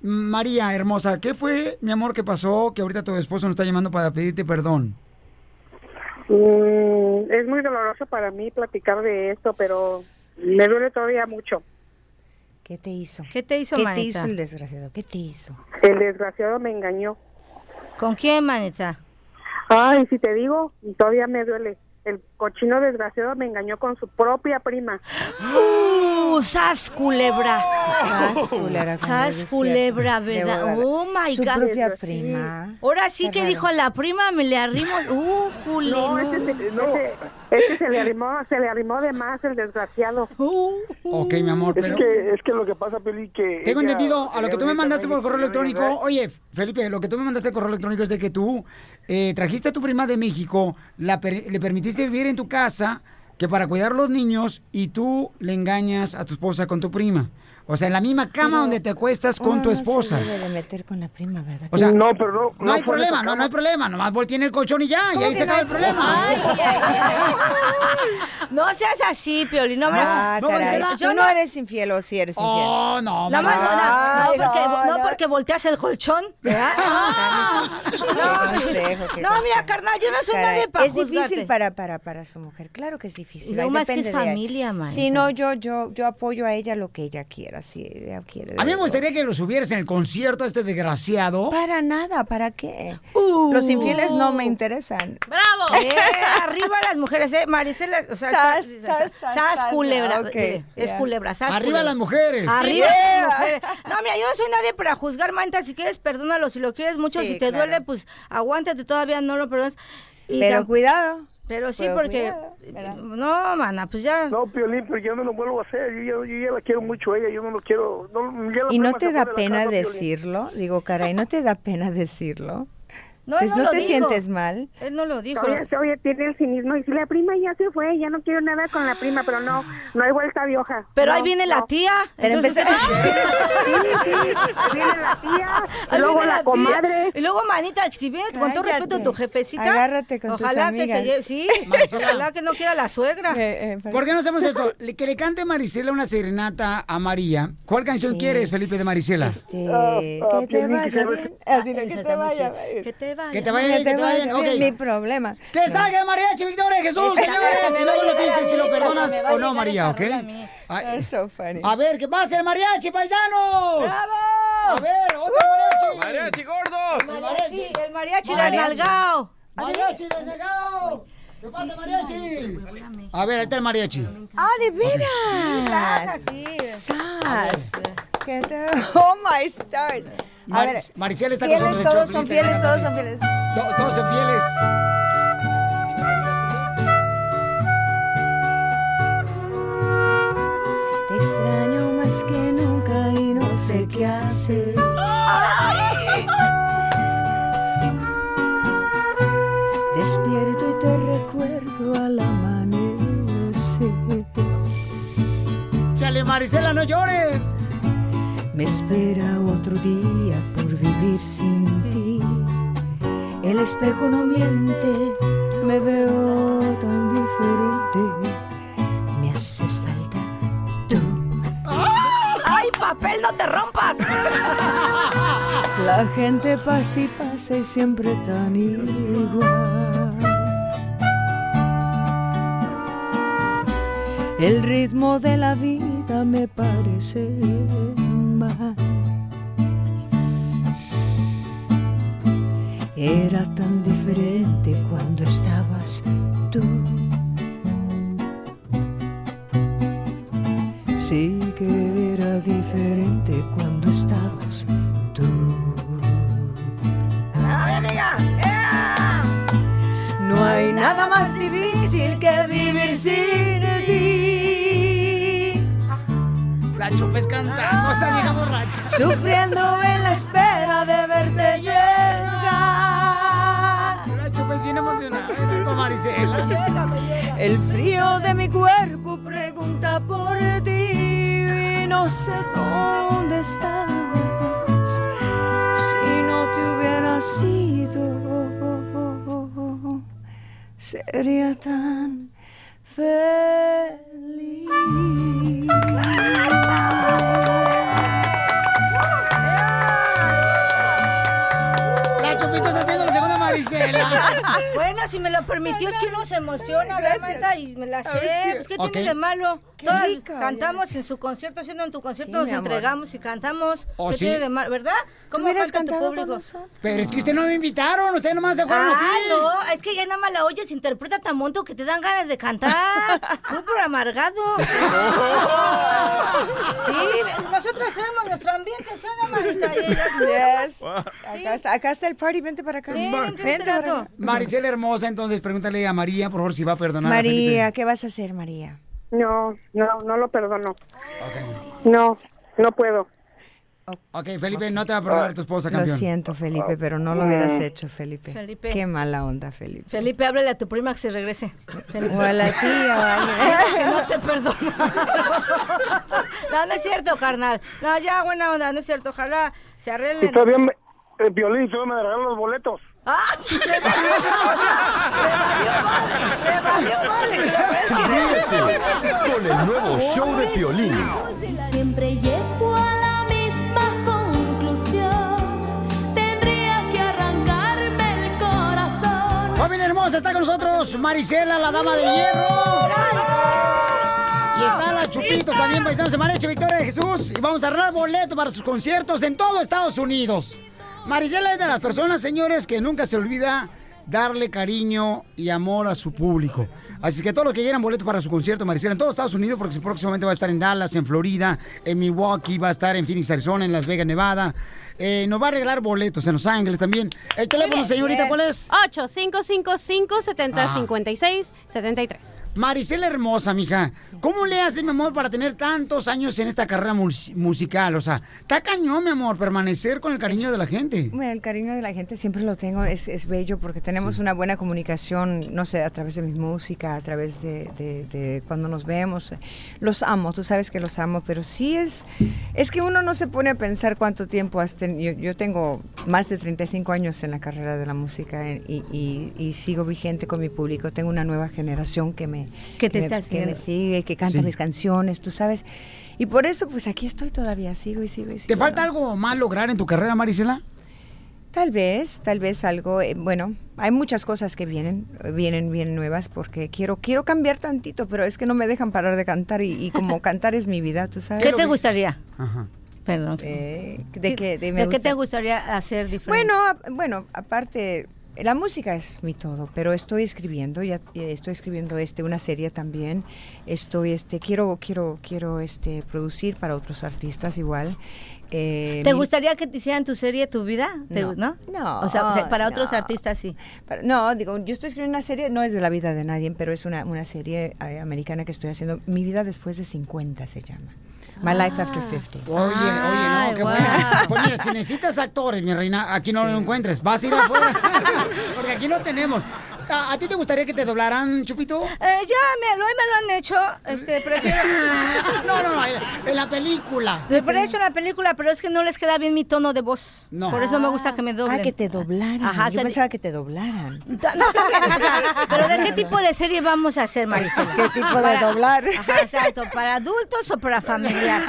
Speaker 1: María, hermosa, ¿qué fue, mi amor, que pasó que ahorita tu esposo nos está llamando para pedirte perdón?
Speaker 11: Mm, es muy doloroso para mí platicar de esto, pero me duele todavía mucho.
Speaker 7: ¿Qué te hizo?
Speaker 22: ¿Qué te hizo,
Speaker 7: ¿Qué
Speaker 22: manita?
Speaker 7: te hizo el desgraciado? ¿Qué te hizo?
Speaker 11: El desgraciado me engañó.
Speaker 22: ¿Con quién, manita?
Speaker 11: Ay, si te digo, todavía me duele. El cochino desgraciado me engañó con su propia prima.
Speaker 22: ¡Uh! ¡Sas culebra!
Speaker 11: Sas culebra, como
Speaker 22: ¡Sas
Speaker 11: decía.
Speaker 22: culebra,
Speaker 11: De
Speaker 22: verdad!
Speaker 11: volada.
Speaker 22: ¡Oh, my
Speaker 11: Su
Speaker 22: God!
Speaker 11: propia
Speaker 7: prima.
Speaker 22: Ahora sí
Speaker 11: Qué
Speaker 22: que
Speaker 11: raro.
Speaker 22: dijo a la prima, me le arrimo. ¡Uh, jule!
Speaker 11: No, ese, se- ese- ese se le arrimó, se le arrimó de más el desgraciado.
Speaker 1: Ok, mi amor,
Speaker 11: Es
Speaker 1: pero...
Speaker 11: que-
Speaker 10: Es que lo que pasa, Piolín, que...
Speaker 1: Tengo
Speaker 10: ella-
Speaker 1: entendido a lo
Speaker 10: ella
Speaker 1: que tú me mandaste por correo
Speaker 10: ahorita también
Speaker 1: electrónico.
Speaker 7: ¿eh?
Speaker 1: Oye, Felipe, lo que tú me mandaste por correo electrónico es de que tú eh, trajiste a tu prima de México, la per- le permitiste vivir en tu casa, que para cuidar a los niños, y tú le engañas a tu esposa con tu prima. O sea, en la misma cama donde te acuestas con
Speaker 7: Uno
Speaker 1: tu
Speaker 7: Ah, no se
Speaker 1: esposa.
Speaker 7: debe de meter con la prima, ¿verdad?
Speaker 1: O sea,
Speaker 10: no, pero no,
Speaker 1: No, hay problema, no, no hay problema. Nomás volteen el colchón y ya, y
Speaker 7: ¿Cómo
Speaker 1: ahí
Speaker 7: que
Speaker 1: se
Speaker 7: no
Speaker 1: acaba
Speaker 7: hay
Speaker 1: el problema.
Speaker 22: Ay, ay, ay, ay. No seas así, Pioli. No, me-
Speaker 7: Ah,
Speaker 22: no,
Speaker 7: caray.
Speaker 22: Marisela,
Speaker 7: Tú no eres infiel o si eres infiel.
Speaker 22: Oh,
Speaker 1: no,
Speaker 22: No,
Speaker 7: Marisela.
Speaker 22: no, no,
Speaker 7: Ay,
Speaker 22: no, porque,
Speaker 7: no,
Speaker 22: no,
Speaker 7: no. Ah,
Speaker 22: porque volteas el colchón. ¿verdad?
Speaker 7: Qué
Speaker 22: pues,
Speaker 7: consejo, qué
Speaker 22: no, mira, carnal, yo no soy
Speaker 7: Caray,
Speaker 22: nadie para
Speaker 7: Es difícil
Speaker 22: juzgarte.
Speaker 7: para, para, para su mujer, claro que es difícil.
Speaker 22: No
Speaker 7: ahí
Speaker 22: más que es
Speaker 7: depende de ella.
Speaker 22: familia, manita.
Speaker 7: Sí, no, yo, yo, yo apoyo a ella lo que ella quiera, si ella quiere. de
Speaker 1: A mí me
Speaker 7: verdad.
Speaker 1: gustaría que lo subieras en el concierto a este desgraciado. Uh,
Speaker 7: Para nada, ¿para qué? Los infieles no me interesan.
Speaker 22: ¡Bravo! Eh, arriba las mujeres, eh, Maricela, o sea,
Speaker 7: Sas,
Speaker 22: sas,
Speaker 7: sas, sas, sas,
Speaker 22: culebra,
Speaker 7: ok,
Speaker 22: mire, es
Speaker 7: ya.
Speaker 22: culebra, sas
Speaker 1: Arriba
Speaker 22: culebra.
Speaker 1: las mujeres.
Speaker 22: Arriba
Speaker 1: Sí.
Speaker 22: las mujeres. No, mira, yo no soy nadie para juzgar, manta, si quieres perdónalo, si lo quieres mucho,
Speaker 7: Sí,
Speaker 22: si te
Speaker 7: claro.
Speaker 22: duele, pues aguántate, todavía no lo perdonas.
Speaker 7: Pero
Speaker 22: cuidado. Pero sí,
Speaker 10: pero
Speaker 22: porque
Speaker 10: cuidado,
Speaker 22: no, mana, pues ya.
Speaker 10: No, Piolín, pero yo no lo vuelvo a hacer. Yo, ya- yo ya la quiero mucho a ella. Yo no lo quiero. no- ya la
Speaker 7: ¿Y no
Speaker 10: prima
Speaker 7: te
Speaker 10: se
Speaker 7: da
Speaker 10: fue de la
Speaker 7: pena
Speaker 10: casa, Piolín.
Speaker 7: decirlo? Digo, caray, ¿no te da pena decirlo?
Speaker 22: No, él
Speaker 24: pues no,
Speaker 22: lo
Speaker 24: te
Speaker 22: dijo.
Speaker 24: sientes mal.
Speaker 22: Él no lo dijo.
Speaker 7: Todavía, todavía tiene el cinismo. Y si la prima ya se fue, ya no quiero nada con la prima, pero no, no hay vuelta de hoja.
Speaker 22: Pero
Speaker 7: No,
Speaker 22: ahí viene la
Speaker 7: no.
Speaker 22: tía.
Speaker 7: Pero
Speaker 22: entonces,
Speaker 7: empezó-
Speaker 22: ¿qué?
Speaker 7: Sí, sí, ahí viene la tía,
Speaker 22: Ahí
Speaker 7: luego
Speaker 22: viene
Speaker 7: la
Speaker 22: tía.
Speaker 7: comadre.
Speaker 22: Y luego, manita, si viene con todo respeto tu jefecita.
Speaker 24: agárrate con tus
Speaker 22: ojalá que
Speaker 24: amigas. Eh,
Speaker 22: se lleve, sí,
Speaker 1: Marcela.
Speaker 22: ojalá que no quiera la suegra.
Speaker 1: ¿Por qué no hacemos esto? Le- Que le cante Maricela una serenata a María. ¿Cuál canción quieres, Felipe, de Maricela?
Speaker 24: Este,
Speaker 7: Oh,
Speaker 24: que te vaya bien. Así no, que te vaya bien. Que te vaya
Speaker 1: Que te vaya bien, que te vaya bien, ok.
Speaker 24: Mi problema.
Speaker 1: ¡Que salga Mariachi, Victoria de Jesús, señores! Y luego nos dices si lo perdonas o no, María, ¿ok? Ay,
Speaker 24: Eso, Fanny.
Speaker 1: A ver, ¿qué pasa el mariachi, paisanos?
Speaker 24: ¡Bravo!
Speaker 1: A ver, otro mariachi.
Speaker 25: ¡Mariachi
Speaker 22: El
Speaker 25: gordos!
Speaker 22: mariachi, el mariachi
Speaker 1: Mariachi.
Speaker 22: desnalgado.
Speaker 1: ¡Mariachi desnalgado! ¿Qué pasa, mariachi? A ver, ahí está el mariachi.
Speaker 24: ¡Ah, de
Speaker 22: veras!
Speaker 24: ¡Sas! Que te- ¡Oh, my stars! A ver,
Speaker 1: Maris- Maricela está con
Speaker 24: fieles,
Speaker 1: nosotros en
Speaker 24: todos son
Speaker 1: Choplin,
Speaker 24: fieles,
Speaker 1: Instagram.
Speaker 24: todos son fieles.
Speaker 1: To- todos son fieles.
Speaker 24: Te extraño más que nunca y no sé qué hacer. Despierto y te recuerdo al amanecer.
Speaker 1: Chale, Maricela, no llores.
Speaker 24: Me espera otro día por vivir sin ti. El espejo no miente, me veo tan diferente. Me haces falta tú.
Speaker 22: ¡Ay, papel, no te rompas!
Speaker 24: La gente pasa y pasa y siempre tan igual. El ritmo de la vida me parece mal. Era tan diferente cuando estabas tú. Sí que era diferente cuando estabas tú.
Speaker 22: ¡Ay, amiga!
Speaker 24: No hay nada más difícil que vivir sin ti.
Speaker 1: La chupes cantando, esta vieja borracha.
Speaker 24: Sufriendo en la espera de verte llegar.
Speaker 1: La chupes pues, bien emocionada era con Maricela.
Speaker 24: El frío de mi cuerpo pregunta por ti y no sé dónde estás si no te hubiera sido sería tan feliz.
Speaker 1: La chupitos haciendo la segunda Maricela.
Speaker 22: Bueno, si me lo permitió, es que uno se emociona, ¿verdad, Marta? Y me la sé.
Speaker 24: ¿Sabes qué?
Speaker 22: Pues, ¿Qué
Speaker 1: Ok.
Speaker 22: tiene de malo?
Speaker 24: Qué
Speaker 22: Todas
Speaker 24: rica,
Speaker 22: cantamos en su concierto, siendo en tu concierto,
Speaker 24: Sí,
Speaker 22: nos
Speaker 24: mi amor.
Speaker 22: entregamos y cantamos.
Speaker 1: Oh,
Speaker 22: ¿Qué
Speaker 1: sí.
Speaker 22: tiene de malo, verdad? ¿Cómo
Speaker 24: hubieras
Speaker 22: canta tu
Speaker 24: cantado con
Speaker 22: público?
Speaker 24: nosotros.
Speaker 1: Pero es que ustedes no me invitaron, ustedes nomás se
Speaker 24: Ah,
Speaker 1: fueron así.
Speaker 22: Ay, Ah, no, es que ya nada más la oyes, interpreta tan monto que te dan ganas de cantar. Tú por amargado. sí, nosotros hacemos nuestro ambiente, ¿sí o no, Marita? Y ellas-
Speaker 24: Yes. Acá, está, acá está el party, vente para acá.
Speaker 22: Sí, vente, este
Speaker 24: vente para
Speaker 22: Renato.
Speaker 24: acá.
Speaker 1: Maricela hermosa, entonces pregúntale a María, por favor, si va a perdonar. a
Speaker 24: María, ¿qué vas a hacer, María?
Speaker 7: No, no, no lo perdono. No, no puedo.
Speaker 1: Felipe. Ok, Felipe, no te va a perdonar tu esposa,
Speaker 24: Ah, Lo
Speaker 1: campeón.
Speaker 24: siento, Felipe, pero no lo hubieras hecho, Felipe.
Speaker 22: Felipe.
Speaker 24: Qué mala onda, Felipe.
Speaker 22: Felipe, háblale a tu prima que se regrese. Felipe.
Speaker 24: O a la tía, o a alguien.
Speaker 22: Que no te perdono. No, no es cierto, carnal. No, ya, buena onda, no es cierto. Ojalá se
Speaker 26: Y
Speaker 22: arreglen.
Speaker 26: todavía me,
Speaker 10: eh,
Speaker 26: el violín todavía me regaló los boletos.
Speaker 22: ¡Ah! Le valió, o sea, le valió madre, le valió madre. que lo
Speaker 5: Ríete con el nuevo show de violín.
Speaker 8: Siempre llego a la misma conclusión. Tendría que arrancarme el corazón.
Speaker 1: Familia hermosa, está con nosotros Maricela, la dama de hierro. Y está la Chupitos también, paisanos de Mareche, Victoria de Jesús. Y vamos a arreglar boletos para sus conciertos en todo Estados Unidos. Maricela es de las personas, señores, que nunca se olvida darle cariño y amor a su público. Así que todos los que quieran boletos para su concierto, Maricela, en todos Estados Unidos, porque próximamente va a estar en Dallas, en Florida, en Milwaukee, va a estar en Phoenix, Arizona, en Las Vegas, Nevada. Eh, nos va a regalar boletos en Los Ángeles también. El teléfono, señorita, ¿cuál es? Ah.
Speaker 3: 8-555-7056-73.
Speaker 1: Maricela hermosa, mija. ¿Cómo le haces, mi amor, para tener tantos años en esta carrera mus- musical? O sea, está cañón, mi amor, permanecer con el cariño de la gente.
Speaker 7: Bueno, el cariño de la gente siempre lo tengo, es, es bello porque tenemos
Speaker 1: Sí.
Speaker 7: una buena comunicación, no sé, a través de mi música, a través de, de- de cuando nos vemos. Los amo, tú sabes que los amo, pero sí es, es que uno no se pone a pensar cuánto tiempo has tenido. Yo, yo tengo más de 35 años en la carrera de la música eh, y, y- y sigo vigente con mi público. Tengo una nueva generación que me,
Speaker 22: Que te
Speaker 7: me-
Speaker 22: está
Speaker 7: que me
Speaker 22: siguiendo.
Speaker 7: sigue, que canta
Speaker 22: Sí.
Speaker 7: mis canciones, tú sabes. Y por eso, pues aquí estoy todavía, sigo y sigo y sigo.
Speaker 1: ¿Te falta algo más lograr en tu carrera, Marisela?
Speaker 7: Tal vez, tal vez algo, eh, bueno, hay muchas cosas que vienen, eh, vienen bien nuevas porque quiero quiero cambiar tantito, pero es que no me dejan parar de cantar y, y como cantar es mi vida, tú sabes. Eh,
Speaker 9: ¿Qué te gustaría?
Speaker 1: Ajá.
Speaker 9: Perdón.
Speaker 7: ¿De qué? De, me
Speaker 9: ¿De qué
Speaker 7: gusta-
Speaker 9: te gustaría hacer diferente?
Speaker 7: Bueno, a- bueno, aparte la música es mi todo, pero estoy escribiendo, ya eh, estoy escribiendo este una serie también. Estoy este quiero quiero quiero este producir para otros artistas igual. Eh,
Speaker 9: ¿Te
Speaker 7: mi-
Speaker 9: gustaría que te hicieran tu serie Tu Vida? ¿Te-
Speaker 7: No.
Speaker 9: ¿No?
Speaker 7: No,
Speaker 9: O sea, o sea, para
Speaker 7: no.
Speaker 9: otros artistas sí.
Speaker 7: Para- no, digo, yo estoy escribiendo una serie, no es de la vida de nadie, pero es una, una serie eh, americana que estoy haciendo. Mi vida después de 50 se llama. My Life After Ah, 50.
Speaker 1: Ah. Oye, oye, no, qué bueno. Pues mira, si necesitas actores, mi reina, aquí no lo encuentres. Vas a ir afuera. Porque aquí no tenemos. ¿A, a ti te gustaría que te doblaran, Chupito?
Speaker 22: Eh, ya me lo, me lo han hecho. Este, prefiero.
Speaker 1: no, no, en, la película.
Speaker 22: Me he hecho en la película, pero es que no les queda bien mi tono de voz. Por eso me gusta que me doblen.
Speaker 7: Ah, que te doblaran.
Speaker 22: Ajá,
Speaker 7: yo
Speaker 22: se-
Speaker 7: pensaba que te doblaran.
Speaker 22: Ta- no, también, o sea, pero ¿de qué tipo de serie vamos a hacer, Marisela?
Speaker 7: ¿Qué tipo de doblar?
Speaker 22: Ajá, exacto, ¿para adultos o para familiar?